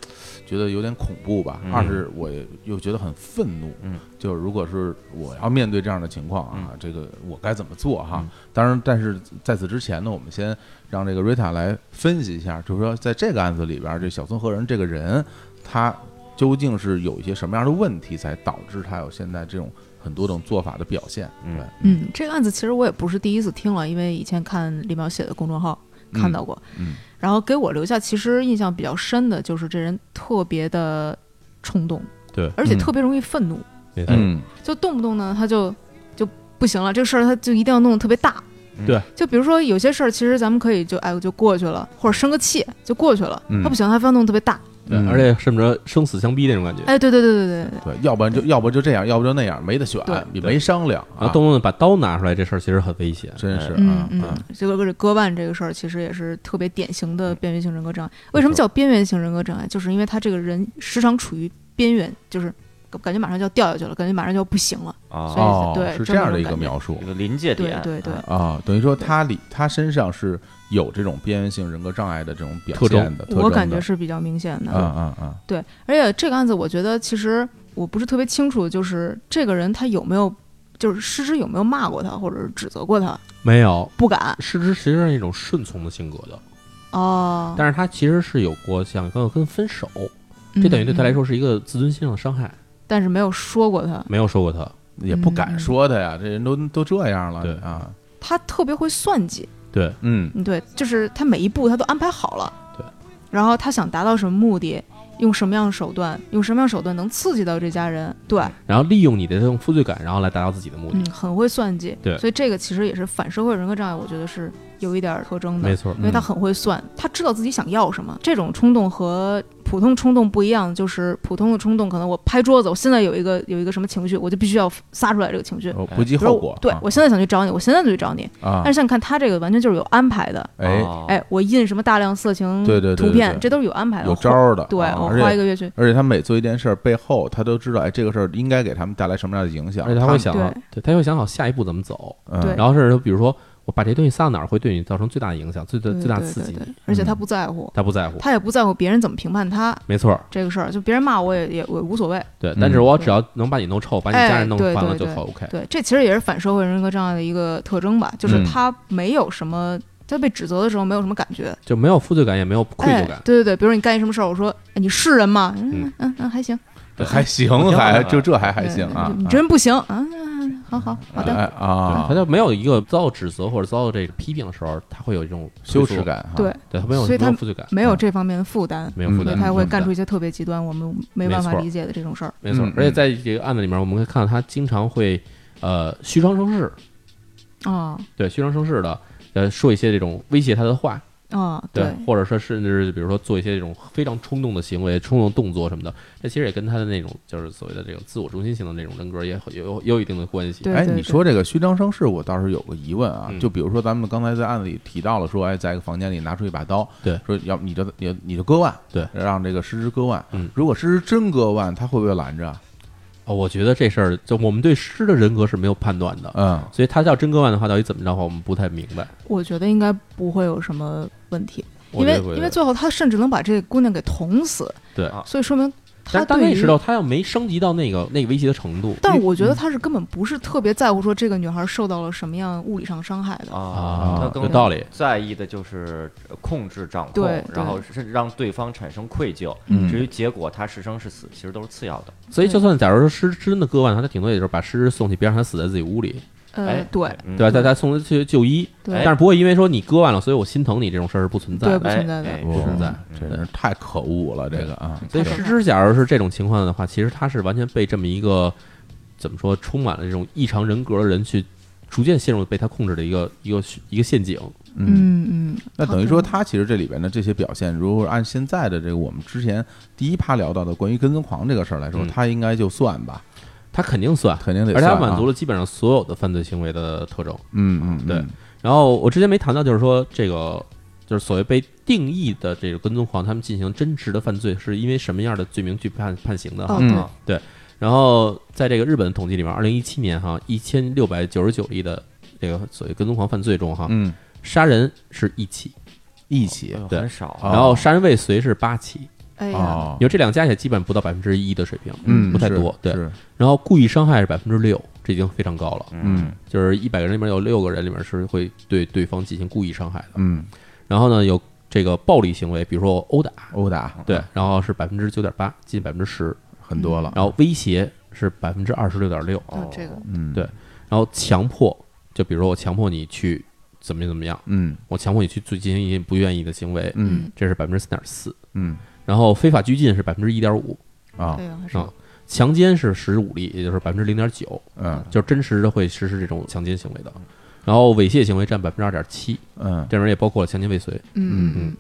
S2: 觉得有点恐怖吧，二是我又觉得很愤怒。
S3: 嗯，
S2: 就是如果是我要面对这样的情况啊，这个我该怎么做哈？当然，但是在此之前呢，我们先让这个瑞塔来分析一下，就是说在这个案子里边儿，这小松和人这个人，他究竟是有一些什么样的问题，才导致他有现在这种很多种做法的表现？
S3: 嗯
S2: 对
S4: 嗯，这个案子其实我也不是第一次听了，因为以前看李淼写的公众号看到过，
S2: 嗯嗯
S4: 然后给我留下其实印象比较深的就是这人特别的冲动，
S1: 对
S4: 而且
S2: 嗯
S4: 特别容易愤怒，
S1: 没错
S2: 嗯
S4: 就动不动呢他就就不行了，这个事儿他就一定要弄得特别大。
S1: 对，
S4: 就比如说有些事儿，其实咱们可以就哎就过去了，或者生个气就过去了。
S2: 嗯
S4: 他不行，他非要弄得特别大。
S1: 对，而且甚至生死相逼那种感觉。
S4: 哎，对对对对对对
S2: 对，呃要不然就要不就这样，要不就那样，没得选
S4: 对，
S2: 也没商量
S1: 然
S2: 啊
S1: 后，动不动把刀拿出来，这事儿其实很危险。
S2: 真是
S4: 嗯
S2: 啊啊
S4: 嗯，这个这割腕这个事儿，其实也是特别典型的
S1: 嗯
S4: 边缘性人格障碍。为什么叫边缘性人格障碍？就是因为他这个人时常处于边缘，就是感觉马上就要掉下去了，感觉马上就要不行了。
S3: 啊
S4: 所以
S2: 哦，
S4: 对
S2: 是这
S4: 这
S2: 样
S4: 种
S2: 的一个
S4: 感觉
S2: 描述
S3: 一个临界
S4: 对
S3: 点，
S4: 对对
S3: 啊
S2: 啊，等于说他里他身上是有这种边缘性人格障碍的这种表
S1: 特征
S2: 现的，特
S4: 我
S2: 征
S4: 感
S2: 的
S4: 觉是比较明显的。
S2: 啊啊啊，
S4: 对，而且这个案子，我觉得其实我不是特别清楚，就是这个人他有没有，就是失之有没有骂过他，或者是指责过他，
S1: 没有，
S4: 不敢
S1: 失之其实是一种顺从的性格的，
S4: 哦。
S1: 但是他其实是有过像刚刚跟分手，这等于对他来
S4: 嗯，
S1: 说是一个自尊心上的伤害，
S4: 嗯但是没有说过他，
S1: 没有说过他，
S2: 也不敢
S4: 嗯
S2: 说他呀，这人都都这样了
S1: 对
S2: 啊，
S4: 他特别会算计，
S1: 对，
S2: 嗯
S4: 嗯对，就是他每一步他都安排好了，
S1: 对，
S4: 然后他想达到什么目的，用什么样的手段，用什么样的手段能刺激到这家人，对，
S1: 然后利用你的这种负罪感，然后来达到自己的目的
S4: 嗯，，很会算计，
S1: 对
S4: 所以这个其实也是反社会人格障碍，我觉得是有一点儿特征的
S1: 没，错，嗯
S4: 因为他很会算，他知道自己想要什么。这种冲动和普通冲动不一样，就是普通的冲动，可能我拍桌子，我现在有一个有一个什么情绪，我就必须要撒出来这个情绪。
S2: 哦不计
S4: 比如
S2: 后
S4: 我
S2: 果，
S4: 对我现在想去找你，我现在就去找你。
S2: 啊
S4: 但是，像你看他这个，完全就是有安排的。
S2: 哎，
S3: 哦
S4: 哎，我印什么大量色情
S2: 对对对
S4: 图
S2: 对
S4: 片
S2: 对，
S4: 这都是有安排的。
S2: 有
S4: 我
S2: 招
S4: 花
S2: 儿的，
S4: 对，
S2: 啊
S4: 我
S2: 而
S4: 花一
S2: 且
S4: 个月去。
S2: 而且他每做一件事儿背后，他都知道，哎，这个事儿应该给他们带来什么样的影响，
S1: 而且他
S2: 他
S1: 会
S2: 们
S1: 想
S4: 对
S1: 好，对，他会想好下一步怎么走，
S2: 嗯
S4: 对
S1: 然后是比如说我把这东西撒到哪儿会对你造成最大的影响，最最
S4: 对
S1: 最大
S4: 对
S1: 刺
S4: 对
S1: 激
S4: 对
S1: 你，
S4: 而且他
S2: 嗯
S4: 不在乎，
S1: 他不在乎，
S4: 他也不在乎别人怎么评判他
S1: 没错儿，
S4: 这个事儿，就别人骂我也也我也无所谓。
S1: 对
S2: 嗯，
S1: 但是我只要能把你弄臭，把你
S4: 哎
S1: 家人弄
S4: 对
S1: 烦了
S4: 对
S1: 就
S4: 对
S1: 好 OK，
S4: 对，这其实也是反社会人格障碍的一个特征吧，就是
S2: 嗯
S4: 他没有什么，他被指责的时候没有什么感觉，
S1: 就没有负罪感，也没有愧疚
S4: 哎
S1: 感。。
S4: 对对对，比如说你干一什么事儿，我说、哎你是人吗？嗯
S1: 嗯
S4: 嗯嗯，还行，
S2: 还行，还就这还还行
S4: 嗯
S2: 啊，
S4: 你这人不行啊，嗯好好好的。
S2: 哎
S1: 对
S2: 啊
S1: 他，就没有一个遭到指责或者遭到这个批评的时候，他会有一种
S2: 羞
S1: 愧
S2: 耻
S1: 疚，
S2: 感啊哈，
S4: 对，
S1: 对他没有
S4: 所以
S1: 没有
S4: 他
S1: 负罪感，
S4: 没有这方面的负担，
S1: 没有负
S4: 所以
S1: 担，
S4: 他会
S2: 嗯
S4: 干出一些特别极端，我们没办法理解的这种事儿。
S1: 没错
S2: 嗯。
S1: 而且在这个案子里面，我们会看到他经常会呃虚张声势，
S4: 啊
S1: 对虚张声势的呃说一些这种威胁他的话，
S4: 啊，
S1: 对，或者说甚至比如说做一些这种非常冲动的行为、冲动动作什么的，这其实也跟他的那种就是所谓的这种自我中心型的那种人格也很有有有一定的关系。
S4: 对
S2: 哎，
S4: 对
S2: 你
S4: 对
S2: 说这个虚张声势，我倒是有个疑问啊，
S1: 嗯
S2: 就比如说咱们刚才在案子里提到了说，哎，在一个房间里拿出一把刀，
S1: 对
S2: 说要不你就你你就割腕，
S1: 对
S2: 让这个失之割腕，
S1: 嗯
S2: 如果失之真割腕，他会不会拦着？啊
S1: 哦，我觉得这事儿就我们对诗的人格是没有判断的，
S2: 嗯，
S1: 所以他叫真割腕的话，到底怎么着的话，我们不太明白。
S4: 我觉得应该不会有什么问题，因
S1: 我觉
S4: 为
S1: 得会
S4: 因为最后他甚至能把这个姑娘给捅死，
S1: 对，
S3: 啊
S4: 所以说明
S1: 但是
S4: 他
S1: 大
S4: 对
S1: 概
S4: 于
S1: 知道他要没升级到那个那个威胁的程度嗯
S4: 但我觉得他是根本不是特别在乎说这个女孩受到了什么样物理上伤害的。
S3: 啊，
S1: 啊
S3: 他，
S1: 有
S3: 更
S1: 道理。
S3: 在意的就是呃控制、掌控
S4: 对，
S3: 然
S4: 对
S3: 后是让对方产生愧疚。
S2: 嗯
S3: 至于结果，他是生是死，其实都是次要的。
S1: 所以就算假如说诗真的割腕的话，他顶多也就是把诗送去，别让他死在自己屋里，
S4: 呃
S3: 哎，，
S4: 对
S3: 哎，嗯
S1: 对吧？啊再再送他去就医，
S4: 对
S1: 但是不会因为说你割腕了，所以我心疼你这种事儿是不存在
S4: 对，
S1: 的
S4: 不。存在的。
S3: 哎
S2: 嗯哇
S1: 不存在嗯
S2: 真是太可恶了，这个啊，
S1: 所以
S4: 太
S1: 失
S4: 可
S1: 之，假如是这种情况的话，其实他是完全被这么一个怎么说，充满了这种异常人格的人去逐渐陷入被他控制的一个一个一个陷阱。
S2: 嗯。
S4: 嗯嗯，
S2: 那等于说，
S4: 好
S2: 他其实这里边的这些表现，如果按现在的这个我们之前第一趴聊到的关于跟踪狂这个事儿来说，
S1: 嗯
S2: 他应该就算吧，
S1: 他肯定算，
S2: 肯定得
S1: 而且
S2: 算、
S1: 他
S2: 啊。
S1: 满足了基本上所有的犯罪行为的特征。
S2: 嗯嗯，嗯
S1: 对然后我之前没谈到，就是说这个就是所谓被定义的这个跟踪狂，他们进行真实的犯罪是因为什么样的罪名去判判刑的？
S4: 哦
S2: 嗯
S4: 对，
S1: 然后在这个日本的统计里面，二零一七年哈，一千六百九十九例的这个所谓跟踪狂犯罪中哈，
S2: 嗯，
S1: 杀人是一起，
S2: 一起
S3: 哎呦
S1: 对
S3: 很少
S2: 哦
S3: 啊
S1: 然后杀人未遂是八起，
S4: 哎呀，
S2: 哦
S1: 因，为这两加起来基本不到百分之一的水平，
S2: 嗯，
S1: 不太
S2: 是
S1: 多，对。
S2: 是
S1: 然后故意伤害是百分之六，这已经非常高了，
S2: 嗯
S1: 就是一百个人里面有六个人里面是会对对方进行故意伤害的。
S2: 嗯，
S1: 然后呢，有这个暴力行为，比如说殴打，
S2: 殴打
S1: 对，然后是百分之九点八，近百分之十，
S2: 很多了，
S1: 然后威胁是百分之二十六点六，
S4: 哦这个
S2: 嗯
S1: 对然后强迫，就比如说我强迫你去怎么怎么样，
S2: 嗯
S1: 我强迫你去做进行一些不愿意的行为，
S2: 嗯
S1: 这是百分之三点四，
S2: 嗯
S1: 然后非法拘禁是百分之一点五，
S2: 啊
S4: 哎呀，还是
S1: 啊，强奸是十五例，也就是百分之零点九，
S2: 嗯
S1: 就是真实的会实施这种强奸行为的。然后猥亵行为占百分之二点七，
S2: 嗯
S1: 这里面也包括了强奸未遂。
S4: 嗯
S2: 嗯
S4: 嗯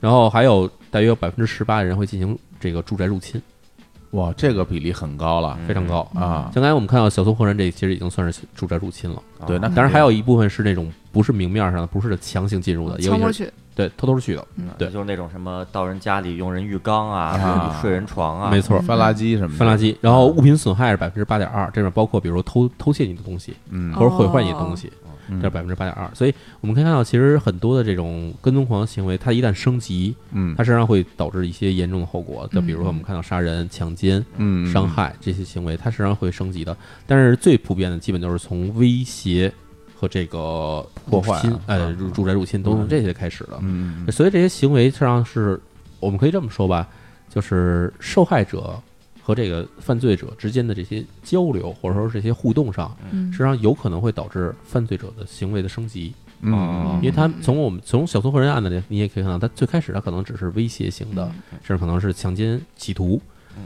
S1: 然后还有大约百分之十八的人会进行这个住宅入侵，
S2: 哇，这个比例很高了
S1: 非常高。
S2: 啊
S1: 像，刚才我们看到小松和人这其实已经算是住宅入侵了，
S3: 哦
S2: 对，那
S3: 嗯
S1: 当然还有一部分是那种不是明面上的，不是强行进入的，
S4: 嗯，
S1: 也有
S4: 敲
S1: 一
S4: 门
S1: 些
S4: 去，
S1: 对，啊偷偷去的，对
S3: 就是那种什么到人家里用人浴缸啊
S2: 啊，
S3: 睡人床啊，
S1: 没错。
S2: 翻垃圾什么的，
S1: 翻垃圾，然后物品损害是百分之八点二，这边包括比如偷偷窃你的东西，
S2: 嗯
S1: 或者毁坏你的东西，
S2: 嗯
S1: 这是百分之八点二。所以我们可以看到，其实很多的这种跟踪狂行为，它一旦升级，
S2: 嗯
S1: 它身上会导致一些严重的后果，就比如说我们看到杀人、强奸、
S2: 嗯
S1: 伤害这些行为，它身上会升级的。但是最普遍的，基本都是从威胁和这个
S2: 破坏
S1: 入
S2: 啊
S1: 侵呃
S2: 啊
S1: 入住宅入侵都从这些开始的。
S2: 嗯嗯
S1: 所以这些行为实际上是我们可以这么说吧，就是受害者和这个犯罪者之间的这些交流，或者说这些互动上，
S4: 嗯
S1: 实际上有可能会导致犯罪者的行为的升级。
S2: 嗯
S1: 因为他从我们从小松和人案的里，你也可以看到，他最开始他可能只是威胁型的，
S2: 嗯
S1: 甚至可能是强奸企图，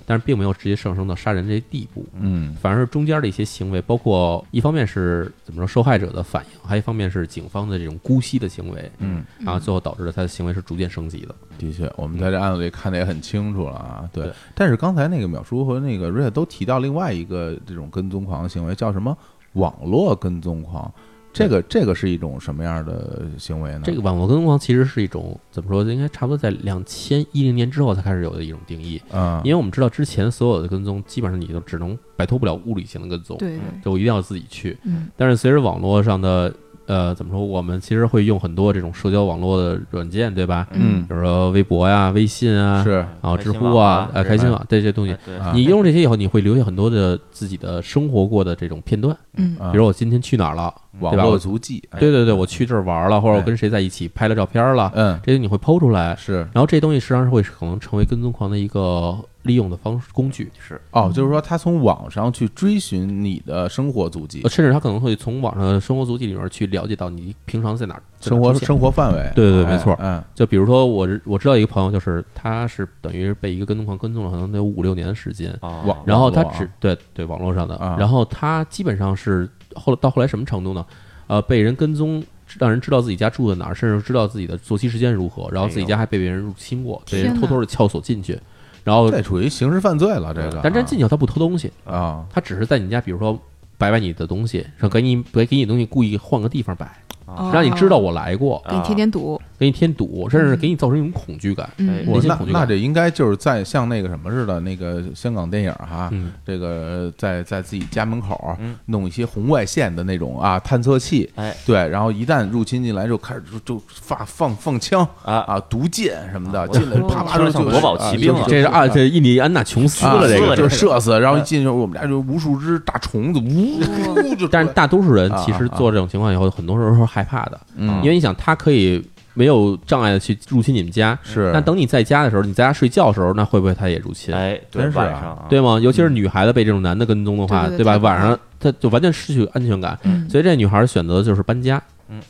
S1: 但是并没有直接上升到杀人这地步。
S2: 嗯
S1: 反而是中间的一些行为，包括一方面是怎么说受害者的反应，还一方面是警方的这种姑息的行为，
S2: 嗯，
S1: 然后最后导致了他的行为是逐渐升级的。
S2: 的确，我们在这案子里看的也很清楚了啊。对
S1: 对，
S2: 但是刚才那个淼叔和那个瑞都提到另外一个这种跟踪狂的行为，叫什么网络跟踪狂？这个这个是一种什么样的行为呢？
S1: 这个网络跟踪狂其实是一种怎么说，应该差不多在两千一零年之后才开始有的一种定义，
S2: 啊，
S1: 因为我们知道之前所有的跟踪基本上你就只能摆脱不了物理性的跟踪，
S4: 对对，
S1: 就我一定要自己去。
S4: 嗯
S1: 但是随着网络上的呃怎么说，我们其实会用很多这种社交网络的软件，对吧？
S2: 嗯
S1: 比如说微博呀、微信啊，
S2: 是
S1: 然后
S3: 开
S1: 知
S3: 心
S1: 乎
S3: 网
S1: 啊
S3: 啊、
S1: 呃
S3: 是
S1: 开心
S2: 吧
S1: 网这些东西
S3: 哎，对
S2: 啊
S1: 你用了这些以后，你会留下很多的自己的生活过的这种片段，
S4: 嗯
S2: 啊
S1: 比如我今天去哪儿了，
S2: 网
S1: 对吧
S2: 络
S1: 我
S2: 足迹，哎
S1: 对对对，我去这儿玩了，或者我跟谁在一起拍了照片了，
S2: 嗯
S1: 这些你会剖出来，
S2: 是
S1: 然后这些东西实际上是会可能成为跟踪狂的一个利用的方式工具，
S3: 是
S2: 哦，就是说他从网上去追寻你的生活足迹
S1: 呃，甚至他可能会从网上的生活足迹里面去了解到你平常在哪儿在哪
S2: 生
S1: 儿
S2: 活
S1: 出现
S2: 生活范围，
S1: 对对对
S2: 哎
S1: 没错
S2: 嗯
S1: 就比如说我我知道一个朋友，就是他是等于是被一个跟踪狂跟踪了，可能得有五六年的时间，
S3: 啊，
S2: 网
S1: 然后他
S2: 络啊
S1: 只对对网络上的
S2: 啊，
S1: 然后他基本上是后到后来什么程度呢？呃，被人跟踪，让人知道自己家住在哪儿，甚至知道自己的作息时间如何，然后
S2: 哎
S1: 自己家还被别人入侵过，被人
S4: 天
S1: 偷偷的撬锁进去，然后
S2: 这属于刑事犯罪了，这个啊。
S1: 但真进去他不偷东西，
S2: 啊，
S1: 他只是在你家，比如说摆摆你的东西，然后给你给给你东西故意换个地方摆，嗯让你知道，我来
S2: 哦
S1: 过，
S4: 哦给你添点堵，
S1: 给你添
S2: 嗯
S1: 堵，甚至是给你造成一种恐惧感。
S4: 嗯
S1: 内
S2: 我
S1: 心
S2: 那
S1: 恐惧
S2: 那
S1: 感
S2: 这应该就是在像那个什么似的，那个香港电影哈，
S1: 嗯
S2: 这个在在自己家门口
S3: 嗯
S2: 弄一些红外线的那种啊探测器，
S3: 哎，
S2: 对，然后一旦入侵进来之后，开始就就发放放枪
S3: 啊
S2: 啊，毒箭什么的
S3: 啊
S2: 进来，
S4: 我
S2: 啪啪
S3: 我
S2: 就
S3: 像
S2: 就
S3: 国宝
S2: 啊
S3: 奇兵
S2: 就
S3: 了
S1: 这是啊，这印第安纳琼斯
S2: 啊
S1: 了这
S3: 撕
S1: 个
S3: 了。
S2: 就是
S3: 这个嗯
S2: 射死，然后一进去我们家就无数只大虫子，呜就出来，
S1: 但是大多数人其
S2: 啊
S1: 实
S2: 啊
S1: 做这种情况以后，很多时候是害怕的，
S2: 嗯
S1: 因为你想，他可以没有障碍的去入侵你们家，
S2: 是
S1: 那等你在家的时候，你在家睡觉的时候，那会不会他也入侵？
S3: 哎，对，
S2: 真是啊
S3: 晚上啊
S1: 对吗？尤其
S2: 嗯
S1: 是女孩子被这种男的跟踪的话，
S4: 对对对
S1: 吧？
S4: 太可怕
S1: 晚上她就完全失去安全感，
S4: 嗯
S1: 所以这女孩选择的就是搬家。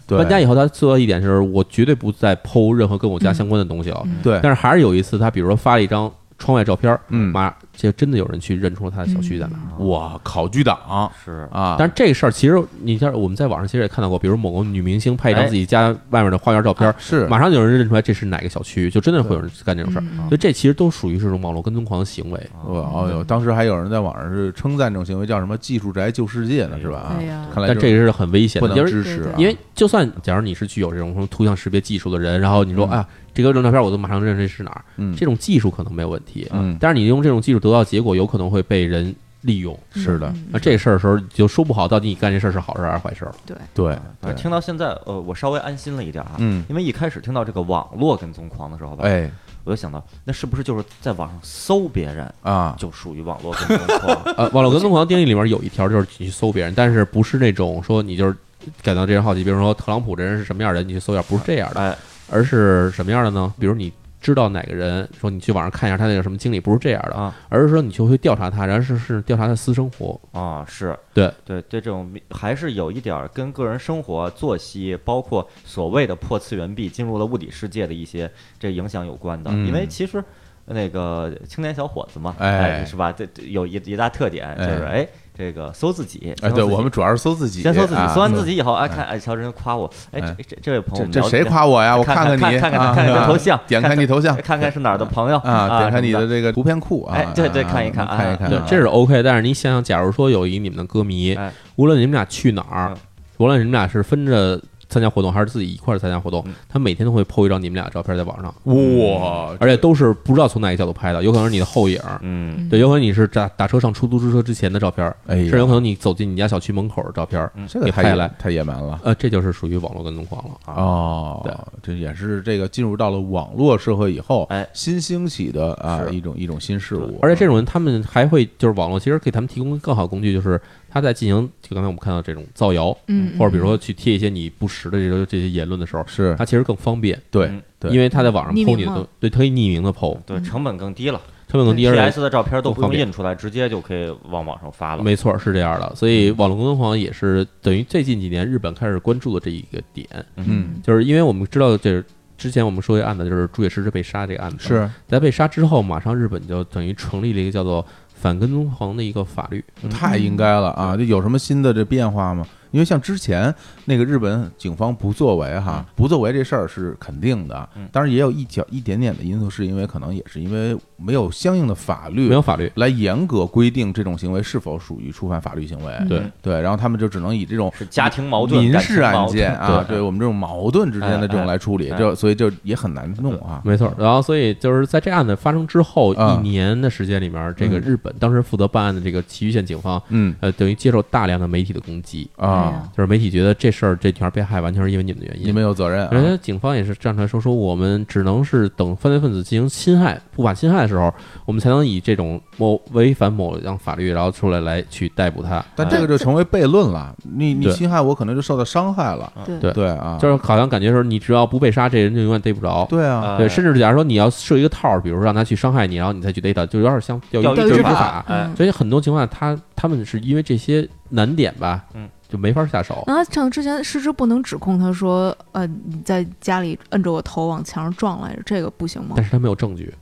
S2: 对
S1: 搬家以后，她做到一点就是，我绝对不再剖任何跟我家相关的东西了。
S2: 对，
S1: 但是还是有一次，她比如说发了一张窗外照片，
S2: 嗯
S1: 妈，这真的有人去认出了她的小区在
S4: 嗯
S1: 哪儿。
S2: 哇，考据党
S3: 是
S2: 啊，
S1: 但是这事儿其实你像我们在网上其实也看到过，比如某个女明星拍一张自己家外面的花园照片，
S2: 哎啊是
S1: 马上就有人认出来这是哪个小区，就真的会有人干这种事儿。啊
S4: 嗯
S1: 所以这其实都属于是一种网络跟踪狂的行为。
S2: 我哦呦，当时还有人在网上是称赞这种行为叫什么“技术宅救世界”呢，是吧？啊
S4: 哎呀，
S2: 看来
S1: 但这
S2: 个
S1: 个是很危险
S2: 不
S1: 的，
S2: 能
S1: 就是
S2: 支持啊，
S1: 因为就算假如你是具有这种什么图像识别技术的人，然后你说、
S2: 嗯
S1: 啊，这个张照片我都马上认识是哪儿，
S2: 嗯
S1: 这种技术可能没有问题，
S3: 啊
S2: 嗯
S1: 但是你用这种技术得到的结果，有可能会被人利用。
S2: 是的，
S4: 嗯
S1: 那这事儿的时候，你就说不好到底你干这事儿是好事儿还是坏事儿了。
S2: 对
S3: 反正
S2: 对，
S3: 听到现在，呃，我稍微安心了一点啊，
S2: 嗯
S3: 因为一开始听到这个网络跟踪狂的时候吧，
S2: 哎
S3: 我就想到，那是不是就是在网上搜别人
S2: 啊，
S3: 就属于网络跟踪
S2: *laughs*
S3: 狂？
S1: 呃，网络跟踪狂定义里面有一条就是你去搜别人，但是不是那种说你就是感到这人好奇，比如说特朗普这人是什么样的人，你去搜一下，不是这样的，
S3: 哎，
S1: 而是什么样的呢？比如你知道哪个人，说你去网上看一下他那个什么经历，不是这样的，
S3: 啊
S1: 而是说你就会调查他，然后是是调查他私生活，
S3: 啊，是
S1: 对
S3: 对对，这种还是有一点儿跟个人生活、作息，包括所谓的破次元壁进入了物理世界的一些这影响有关的。
S2: 嗯
S3: 因为其实那个青年小伙子嘛，
S2: 哎
S3: 哎，是吧？这这有一一大特点就是哎，这个搜自己，
S2: 哎，
S3: 先搜
S2: 对
S3: 自己
S2: 我们主要是搜自己，
S3: 先搜自己，
S2: 啊
S3: 搜完自己以后，哎，看哎，乔人夸我，哎，
S2: 哎
S3: 这这这位朋友
S2: 这
S3: 我们
S2: 这
S3: 聊
S2: 谁
S3: 天
S2: 夸我呀？我
S3: 看
S2: 看
S3: 看
S2: 你，
S3: 看看
S2: 啊
S3: 看看
S2: 啊
S3: 头像
S2: 点
S3: 看
S2: 开你头像，
S3: 看看是哪儿的嗯朋友
S2: 啊，点开你
S3: 什么
S2: 的这个图片库啊，
S3: 哎对对
S2: 啊
S3: 看一看
S2: 啊看一
S3: 啊
S2: 看啊，
S1: 对，这是 OK。但是你想想，假如说有一你们的歌迷
S3: 哎，
S1: 无论你们俩去哪儿
S3: 嗯，
S1: 无论你们俩是分着参加活动，还是自己一块儿参加活动，他每天都会 PO 一张你们俩的照片在网上，
S2: 哇，
S1: 而且都是不知道从哪个角度拍的，有可能是你的后影儿，
S3: 嗯，
S1: 对，有可能你是打打车上出租车之前的照片儿，
S2: 哎呀
S1: 甚至有可能你走进你家小区门口的照片儿，
S2: 这个
S1: 给
S2: 太
S1: 拍
S2: 野
S1: 来
S2: 太野蛮了。
S1: 呃，这就是属于网络跟踪狂了啊。
S2: 哦，
S1: 对，
S2: 这也是这个进入到了网络社会以后，
S3: 哎
S2: 新兴起的啊
S3: 是
S2: 一种一种新事物，
S1: 而且这种人，他们还会就是网络，其实给他们提供更好的工具，就是他在进行就刚才我们看到这种造谣，
S4: 嗯，
S1: 或者比如说去贴一些你不实的这些这些言论的时候，
S2: 啊是
S1: 他其实更方便，
S2: 对
S3: 嗯
S2: 对，
S1: 因为他在网上
S4: 匿
S1: PO
S4: 名
S1: 你的东
S4: 嘛，
S1: 对，可以匿名的 PO，
S3: 对，成本更低了
S1: 成本更低，
S4: 对
S1: 而且
S3: ，PS 的照片都不
S1: 更方
S3: 用
S1: 便
S3: 印出来，直接就可以往网上发了。
S1: 没错是这样的。所
S2: 嗯
S1: 以网络跟踪狂也是等于最近几年日本开始关注的这一个点，
S2: 嗯
S1: 就是因为我们知道这之前我们说一个案子，就是朱野诗之被杀这个案子，
S2: 是
S1: 在被杀之后，马上日本就等于成立了一个叫做反跟踪狂的一个法律，
S2: 太应该了啊！这有什么新的这变化吗？因为像之前那个日本警方不作为哈，不作为这事儿是肯定的
S3: 嗯，
S2: 当然也有一小一点点的因素，是因为可能也是因为没有相应的法律
S1: 没有法律。
S2: 来严格规定这种行为是否属于触犯法律行为。
S4: 嗯
S1: 对
S2: 对，然后他们就只能以这种
S3: 是家庭矛盾、
S2: 民
S3: 感
S2: 事
S3: 情
S2: 案
S3: 矛
S2: 件
S3: 盾
S2: 啊，对我们这种矛盾之间的这种
S3: 哎哎
S2: 来处理，
S3: 哎
S2: 就所以就也很难弄啊。
S1: 没错，然后所以就是在这案子发生之后
S2: 啊
S1: 一年的时间里面，这个
S2: 嗯
S1: 日本当时负责办案的这个崎玉县警方，
S2: 嗯
S1: 呃，等于接受大量的媒体的攻击，
S4: 哎
S2: 啊
S4: 呀，
S1: 就是媒体觉得这事儿这女孩被害完全是因为你们的原因，
S2: 你们有责任
S1: 人
S2: 啊。
S1: 家警方也是站出来说，说我们只能是等犯罪分子进行侵害、不法侵害的时候，我们才能以这种某违反某样法律，然后出来来去逮捕他。
S2: 但这个就成为悖论了，你你
S1: 对
S2: 侵害我，可能就受到伤害了。
S4: 嗯对
S1: 对
S2: 对啊，
S1: 就是好像感觉说，你只要不被杀，这人就永远逮不着。
S2: 对
S3: 呃
S2: 啊，
S1: 对，甚至假如说你要设一个套儿，比如说让他去伤害你，然后你再去逮他，就有点像钓
S2: 嗯
S1: 鱼
S3: 钓
S4: 钓
S1: 鱼
S4: 鱼
S1: 执
S4: 执
S1: 法
S3: 法。哎
S4: 嗯，
S1: 所以很多情况下，他他们是因为这些难点吧，
S3: 嗯，
S1: 就没法下手。
S4: 然后像之前失之不能指控他说，呃，你在家里摁着我头往墙上撞来着，这个不行吗
S1: 但？是他没有证据，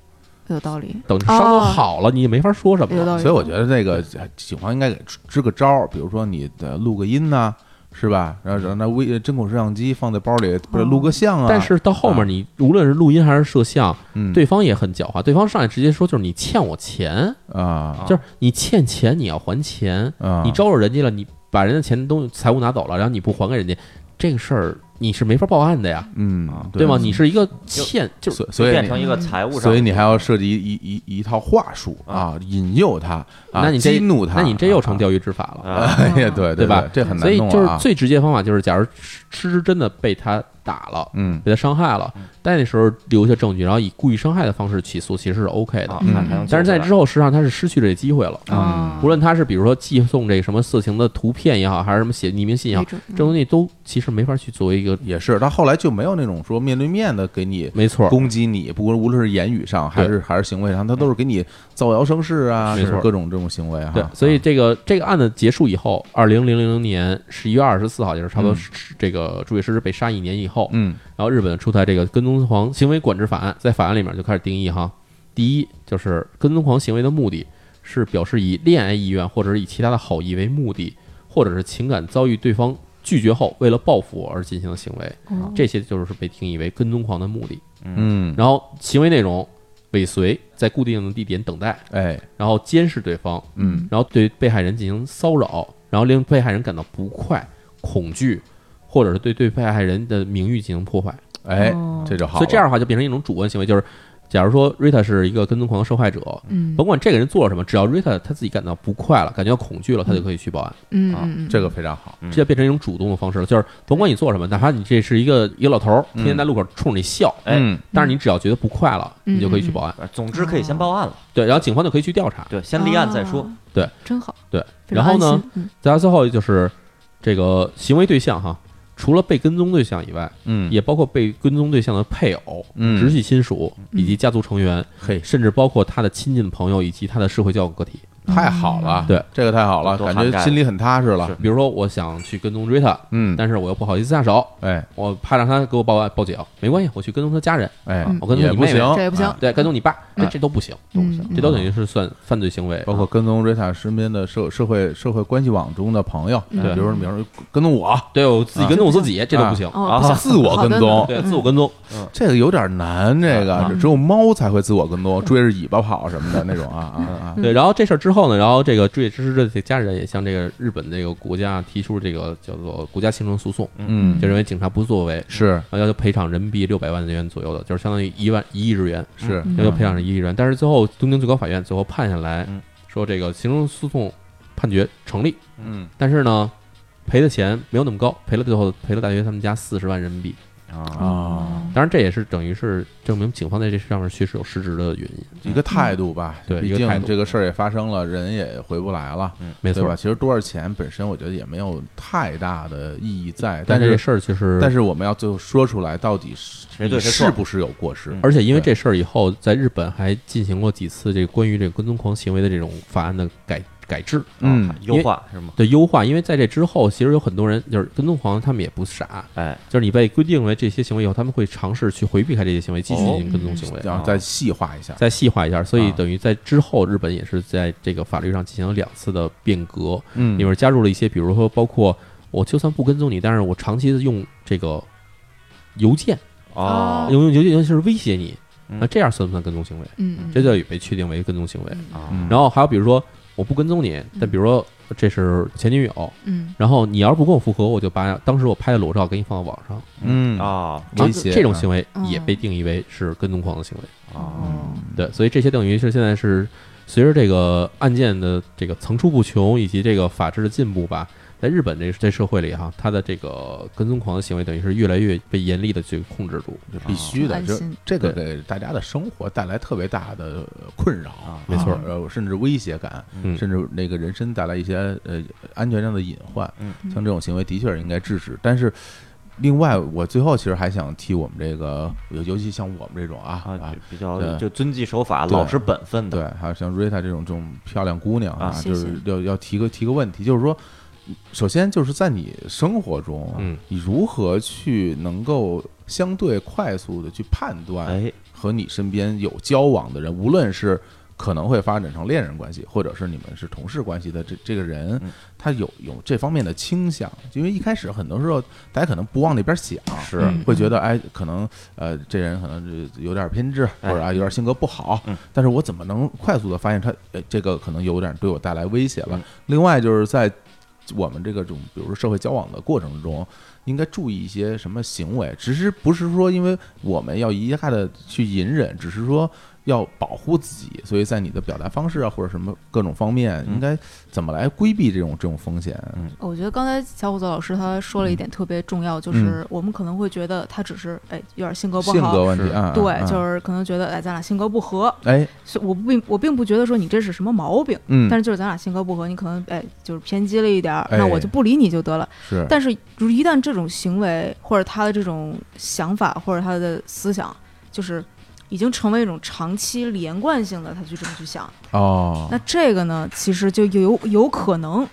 S4: 有道理，
S1: 等伤口
S4: 哦
S1: 好了，你也没法说什么
S4: 有
S1: 了。
S4: 道理。
S2: 所以我觉得这个警方应该给支支个招儿，比如说你的录个音呐，是吧？然后让那微针孔摄像机放在包里，不是
S4: 哦
S2: 录个像啊？
S1: 但是到后面，你无论是录音还是摄像，
S2: 嗯，
S1: 对方也很狡猾，对方上来直接说就是你欠我钱，
S2: 啊
S1: 就是你欠钱你要还钱，
S2: 啊，
S1: 哦你招惹人家了，你把人家钱东西财物拿走了，然后你不还给人家，这个事儿你是没法报案的呀，
S2: 嗯，
S1: 对吗？你是一个欠，就
S2: 所所
S3: 就
S2: 以
S3: 变
S2: 你
S3: 成一个财务上，
S2: 所以你还要设计一一一一套话术啊，引诱他，啊
S1: 那你这
S2: 激怒他，
S1: 那你这又成
S2: 啊。
S1: 钓鱼执法
S2: *laughs*
S1: 了，
S3: 啊，
S2: 哎呀，对
S1: 对吧
S2: 这很
S1: 所
S2: 难
S1: 以
S2: 弄
S1: 就是
S2: 啊。
S1: 最直接的方法就是，假如失之真的被他打了。
S2: 嗯，
S1: 被他伤害了，但那时候留下证据，然后以故意伤害的方式起诉，其实是 OK 的。
S3: 啊
S2: 嗯
S3: 还还能
S1: 但是在
S3: 救回来
S1: 之后，实际上他是失去这机会了。
S4: 啊
S1: 无论他是比如说寄送这个什么色情的图片也好，还是什么写匿名信也好
S4: 没，准
S1: 这东西都其实没法去作为一个，
S2: 也是，他后来就没有那种说面对面的给你
S1: 没错，
S2: 攻击你，不过无论是言语上还是还是行为上，他都是给你造谣生事啊，
S1: 没错
S2: 各种这种行为啊
S1: 对
S2: 哈。，
S1: 所以这个这个案子结束以后，二零零零年十一月二十四号，就是差不多
S2: 嗯
S1: 是这个朱月师被杀一年以后，
S2: 嗯
S1: 然后日本出台这个跟踪狂行为管制法案，在法案里面就开始定义哈，第一就是跟踪狂行为的目的是表示以恋爱意愿或者是以其他的好意为目的，或者是情感遭遇对方拒绝后为了报复而进行的行为，
S4: 哦
S1: 这些就是被定义为跟踪狂的目的。
S2: 嗯，
S1: 然后行为内容尾随，在固定的地点等待，
S2: 哎，
S1: 然后监视对方，
S2: 嗯，
S1: 然后对被害人进行骚扰，然后令被害人感到不快、恐惧，或者是对对被害人的名誉进行破坏。
S2: 哎
S4: 哦，
S2: 这就好了。
S1: 所以这样的话就变成一种主观行为，就是假如说 Rita 是一个跟踪狂的受害者，
S4: 嗯
S1: 甭管这个人做了什么，只要 Rita 他自己感到不快了，感觉到恐惧了，他就可以去报案，
S4: 嗯
S2: 啊
S4: 嗯嗯，
S2: 这个非常好。
S1: 这就变成一种主动的方式了。就是甭管你做什么，哪怕你这是一个一个老头儿，天天在路口冲着你笑，
S3: 哎
S2: 嗯，
S1: 但是你只要觉得不快了，
S4: 嗯
S1: 你就可以去报案。
S3: 呃总之可以先报案了，
S1: 对，然后警方就可以去调查。
S3: 对，先立案再说。
S4: 啊
S1: 对，
S4: 真好。
S1: 对，
S4: 非
S1: 然
S4: 常
S1: 后
S4: 安
S1: 呢
S4: 心，，嗯
S1: 再到最后就是这个行为对象哈，除了被跟踪对象以外，
S2: 嗯，
S1: 也包括被跟踪对象的配偶、
S2: 嗯
S1: 直系亲属
S4: 嗯
S1: 以及家族成员，
S2: 嘿，
S1: 甚至包括他的亲近朋友以及他的社会交往个体。
S2: 太好了，
S1: 对，
S2: 这个太好了，
S3: 都
S2: 感
S3: 涵
S2: 觉
S3: 盖
S2: 心里很踏实了
S3: 是。
S1: 比如说，我想去跟踪追他，
S2: 嗯，
S1: 但是我又不好意思下手，
S2: 哎
S1: 我怕让他给我报案报警，没关系，我去跟踪他家人，
S2: 哎
S4: 嗯，
S1: 我跟踪
S2: 也
S1: 你
S2: 不
S1: 妹妹
S2: 行，
S4: 这也不行
S2: 啊
S1: 对，跟踪你爸，哎，这都不行，
S4: 嗯
S1: 这都等于是算犯罪行为，
S2: 包括跟踪 Rita 身边的社社会社会关系网中的朋友，
S1: 嗯对
S2: 比如说，比如说跟踪我，
S1: 对我自己跟踪我自己，这都不行，
S4: 哦，嗯不
S2: 啊
S4: 行
S2: 自我跟
S4: 好
S2: 踪，
S1: 对，自我跟踪。
S2: 这个有点
S1: 嗯
S2: 难，这个只有猫才会自我跟踪，追着尾巴跑什么的那种啊啊啊！
S1: 对，然后这事儿之后呢，然后这个追月之师的家人也向这个日本这个国家提出这个叫做国家行政诉讼，
S2: 嗯
S1: 就认为警察不作为，
S2: 是
S1: 然后要求赔偿人民币六百万日元左右的，就是相当于一万一亿日元，
S2: 是
S1: 要求赔偿是一亿日元。但是最后东京最高法院最后判下来
S3: 嗯
S1: 说，这个行政诉讼判决成立，
S2: 嗯
S1: 但是呢，赔的钱没有那么高，赔了最后赔了大约他们家四十万人民币。
S3: 啊，
S2: 啊，
S1: 当然，这也是等于是证明警方在这上面确实有失职的原因。
S2: 一个态度吧，
S1: 嗯对
S2: 毕
S1: 一个态
S2: 竟
S1: 度
S2: 这个事儿也发生了，人也回不来了。
S1: 没
S2: 对
S1: 错
S2: 吧？，其实多少钱本身，我觉得也没有太大的意义在，
S1: 但
S2: 但是
S1: 这事儿其实，
S2: 但是我们要最后说出来，到底是
S3: 谁
S2: 你
S3: 对谁错
S2: 是不是有过失？
S3: 嗯
S1: 而且因为
S2: 对
S1: 这事儿以后，在日本还进行过几次这个关于这个跟踪狂行为的这种法案的改改制
S2: 嗯
S3: 啊优化是吗？
S1: 的优化。因为在这之后，其实有很多人就是跟踪狂，他们也不傻，
S3: 哎，
S1: 就是你被规定为这些行为以后，他们会尝试去回避开这些行为，继续进行跟踪行为。
S2: 然后再细化一下。
S1: 再细化一下，所以
S2: 哦啊
S1: 等于在之后，日本也是在这个法律上进行了两次的变革，
S2: 嗯
S1: 里面加入了一些，比如说包括我就算不跟踪你，但是我长期的用这个邮件，
S4: 哦
S2: 啊
S1: 用用邮件尤其是威胁你，
S3: 嗯
S1: 那这样算不算跟踪行为？
S4: 嗯，
S1: 这就也被确定为跟踪行为。
S3: 啊
S2: 嗯
S1: 然后还有比如说我不跟踪你，但比如说这是前女友，
S4: 嗯
S1: 然后你要是不跟我复合，我就把当时我拍的裸照给你放到网上，
S2: 嗯
S3: 啊
S2: 威胁
S1: 这种行为
S4: 嗯
S1: 也被定义为是跟踪狂的行为。
S3: 啊，
S1: 对，所以这些等于是现在是随着这个案件的这个层出不穷，以及这个法治的进步吧，在日本这这社会里哈，他的这个跟踪狂的行为等于是越来越被严厉的去控制住。
S2: 这必须的，
S4: 安
S2: 这
S4: 心
S2: 这个给大家的生活带来特别大的困扰
S3: 啊，
S1: 没错
S2: 呃，甚至威胁感，
S1: 嗯
S2: 甚至那个人身带来一些呃安全上的隐患。
S3: 嗯
S2: 像这种行为的确是应该制止，但是。另外，我最后其实还想替我们这个，尤尤其像我们这种啊
S3: 啊，比较
S2: 对
S3: 就遵纪守法、
S2: 对
S3: 老实本分的，
S2: 对，还有像 Rita 这种这种漂亮姑娘
S3: 啊
S2: 就是
S4: 谢谢
S2: 要要提个提个问题，就是说，首先就是在你生活中，
S1: 嗯，
S2: 你如何去能够相对快速的去判断
S3: 哎，
S2: 和你身边有交往的人，无论是可能会发展成恋人关系，或者是你们是同事关系的这这个人
S3: 嗯，
S2: 他有有这方面的倾向，因为一开始很多时候大家可能不往那边想，
S3: 是
S4: 嗯
S2: 会觉得哎，可能呃，这人可能就有点偏执，或
S3: 哎
S2: 者啊有点性格不好
S3: 嗯，
S2: 但是我怎么能快速的发现他呃这个可能有点对我带来威胁了
S3: 嗯？
S2: 另外就是在我们这个种比如说社会交往的过程中，应该注意一些什么行为？只是不是说因为我们要一概的去隐忍，只是说要保护自己，所以在你的表达方式啊或者什么各种方面，
S3: 嗯
S2: 应该怎么来规避这种这种风险？
S4: 我觉得刚才小伙子老师他说了一点特别重要，就是我们可能会觉得他只是哎有点性格不
S2: 性格
S4: 好，
S2: 问题
S1: 是
S2: 啊，
S4: 对，就是是可能觉得哎咱俩性格不合，
S2: 哎，
S4: 所以我不并我并不觉得说你这是什么毛病，
S2: 嗯，
S4: 但是就是咱俩性格不合，你可能哎就是偏激了一点儿，
S2: 哎
S4: 那我就不理你就得了。
S2: 是
S4: 但是如一旦这种行为或者他的这种想法或者他的思想，就是已经成为一种长期连贯性的，他去这么去想，
S2: 哦，
S4: 那这个呢，其实就有有可能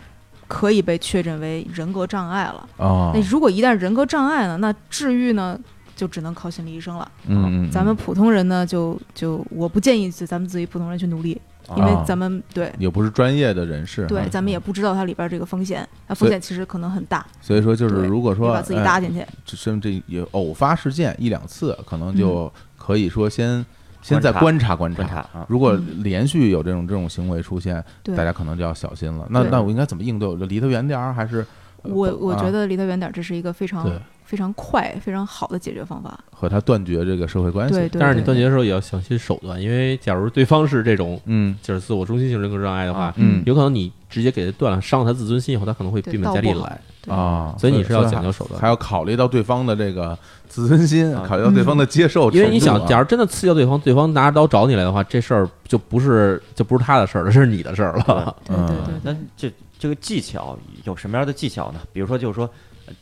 S4: 可以被确诊为人格障碍了。
S2: 哦
S4: 那，如果一旦人格障碍呢，那治愈呢？就只能靠心理医生了。
S2: 嗯，嗯
S4: 咱们普通人呢，就就我不建议咱们自己普通人去努力，因为
S2: 啊
S4: 咱们对
S2: 也不是专业的人士，
S4: 对
S2: 嗯，
S4: 咱们也不知道它里边这个风险，那
S2: 所
S4: 风
S2: 以
S4: 险其实可能很大，
S2: 所以说就是
S4: 对
S2: 如果
S4: 你
S2: 说
S4: 把自己搭进去。
S2: 哎这甚至有偶发事件一两次，可能
S4: 嗯
S2: 就可以说先先再观
S3: 观
S2: 察观
S3: 观察。啊，
S2: 如果
S4: 嗯
S2: 连续有这种这种行为出现，
S4: 对
S2: 大家可能就要小心了。那
S4: 对
S2: 那我应该怎么应对？我就离他远点儿，还是呃
S4: 我
S2: 不
S4: 我
S2: 啊
S4: 觉得离他远点儿，这是一个非常
S2: 对
S4: 非常快、非常好的解决方法。
S2: 和他断绝这个社会关系？
S4: 对，对。
S1: 但是你
S4: 对
S1: 断绝的时候也要小心手段，因为假如对方是这种
S2: 嗯
S1: 就是自我中心型人格障碍的话
S3: 啊，
S2: 嗯
S1: 有可能你直接给他断了，伤了他自尊心以后，他可能会
S4: 对
S1: 变本加厉
S4: 倒不好
S1: 来。
S4: 对
S2: 啊，
S1: 所以你是要
S2: 所
S1: 讲究手段
S2: 还要考虑到对方的这个自尊心，
S3: 啊
S2: 考虑到对方的接受程度
S1: 因
S2: 啊，
S1: 为你想，假如真的刺激到对方，对方拿着刀找你来的话，这事儿就不是就不是他的事儿了，这是你的事儿了。
S4: 对
S2: 嗯
S4: 对对对
S3: 啊那这这个技巧有什么样的技巧呢？比如说，就是说，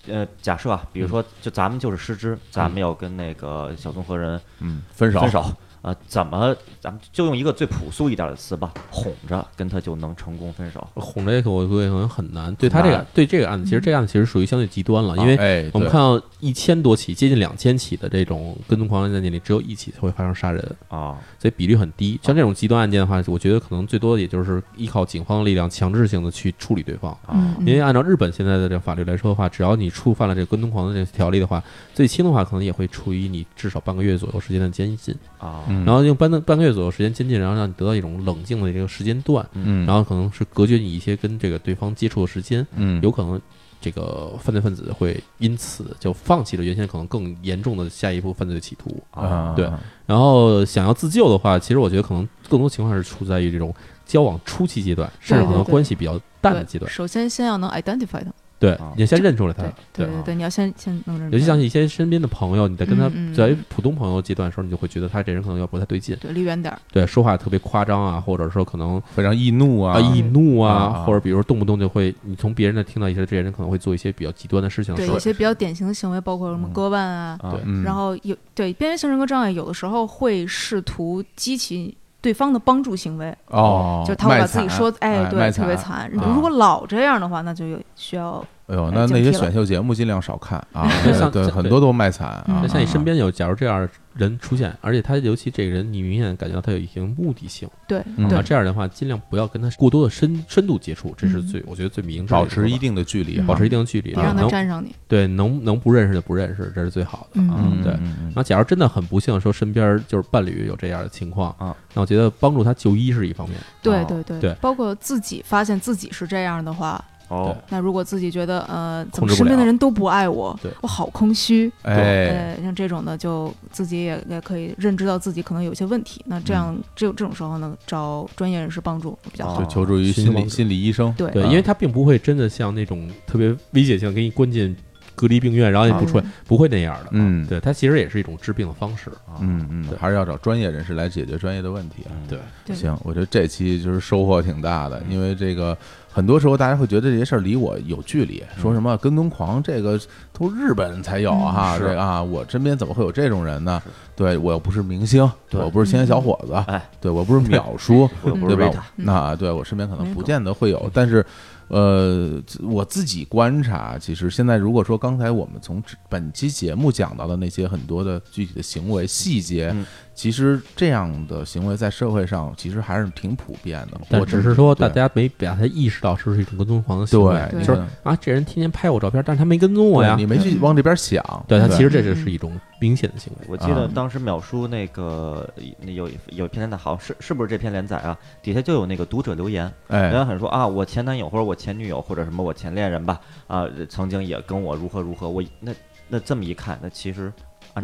S3: 呃，假设啊，
S2: 嗯
S3: 比如说，就咱们就是失之，咱们要跟那个小综合人
S2: 嗯分手
S3: 分手。啊，怎么？咱们就用一个最朴素一点的词吧，哄着跟他就能成功分手。
S1: 哄着也可我觉得可能很难。对他这
S3: 很
S1: 个对这个案子，其实这个案子其实属于相对极端了，因为
S2: 哎，
S1: 我们
S2: 对
S1: 看到一千多起，接近两千起的这种跟踪狂案件里，只有一起会发生杀人，
S3: 啊，
S1: 所以比率很低。像这种极端案件的话，我觉得可能最多也就是依靠警方力量强制性的去处理对方。
S3: 啊
S4: 嗯
S1: 因为按照日本现在的这个法律来说的话，只要你触犯了这个跟踪狂的这个条例的话，最轻的话可能也会处以你至少半个月左右时间的监禁。
S3: 啊，
S2: 嗯
S1: 然后用半个半个月左右时间监禁，然后让你得到一种冷静的一个时间段，
S2: 嗯，
S1: 然
S2: 后
S1: 后可能是隔绝你一些跟这个对方接触的时间，
S2: 嗯
S1: 有可能这个犯罪分子会因此就放弃了原先可能更严重的下一步犯罪的企图。
S2: 啊
S1: 对然后想要自救的话，其实我觉得可能更多情况是处在于这种交往初期阶段，甚至可能
S4: 对对
S1: 关系比较淡的
S4: 对
S1: 阶段。
S4: 首先先要能 identify 他，
S1: 对
S2: 啊，
S1: 你要先认出来他
S4: 对。对对
S2: 啊
S4: 对，你要先先弄认识他，
S1: 尤其像一些身边的朋友，你在跟他
S4: 嗯嗯嗯
S1: 在普通朋友阶段的时候，你就会觉得他这人可能要不太对劲，
S4: 对离远点儿，
S1: 对，说话特别夸张啊，或者说可能
S2: 非常易怒啊，
S1: 啊易
S4: 嗯
S1: 怒
S2: 啊
S1: 啊，
S2: 啊
S1: 或者比如说动不动就会，你从别人那听到一些这些人可能会做一些比较极端的事情的
S4: 对
S1: 时候
S4: 一，些比较典型的行为，包括什么
S2: 嗯
S4: 割腕啊，
S2: 啊
S1: 对
S2: 嗯
S4: 然后有对边缘性人格障碍，有的时候会试图激起对方的帮助行为，
S2: 哦，
S4: 就是他会把自己
S2: 卖惨
S4: 说，
S2: 哎，
S4: 对，
S2: 卖
S4: 特别
S2: 惨。
S4: 惨。
S2: 啊
S4: 如果老这样的话，那就有需要
S2: 哎呦，
S4: 哎
S2: 那
S4: 警
S2: 那些
S4: 惕了
S2: 选秀节目尽量少看啊，
S1: 对
S2: 对
S1: 像
S2: 对，
S1: 像
S2: 很多都卖惨
S4: 嗯
S2: 啊。
S1: 就像你身
S2: 边，
S1: 边有，假如这样的人出现，而且他尤其这个人，你明显感觉到他有一定目的性，
S4: 对
S2: 嗯
S1: 啊，
S4: 对
S1: 这样的话尽量不要跟他过多的深深度接触，这是
S4: 嗯
S1: 最我觉得最明智的
S2: 保
S1: 做法，
S2: 持一定的距离啊，
S4: 嗯
S1: 保持一定的距离，
S4: 别让他
S1: 能
S4: 沾上你。
S1: 对能能不认识的不认识，这是最好的啊
S2: 嗯，
S1: 对。
S2: 嗯
S1: 然后，假如真的很不幸，说身边就是伴侣有这样的情况
S3: 啊，
S1: 那我觉得帮助他就医是一方面，
S4: 对
S3: 哦
S4: 对对
S1: 对
S4: 包括自己发现自己是这样的话，
S3: 哦，
S4: 那如果自己觉得呃，怎
S1: 控
S4: 么
S1: 制不
S4: 身边的
S1: 了
S4: 人都不爱我
S1: 对，
S4: 我好空虚，
S2: 哎，
S4: 呃，像这种呢，就自己也也可以认知到自己可能有些问题，那
S2: 嗯
S4: 这样只有这种时候呢，找专业人士帮助比较好。
S2: 就求助于
S1: 寻
S2: 心
S1: 求
S2: 理
S1: 帮助
S2: 心理医生，
S4: 对
S1: 对，
S2: 啊
S1: 因为他并不会真的像那种特别危险性给你关进隔离病院，然后你不出来，不会那样的。
S2: 啊
S1: 啊
S2: 嗯
S1: 对，它其实也是一种治病的方式。
S3: 啊
S2: 嗯嗯，还是要找专业人士来解决专业的问题啊。
S3: 嗯
S1: 对，
S4: 对
S2: 行，我觉得这期就是收获挺大的，因为这个很多时候大家会觉得这些事儿离我有距离，说什么跟踪狂这个都日本才有
S4: 嗯
S2: 哈，
S3: 是
S2: 这个啊，我身边怎么会有这种人呢？对我又不是明星，
S3: 对
S2: 我不是青年小伙子，
S3: 哎
S2: 对我不是淼叔，
S3: 我又不
S2: 对
S3: 是
S2: 吧
S3: Rita，？
S4: 嗯
S2: 那对我身边可能
S4: 没
S2: 不
S4: 狗
S2: 见得
S1: 嗯
S2: 会有，但是，呃，自我自己观察，其实现在如果说刚才我们从这本期节目讲到的那些很多的具体的行为细节，
S3: 嗯
S2: 其实这样的行为在社会上其实还是挺普遍的。
S1: 但
S2: 我
S1: 只是说大
S2: 对
S1: 家没把它意识到，是不是一种跟踪狂的行为？
S2: 对，
S4: 对
S1: 就是啊，这人天天拍我照片，但是他没跟踪我呀
S2: 对你。没去
S4: 嗯
S2: 往这边想，
S1: 对他其实这就
S4: 对
S1: 是一种明显的行为。
S3: 我记得
S2: 啊
S3: 当时淼叔那个那有有一篇连载，好像是是不是这篇连载啊？底下就有那个读者留言，
S2: 哎
S3: 人家很说啊，我前男友或者我前女友或者什么我前恋人吧，啊，曾经也跟我如何如何，我那那这么一看，那其实按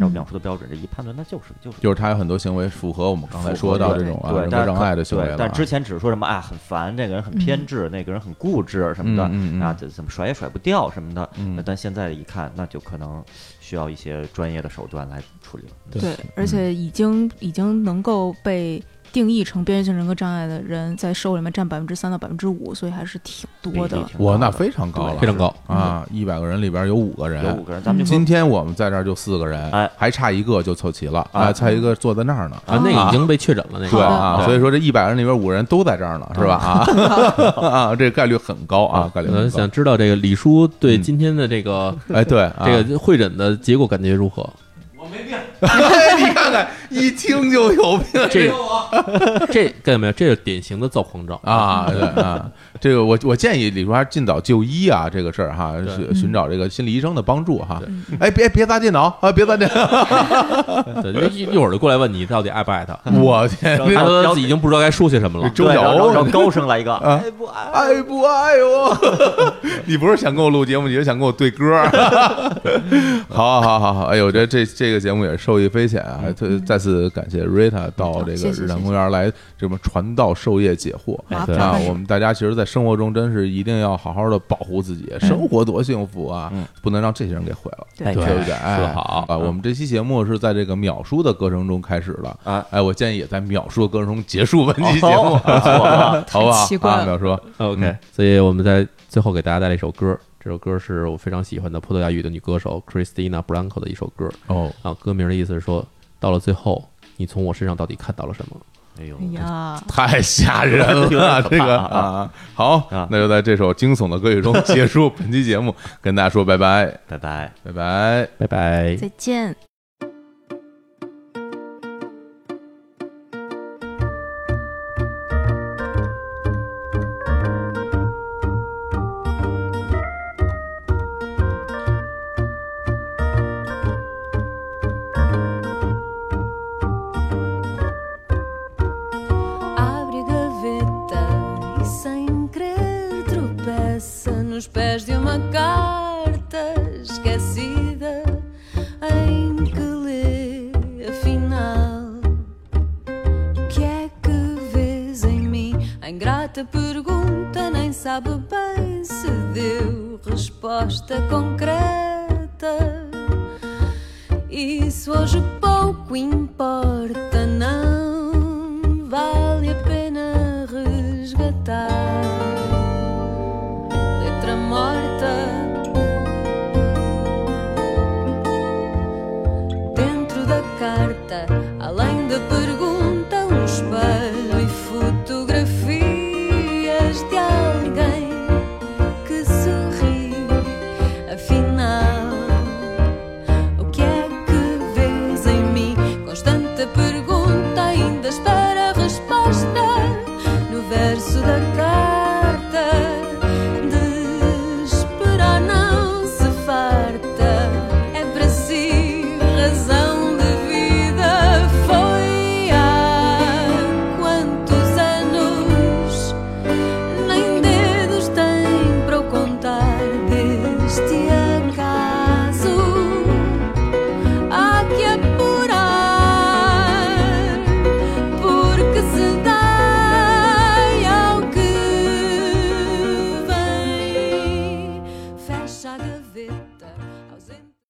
S2: 嗯
S3: 照淼叔的标准，这一判断，那就是就是。
S2: 就是他有很多行为符合我们刚才说到这种啊
S3: 对，
S2: 人格
S3: 但是
S2: 障
S3: 可
S2: 碍的行为
S3: 对
S2: 了啊，
S3: 但之前只是说什么啊，很烦，这个人很偏执，那个人很固执什么的，
S2: 嗯嗯嗯
S3: 啊，这怎么甩也甩不掉什么的。
S2: 嗯
S3: 那但现在一看，那就可能需要一些专业的手段来处理了。
S4: 对，嗯而且已经已经能够被定义成边缘性人格障碍的人，在社会里面占百分之三到百分之五，所以还是挺多
S3: 比例
S4: 的。
S3: 挺
S2: 我
S3: 高
S2: 那
S3: 的
S2: 非常高了，
S1: 非常高
S2: 啊！一百个人里边有五个人，
S3: 有五个人，咱们就说
S2: 今天我们在这儿就四个人，
S3: 嗯哎
S2: 还差一个就凑齐了，
S3: 哎
S2: 啊，差一个坐在那儿呢。
S1: 啊，那个已经被确诊了，那
S2: 对
S1: 个
S2: 啊，
S3: 对
S2: 所以说这一百人里边五人都在这儿呢，是吧？啊 *laughs* 啊，这概率很高啊，概率
S1: 呃，
S2: 很高
S1: 想。知道这个李叔对
S2: 嗯
S1: 今天的这个
S2: 哎，对，啊
S1: 这个会诊的结果感觉如何？
S2: *laughs* 哎你看看，一听就有
S1: *laughs*
S2: 病
S1: 这这看见没有？这是典型的躁狂症
S2: 啊！对啊，这个我我建议李叔还是尽早就医啊，这个事儿哈，
S1: 对
S2: 寻寻找这个心理医生的帮助哈。哎，别别砸电脑啊，别砸电脑！
S1: 对，一一会儿就过来问你到底爱不爱他，
S2: 我天，
S3: 然后
S1: 他都自己已经不知道该说些什么了。
S2: 周
S3: 对然后
S2: 游
S3: 然后高声来一个，
S2: 啊
S3: 哎不爱，
S2: 爱不爱我？ *laughs* 你不是想跟我录节目，你是想跟我对歌儿？ *laughs* 好，好，好，好！哎呦，这这这个节目也是受益匪浅啊！特再次感谢 Rita 到这
S4: 好
S2: 个
S4: 嗯谢谢
S2: 日坛公园来这么传道授业解惑。
S4: 麻
S1: 对
S4: 烦
S2: 啊
S4: 了，
S2: 我们大家其实，在生活中真是一定要好好的保护自己，
S4: 嗯
S2: 生活多幸福啊
S3: 嗯，
S2: 不能让这些人给毁了，对
S4: 对
S2: 不对？哎
S1: 说得好
S4: 嗯
S2: 啊！我们这期节目是在这个秒叔的歌声中开始的
S3: 啊
S2: 哎，我建议也在秒叔的歌声中结束本期节目， *laughs* 好不好？
S4: 哦太奇怪
S2: 啊
S4: 了
S2: 秒叔，
S1: OK，所嗯以我们在最后给大家带来一首歌，这首歌是我非常喜欢的葡萄牙语的女歌手 Christina Blanco 的一首歌
S2: 哦，
S1: 啊，歌名的意思是说，到了最后，你从我身上到底看到了什么？
S3: 哎呦
S4: 哎，呀，
S2: 太吓人
S3: *laughs* 有
S2: 了，
S3: 点
S2: *laughs* 这
S3: 可怕
S2: 个
S3: 啊
S2: 啊，好
S3: 啊，
S2: 那就在这首惊悚的歌曲中结束本期节目，跟大家说拜拜，
S3: 拜拜。
S2: 拜拜。
S1: 拜拜。
S4: 再见。
S5: pés de uma carta esquecida em que lê afinal o que é que vês em mim? A ingrata pergunta nem sabe bem se deu resposta concreta. Isso hoje pouco importa. um é É